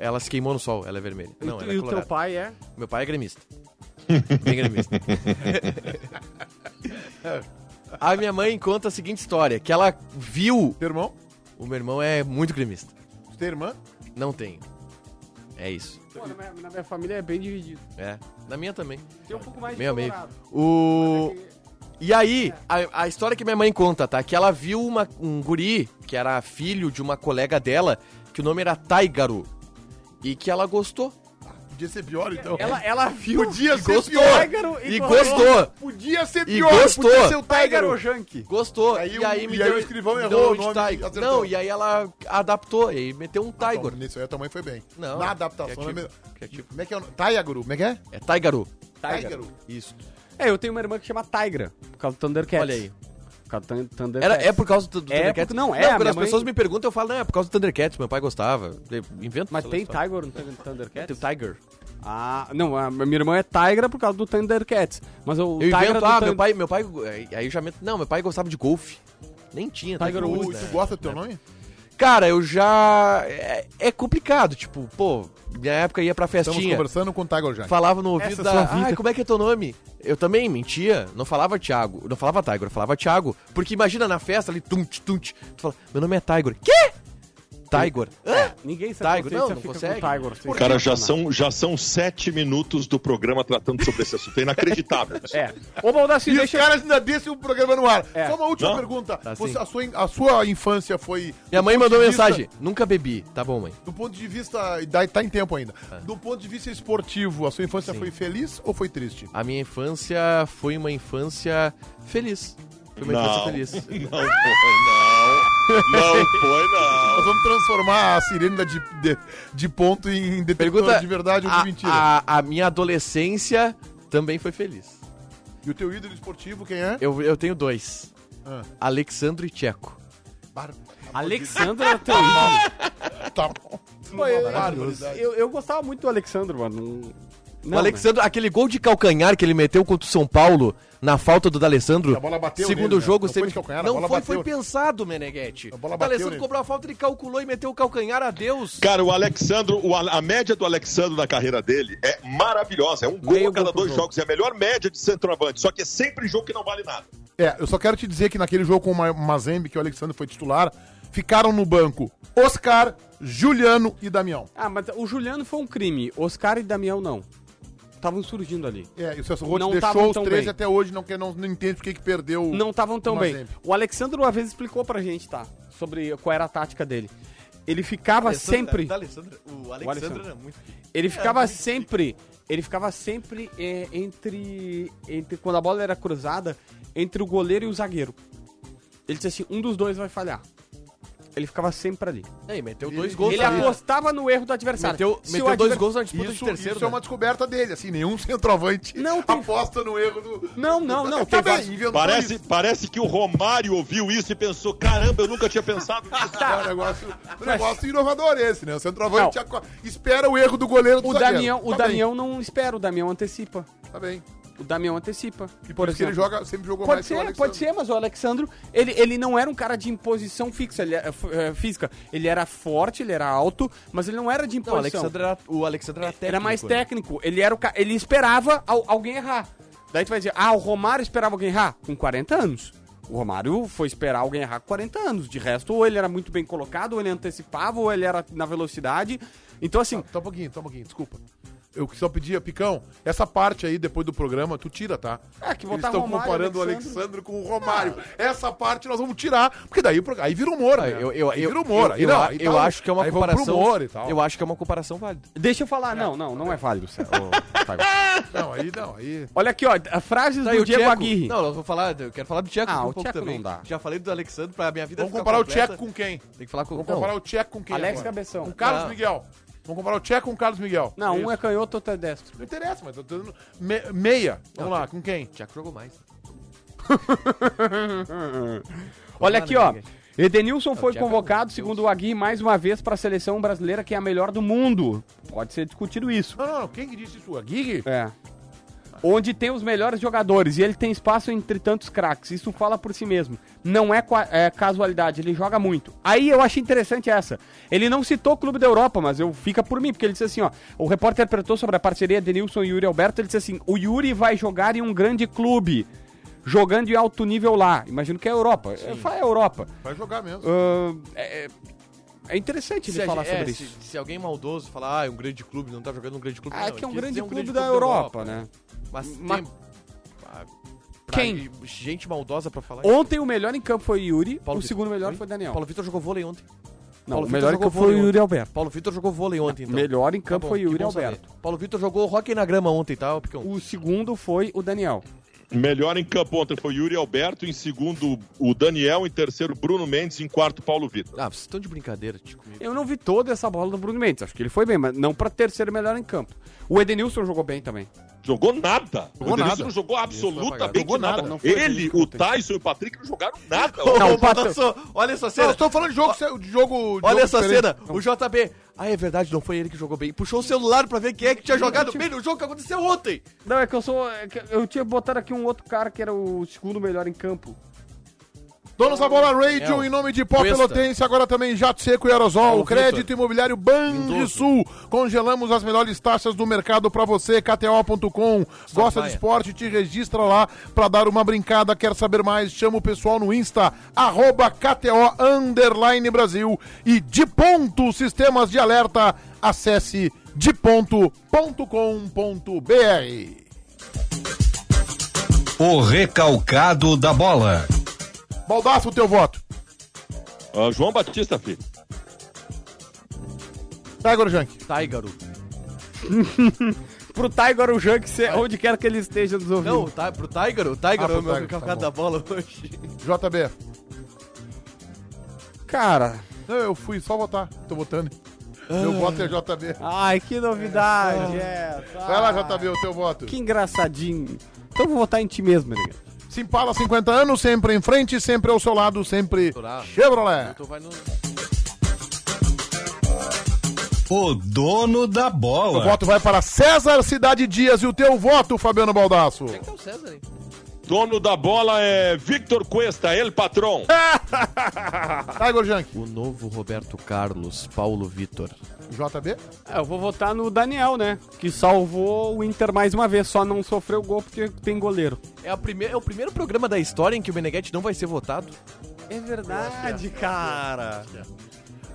[SPEAKER 3] Ela se queimou no sol, ela é vermelha. Não,
[SPEAKER 5] e
[SPEAKER 3] ela
[SPEAKER 5] tu-
[SPEAKER 3] é
[SPEAKER 5] e o teu
[SPEAKER 3] colorada.
[SPEAKER 5] pai é?
[SPEAKER 3] Meu pai é gremista. [laughs] Bem
[SPEAKER 5] [laughs]
[SPEAKER 3] gremista. a minha mãe conta a seguinte história, que ela viu...
[SPEAKER 2] Teu irmão?
[SPEAKER 3] O meu irmão é muito gremista.
[SPEAKER 2] Tu tem irmã?
[SPEAKER 3] Não tenho. É isso.
[SPEAKER 5] Pô, na minha, na minha família é bem dividido.
[SPEAKER 3] É. Na minha também.
[SPEAKER 5] Tem um pouco mais
[SPEAKER 3] Meio a meio.
[SPEAKER 5] colorado.
[SPEAKER 3] O... E aí, a, a história que minha mãe conta, tá? Que ela viu uma- um guri, que era filho de uma colega dela, que o nome era Taigaru. E que ela gostou.
[SPEAKER 2] Podia ser pior, então.
[SPEAKER 5] Ela, ela viu
[SPEAKER 2] Podia
[SPEAKER 5] e
[SPEAKER 2] ser
[SPEAKER 5] gostou.
[SPEAKER 2] pior.
[SPEAKER 5] Tiger
[SPEAKER 3] E
[SPEAKER 5] colorou.
[SPEAKER 3] gostou.
[SPEAKER 2] É. Podia ser
[SPEAKER 3] E
[SPEAKER 2] pior,
[SPEAKER 3] gostou.
[SPEAKER 2] podia ser o
[SPEAKER 5] Tiger
[SPEAKER 2] Tiger.
[SPEAKER 5] ou Junk?
[SPEAKER 3] Gostou.
[SPEAKER 2] Aí
[SPEAKER 3] e
[SPEAKER 2] o-
[SPEAKER 3] aí, me
[SPEAKER 2] e aí
[SPEAKER 3] deu-
[SPEAKER 2] o escrivão
[SPEAKER 3] me
[SPEAKER 2] errou
[SPEAKER 3] deu
[SPEAKER 2] o
[SPEAKER 3] um de
[SPEAKER 2] nome e
[SPEAKER 3] Tiger.
[SPEAKER 2] acertou.
[SPEAKER 3] Não, e aí ela adaptou. E aí meteu um Tiger.
[SPEAKER 2] Bom, Nisso aí a tua mãe foi bem.
[SPEAKER 3] Não.
[SPEAKER 2] Na adaptação...
[SPEAKER 3] Criativo,
[SPEAKER 2] né, meu?
[SPEAKER 3] criativo.
[SPEAKER 2] Como é que é o nome? Taigaru, como é que é?
[SPEAKER 3] É Taigaru.
[SPEAKER 2] Tiger.
[SPEAKER 3] Isso.
[SPEAKER 5] É, eu tenho uma irmã que chama Tigra, por causa do Thundercats.
[SPEAKER 3] Olha aí.
[SPEAKER 5] Por causa do Thun- Thundercats.
[SPEAKER 3] Era, é por causa do, do
[SPEAKER 5] É,
[SPEAKER 3] Thundercats?
[SPEAKER 5] porque- não, é, a
[SPEAKER 3] Quando
[SPEAKER 5] minha
[SPEAKER 3] as
[SPEAKER 5] mãe-
[SPEAKER 3] pessoas me perguntam, eu falo, não, é por causa do Thundercats. Meu pai gostava. Eu Invento.
[SPEAKER 5] Mas
[SPEAKER 3] sei lá,
[SPEAKER 5] tem
[SPEAKER 3] história.
[SPEAKER 5] Tiger no Thun- Thundercats? [laughs]
[SPEAKER 3] Tem o Tiger.
[SPEAKER 5] Ah, não, a minha irmã é Tigra por causa do Thundercats. Mas o
[SPEAKER 3] Eu invento,
[SPEAKER 5] do
[SPEAKER 3] ah,
[SPEAKER 5] Thun-
[SPEAKER 3] meu pai, meu pai, aí- aí eu já meto, não, meu pai gostava de golfe. Nem tinha,
[SPEAKER 5] Tiger
[SPEAKER 3] Woods,
[SPEAKER 2] Tu
[SPEAKER 5] Woods,
[SPEAKER 3] né?
[SPEAKER 2] gosta do teu nome?
[SPEAKER 3] Cara, eu já. É, é complicado, tipo, pô, minha época ia pra
[SPEAKER 2] Estamos
[SPEAKER 3] festinha.
[SPEAKER 2] conversando com o Tiger Jack.
[SPEAKER 3] Falava no ouvido
[SPEAKER 6] Essa
[SPEAKER 3] da.
[SPEAKER 6] sua vida.
[SPEAKER 3] Ai, como é que é teu nome? Eu também mentia, não falava Thiago, não falava Tiger, eu falava Thiago. Porque imagina na festa ali, tunt, tunt, tu fala, meu nome é Tiger. Quê? Tiger. Hã?
[SPEAKER 5] É, Ninguém sabe
[SPEAKER 3] Tiger, não, não consegue.
[SPEAKER 4] Cara, já são, já são sete minutos do programa tratando sobre esse assunto. É inacreditável. isso.
[SPEAKER 5] É. Ô, Baldassi,
[SPEAKER 2] E
[SPEAKER 5] deixa
[SPEAKER 2] os caras ainda deixam o programa no ar.
[SPEAKER 5] É.
[SPEAKER 2] Só uma última
[SPEAKER 4] Não?
[SPEAKER 2] pergunta.
[SPEAKER 3] Tá sim.
[SPEAKER 2] Você- a, sua, a sua infância foi.
[SPEAKER 3] Minha
[SPEAKER 2] do
[SPEAKER 3] mãe
[SPEAKER 2] ponto
[SPEAKER 3] mandou
[SPEAKER 2] de vista-
[SPEAKER 3] mensagem, nunca bebi. Tá bom, mãe.
[SPEAKER 2] Do ponto de vista. e daí Tá em tempo ainda.
[SPEAKER 3] É.
[SPEAKER 2] Do ponto de vista esportivo, a sua infância foi feliz ou foi triste?
[SPEAKER 3] A minha infância foi uma infância feliz. Foi uma infância
[SPEAKER 4] Não.
[SPEAKER 3] feliz.
[SPEAKER 4] Não foi, não. Não foi, não.
[SPEAKER 2] Nós vamos transformar a sirene de, de, de ponto em detector
[SPEAKER 3] Pergunta
[SPEAKER 2] de verdade ou de
[SPEAKER 3] a,
[SPEAKER 2] mentira.
[SPEAKER 3] A, a minha adolescência também foi feliz.
[SPEAKER 2] E o teu ídolo esportivo, quem é?
[SPEAKER 3] Eu, eu tenho dois.
[SPEAKER 2] Ah.
[SPEAKER 3] Alexandre e Tcheco.
[SPEAKER 2] Bar-
[SPEAKER 5] Alexandre é teu ídolo.
[SPEAKER 2] Tá.
[SPEAKER 5] Eu, eu gostava muito do Alexandre, mano. Não, né?
[SPEAKER 3] o Alexandre, aquele gol de calcanhar que ele meteu contra o São Paulo na falta do D'Alessandro.
[SPEAKER 2] A bola bateu
[SPEAKER 3] Segundo
[SPEAKER 2] nele, né?
[SPEAKER 3] jogo,
[SPEAKER 2] Não foi
[SPEAKER 3] semi-
[SPEAKER 2] de calcanhar, a
[SPEAKER 3] não
[SPEAKER 2] bola
[SPEAKER 3] foi,
[SPEAKER 2] bateu.
[SPEAKER 3] foi pensado, Meneghetti.
[SPEAKER 2] A
[SPEAKER 3] O
[SPEAKER 2] bola bateu
[SPEAKER 3] D'Alessandro
[SPEAKER 2] nele.
[SPEAKER 3] cobrou a falta, ele calculou e meteu o calcanhar. Adeus.
[SPEAKER 4] Cara, o Alexandro, o Al- a média do Alexandro na carreira dele é maravilhosa. É um gol
[SPEAKER 5] Meio
[SPEAKER 4] a cada
[SPEAKER 5] gol por
[SPEAKER 4] dois
[SPEAKER 5] jogo.
[SPEAKER 4] jogos. É a melhor média de centroavante. Só que é sempre jogo que não vale nada.
[SPEAKER 2] É, eu só quero te dizer que naquele jogo com o Ma- Mazembe, que o Alexandre foi titular, ficaram no banco Oscar, Juliano e Damião.
[SPEAKER 5] Ah, mas o Juliano foi um crime. Oscar e Damião não. Estavam surgindo ali.
[SPEAKER 2] É, e o Celso Roth
[SPEAKER 5] Não
[SPEAKER 2] deixou
[SPEAKER 5] tavam
[SPEAKER 2] os
[SPEAKER 5] tão
[SPEAKER 2] três
[SPEAKER 5] bem.
[SPEAKER 2] e até hoje não, quer- não, não entende por que que perdeu. o-
[SPEAKER 5] Não estavam tão
[SPEAKER 2] o
[SPEAKER 5] bem.
[SPEAKER 2] Mazembe.
[SPEAKER 5] O Alexandre uma vez explicou pra gente, tá? Sobre qual era a tática dele. Ele ficava sempre.
[SPEAKER 3] tá- D'Alessandro- o Alexandre
[SPEAKER 5] Alexandre.
[SPEAKER 3] era muito.
[SPEAKER 5] Ele ficava sempre, ele ficava sempre é, entre, entre quando a bola era cruzada entre o goleiro e o zagueiro. Ele disse assim, um dos dois vai falhar. Ele ficava sempre ali.
[SPEAKER 3] Aí, meteu dois gols
[SPEAKER 5] ele
[SPEAKER 3] ali.
[SPEAKER 5] apostava no erro do adversário.
[SPEAKER 3] Meteu,
[SPEAKER 5] Se o
[SPEAKER 3] meteu dois
[SPEAKER 5] adver-
[SPEAKER 3] gols na disputa de
[SPEAKER 2] Isso,
[SPEAKER 3] terceiro.
[SPEAKER 2] isso é
[SPEAKER 3] né?
[SPEAKER 2] uma descoberta dele, assim, nenhum [laughs] centroavante
[SPEAKER 5] Não tem-
[SPEAKER 2] aposta no erro do.
[SPEAKER 5] Não, não, não,
[SPEAKER 2] Tá
[SPEAKER 5] tem
[SPEAKER 2] bem,
[SPEAKER 5] vários-
[SPEAKER 2] inventou
[SPEAKER 4] Parece,
[SPEAKER 2] isso.
[SPEAKER 4] parece que o Romário ouviu isso e pensou: caramba, eu nunca tinha pensado nisso.
[SPEAKER 2] É um negócio, um negócio inovador esse, né? O centroavante
[SPEAKER 5] Não.
[SPEAKER 2] aco- espera o erro do goleiro do
[SPEAKER 5] O
[SPEAKER 2] zagueiro.
[SPEAKER 5] Damião, o
[SPEAKER 2] tá
[SPEAKER 5] Damião não espera, o Damião antecipa.
[SPEAKER 2] Bem, tá bem.
[SPEAKER 5] O Damião antecipa.
[SPEAKER 2] E por, isso que ele joga, sempre jogou
[SPEAKER 5] Pode
[SPEAKER 2] mais que o
[SPEAKER 5] ser,
[SPEAKER 2] Alexandre.
[SPEAKER 5] pode ser, mas o Alexandro, ele, ele não era um cara de imposição fixa, ele, é- f- é, física. Ele era forte, ele era alto, mas ele não era de
[SPEAKER 3] Não, o
[SPEAKER 5] imposição.
[SPEAKER 3] Alexandre era, o Alexandre era técnico.
[SPEAKER 5] era mais
[SPEAKER 3] né?
[SPEAKER 5] técnico. Ele era o ca... ele esperava al- alguém errar. Daí tu vai dizer, ah, o Romário esperava alguém errar com 40 anos. O Romário foi esperar alguém errar com 40 anos. De resto, ou ele era muito bem colocado, ou ele antecipava, ou ele era na velocidade. Então, assim,
[SPEAKER 2] Tá um pouquinho, tá um pouquinho, desculpa. Eu só pedia, Picão, essa parte aí depois do programa, tu tira, tá?
[SPEAKER 5] É, que
[SPEAKER 2] Eles
[SPEAKER 5] botar
[SPEAKER 2] estão
[SPEAKER 5] Romário,
[SPEAKER 2] comparando
[SPEAKER 5] Alexandre.
[SPEAKER 2] o Alexandre com o Romário. Essa parte nós vamos tirar, porque daí, o pro- aí vira humor,
[SPEAKER 3] Ah,
[SPEAKER 2] né?
[SPEAKER 3] Eu, eu,
[SPEAKER 2] aí
[SPEAKER 3] eu,
[SPEAKER 2] vira humor.
[SPEAKER 3] eu,
[SPEAKER 2] aí
[SPEAKER 3] eu,
[SPEAKER 2] não,
[SPEAKER 3] a-
[SPEAKER 2] aí
[SPEAKER 3] eu
[SPEAKER 2] tá-
[SPEAKER 3] acho que é uma
[SPEAKER 2] aí vamos pro
[SPEAKER 3] comparação.
[SPEAKER 2] humor e tal.
[SPEAKER 3] Eu acho que é uma comparação válida.
[SPEAKER 5] deixa eu falar. Não, não, não é válido. [laughs] Célio.
[SPEAKER 2] Não, aí não,
[SPEAKER 3] [laughs]
[SPEAKER 2] aí...
[SPEAKER 5] Olha aqui, ó, a- frases
[SPEAKER 3] Tá, e
[SPEAKER 5] do
[SPEAKER 3] o
[SPEAKER 5] Diego
[SPEAKER 3] Tcheco?
[SPEAKER 5] Aguirre.
[SPEAKER 3] Não, eu vou falar, eu quero falar do Tcheco
[SPEAKER 5] Ah,
[SPEAKER 3] aqui
[SPEAKER 5] o Tcheco não dá.
[SPEAKER 3] Já falei do Alexandre pra minha vida
[SPEAKER 2] Vamos
[SPEAKER 3] ficar
[SPEAKER 2] comparar o
[SPEAKER 3] completa.
[SPEAKER 2] Tcheco com quem?
[SPEAKER 3] Tem que falar com
[SPEAKER 2] Vamos
[SPEAKER 3] não,
[SPEAKER 2] comparar o Tcheco com quem
[SPEAKER 5] Alex
[SPEAKER 2] agora?
[SPEAKER 5] Cabeção.
[SPEAKER 2] Com Carlos
[SPEAKER 3] Não.
[SPEAKER 2] Miguel. Vamos comparar o Tcheco com o Carlos Miguel.
[SPEAKER 5] Não, um
[SPEAKER 2] Isso.
[SPEAKER 5] é canhoto, outro é destro.
[SPEAKER 2] Não interessa, mas eu tô dando... me- meia. Vamos lá, com quem?
[SPEAKER 3] O Tcheco jogou mais.
[SPEAKER 5] Olha aqui, ó.
[SPEAKER 3] né, gente?
[SPEAKER 5] Edenilson foi
[SPEAKER 3] Thiago,
[SPEAKER 5] convocado, segundo o Aguirre, mais uma vez para a seleção brasileira, que é a melhor do mundo. Pode ser discutido isso.
[SPEAKER 2] Não, não, não, quem que disse isso? Aguirre?
[SPEAKER 5] É. Onde tem os melhores jogadores e ele tem espaço entre tantos craques. Isso fala por si mesmo. Não é, qua- é casualidade, ele joga muito. Aí eu acho interessante essa. Ele não citou o Clube da Europa, mas eu fica por mim, porque ele disse assim: ó. O repórter apertou sobre a parceria de Nilson e Yuri Alberto. Ele disse assim: o Yuri vai jogar em um grande clube, jogando em alto nível lá. Imagino que é a Europa. É, Fala a Europa.
[SPEAKER 2] Vai jogar mesmo.
[SPEAKER 5] Ahn, é, é- é interessante ele
[SPEAKER 3] a
[SPEAKER 5] falar
[SPEAKER 3] gente- é,
[SPEAKER 5] sobre
[SPEAKER 3] se-
[SPEAKER 5] isso.
[SPEAKER 3] Se, alguém maldoso falar, ah, é um grande clube, não tá jogando um grande clube.
[SPEAKER 5] Ah, é
[SPEAKER 3] não,
[SPEAKER 5] que é um
[SPEAKER 3] ele quis
[SPEAKER 5] grande
[SPEAKER 3] dizer
[SPEAKER 5] clube da Europa, né?
[SPEAKER 3] Mas
[SPEAKER 5] Ma-
[SPEAKER 3] tem... ah, pra-
[SPEAKER 5] Quem?
[SPEAKER 3] Gente maldosa pra falar.
[SPEAKER 5] Ontem o melhor em campo foi Yuri,
[SPEAKER 3] Paulo
[SPEAKER 5] o
[SPEAKER 3] Vitor.
[SPEAKER 5] segundo melhor
[SPEAKER 3] Oi?
[SPEAKER 5] foi Daniel.
[SPEAKER 3] Paulo Vitor jogou vôlei ontem.
[SPEAKER 5] Não,
[SPEAKER 3] Paulo
[SPEAKER 5] o
[SPEAKER 3] Vitor
[SPEAKER 5] melhor em
[SPEAKER 3] jogou
[SPEAKER 5] campo foi o
[SPEAKER 3] vôlei
[SPEAKER 5] Yuri Alberto.
[SPEAKER 3] Paulo Vitor jogou vôlei ontem, então.
[SPEAKER 5] melhor em
[SPEAKER 3] Tá
[SPEAKER 5] campo
[SPEAKER 3] bom,
[SPEAKER 5] foi
[SPEAKER 3] que
[SPEAKER 5] o Yuri
[SPEAKER 3] bom saber.
[SPEAKER 5] Alberto.
[SPEAKER 3] Paulo Vitor jogou rock na grama ontem, tá, Picão?
[SPEAKER 5] O segundo foi o Daniel.
[SPEAKER 4] Melhor em campo ontem foi Yuri Alberto, em segundo o Daniel, em terceiro Bruno Mendes, em quarto Paulo Vitor.
[SPEAKER 3] Ah, vocês estão de brincadeira, tipo, Tico. comigo.
[SPEAKER 5] Eu não vi toda essa bola do Bruno Mendes. Acho que ele foi bem, mas não pra terceiro melhor em campo. O Edenilson jogou bem também.
[SPEAKER 4] Jogou nada.
[SPEAKER 2] Jogou
[SPEAKER 4] o Denilson
[SPEAKER 2] nada.
[SPEAKER 4] não jogou absolutamente
[SPEAKER 3] apagado.
[SPEAKER 2] Jogou
[SPEAKER 4] nada.
[SPEAKER 2] nada, não
[SPEAKER 5] foi
[SPEAKER 4] Ele, o Tyson e o Patrick não jogaram nada. Ó,
[SPEAKER 3] [laughs]
[SPEAKER 5] Não, o
[SPEAKER 3] Bota
[SPEAKER 5] Pato-
[SPEAKER 3] só- Olha essa
[SPEAKER 2] Não,
[SPEAKER 3] cena.
[SPEAKER 2] eu tô falando de jogo, de jogo de
[SPEAKER 3] Olha
[SPEAKER 2] jogo
[SPEAKER 3] essa
[SPEAKER 2] diferente.
[SPEAKER 3] cena, o JB. Ah, é verdade, não foi ele que jogou bem. Puxou o celular pra ver quem é que tinha jogado bem no jogo que aconteceu ontem.
[SPEAKER 5] Não, é que eu sou. é que eu tinha botado aqui um outro cara que era o segundo melhor em campo.
[SPEAKER 2] Donos da Bola Radio,
[SPEAKER 3] É,
[SPEAKER 2] em nome de Pó
[SPEAKER 3] Cuesta.
[SPEAKER 2] Pelotense, agora também Jato Seco e Aerosol,
[SPEAKER 3] o
[SPEAKER 2] Crédito
[SPEAKER 3] Vitor.
[SPEAKER 2] Imobiliário Banrisul. Congelamos as melhores taxas do mercado pra você, KTO.com. Gosta de
[SPEAKER 3] Sampaio.
[SPEAKER 2] esporte? Te registra lá pra dar uma brincada. Quer saber mais? Chama o pessoal no Insta, arroba KTO Underline Brasil. E de ponto, sistemas de alerta, acesse de ponto.com.br.
[SPEAKER 1] O recalcado da bola.
[SPEAKER 2] Baldaço, o teu voto.
[SPEAKER 4] Ah, João Batista, filho.
[SPEAKER 2] Tiger Junk.
[SPEAKER 3] Taigaro.
[SPEAKER 5] Pro Tiger o Junk, cê- onde quer que ele esteja nos ouvindo.
[SPEAKER 3] Não, tá, pro Taigaro. O Taigaro
[SPEAKER 2] Ah,
[SPEAKER 3] é
[SPEAKER 2] pro
[SPEAKER 3] o meu
[SPEAKER 2] Taigaro, tá bom.
[SPEAKER 3] recalcado da bola hoje.
[SPEAKER 2] JB.
[SPEAKER 5] Cara,
[SPEAKER 2] Não, eu fui só votar. Tô votando. Meu voto é JB.
[SPEAKER 5] ai, que novidade, é. tá.
[SPEAKER 2] Vai lá, JB, o teu voto.
[SPEAKER 5] Que engraçadinho. Então eu vou votar em ti mesmo, nega.
[SPEAKER 2] Simpala 50 anos, sempre em frente, sempre ao seu lado, sempre
[SPEAKER 3] Doutorado.
[SPEAKER 2] Chevrolet.
[SPEAKER 3] Então vai no...
[SPEAKER 1] O dono da
[SPEAKER 2] O
[SPEAKER 1] bola.
[SPEAKER 2] voto vai para César Cidade Dias e o teu voto, Fabiano Baldasso.
[SPEAKER 3] Então, César, hein?
[SPEAKER 4] Dono da bola é Victor Cuesta, ele patrão.
[SPEAKER 2] Tiger Junk.
[SPEAKER 3] O novo Roberto Carlos, Paulo Vitor.
[SPEAKER 2] JB.
[SPEAKER 5] É, eu vou votar no Daniel, né? Que salvou o Inter mais uma vez, só não sofreu gol porque tem goleiro.
[SPEAKER 3] É, a primeira, é o primeiro programa da história em que o Meneghete não vai ser votado.
[SPEAKER 5] É verdade, cara.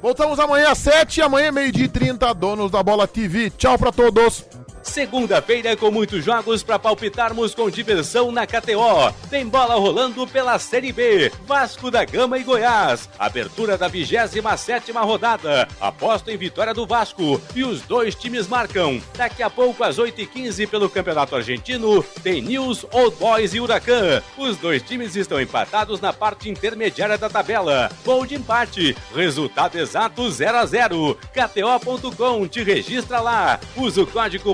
[SPEAKER 2] Voltamos amanhã às 7, amanhã meio-dia e 30, donos da bola TV. Tchau pra todos.
[SPEAKER 7] Segunda-feira é com muitos jogos para palpitarmos com diversão na KTO. Tem bola rolando pela Série B, Vasco da Gama e Goiás. Abertura da 27ª rodada. Aposta em vitória do Vasco e os dois times marcam. Daqui a pouco às 8h15 pelo Campeonato Argentino, tem News, Old Boys e Huracan. Os dois times estão empatados na parte intermediária da tabela. Gol de empate, resultado exato 0 a 0. KTO.com te registra lá. Usa o código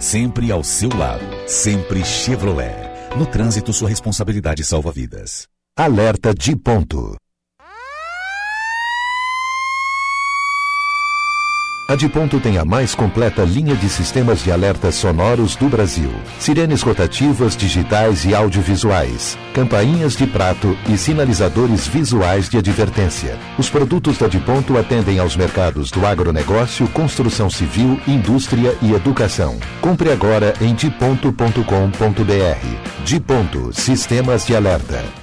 [SPEAKER 8] sempre ao seu lado, sempre Chevrolet. No trânsito, sua responsabilidade salva vidas. Alerta de ponto.
[SPEAKER 9] A de ponto tem a mais completa linha de sistemas de alertas sonoros do Brasil. Sirenes rotativas, digitais e audiovisuais. Campainhas de prato e sinalizadores visuais de advertência. Os produtos da de ponto atendem aos mercados do agronegócio, construção civil, indústria e educação. Compre agora em diponto.com.br. De ponto, sistemas de alerta.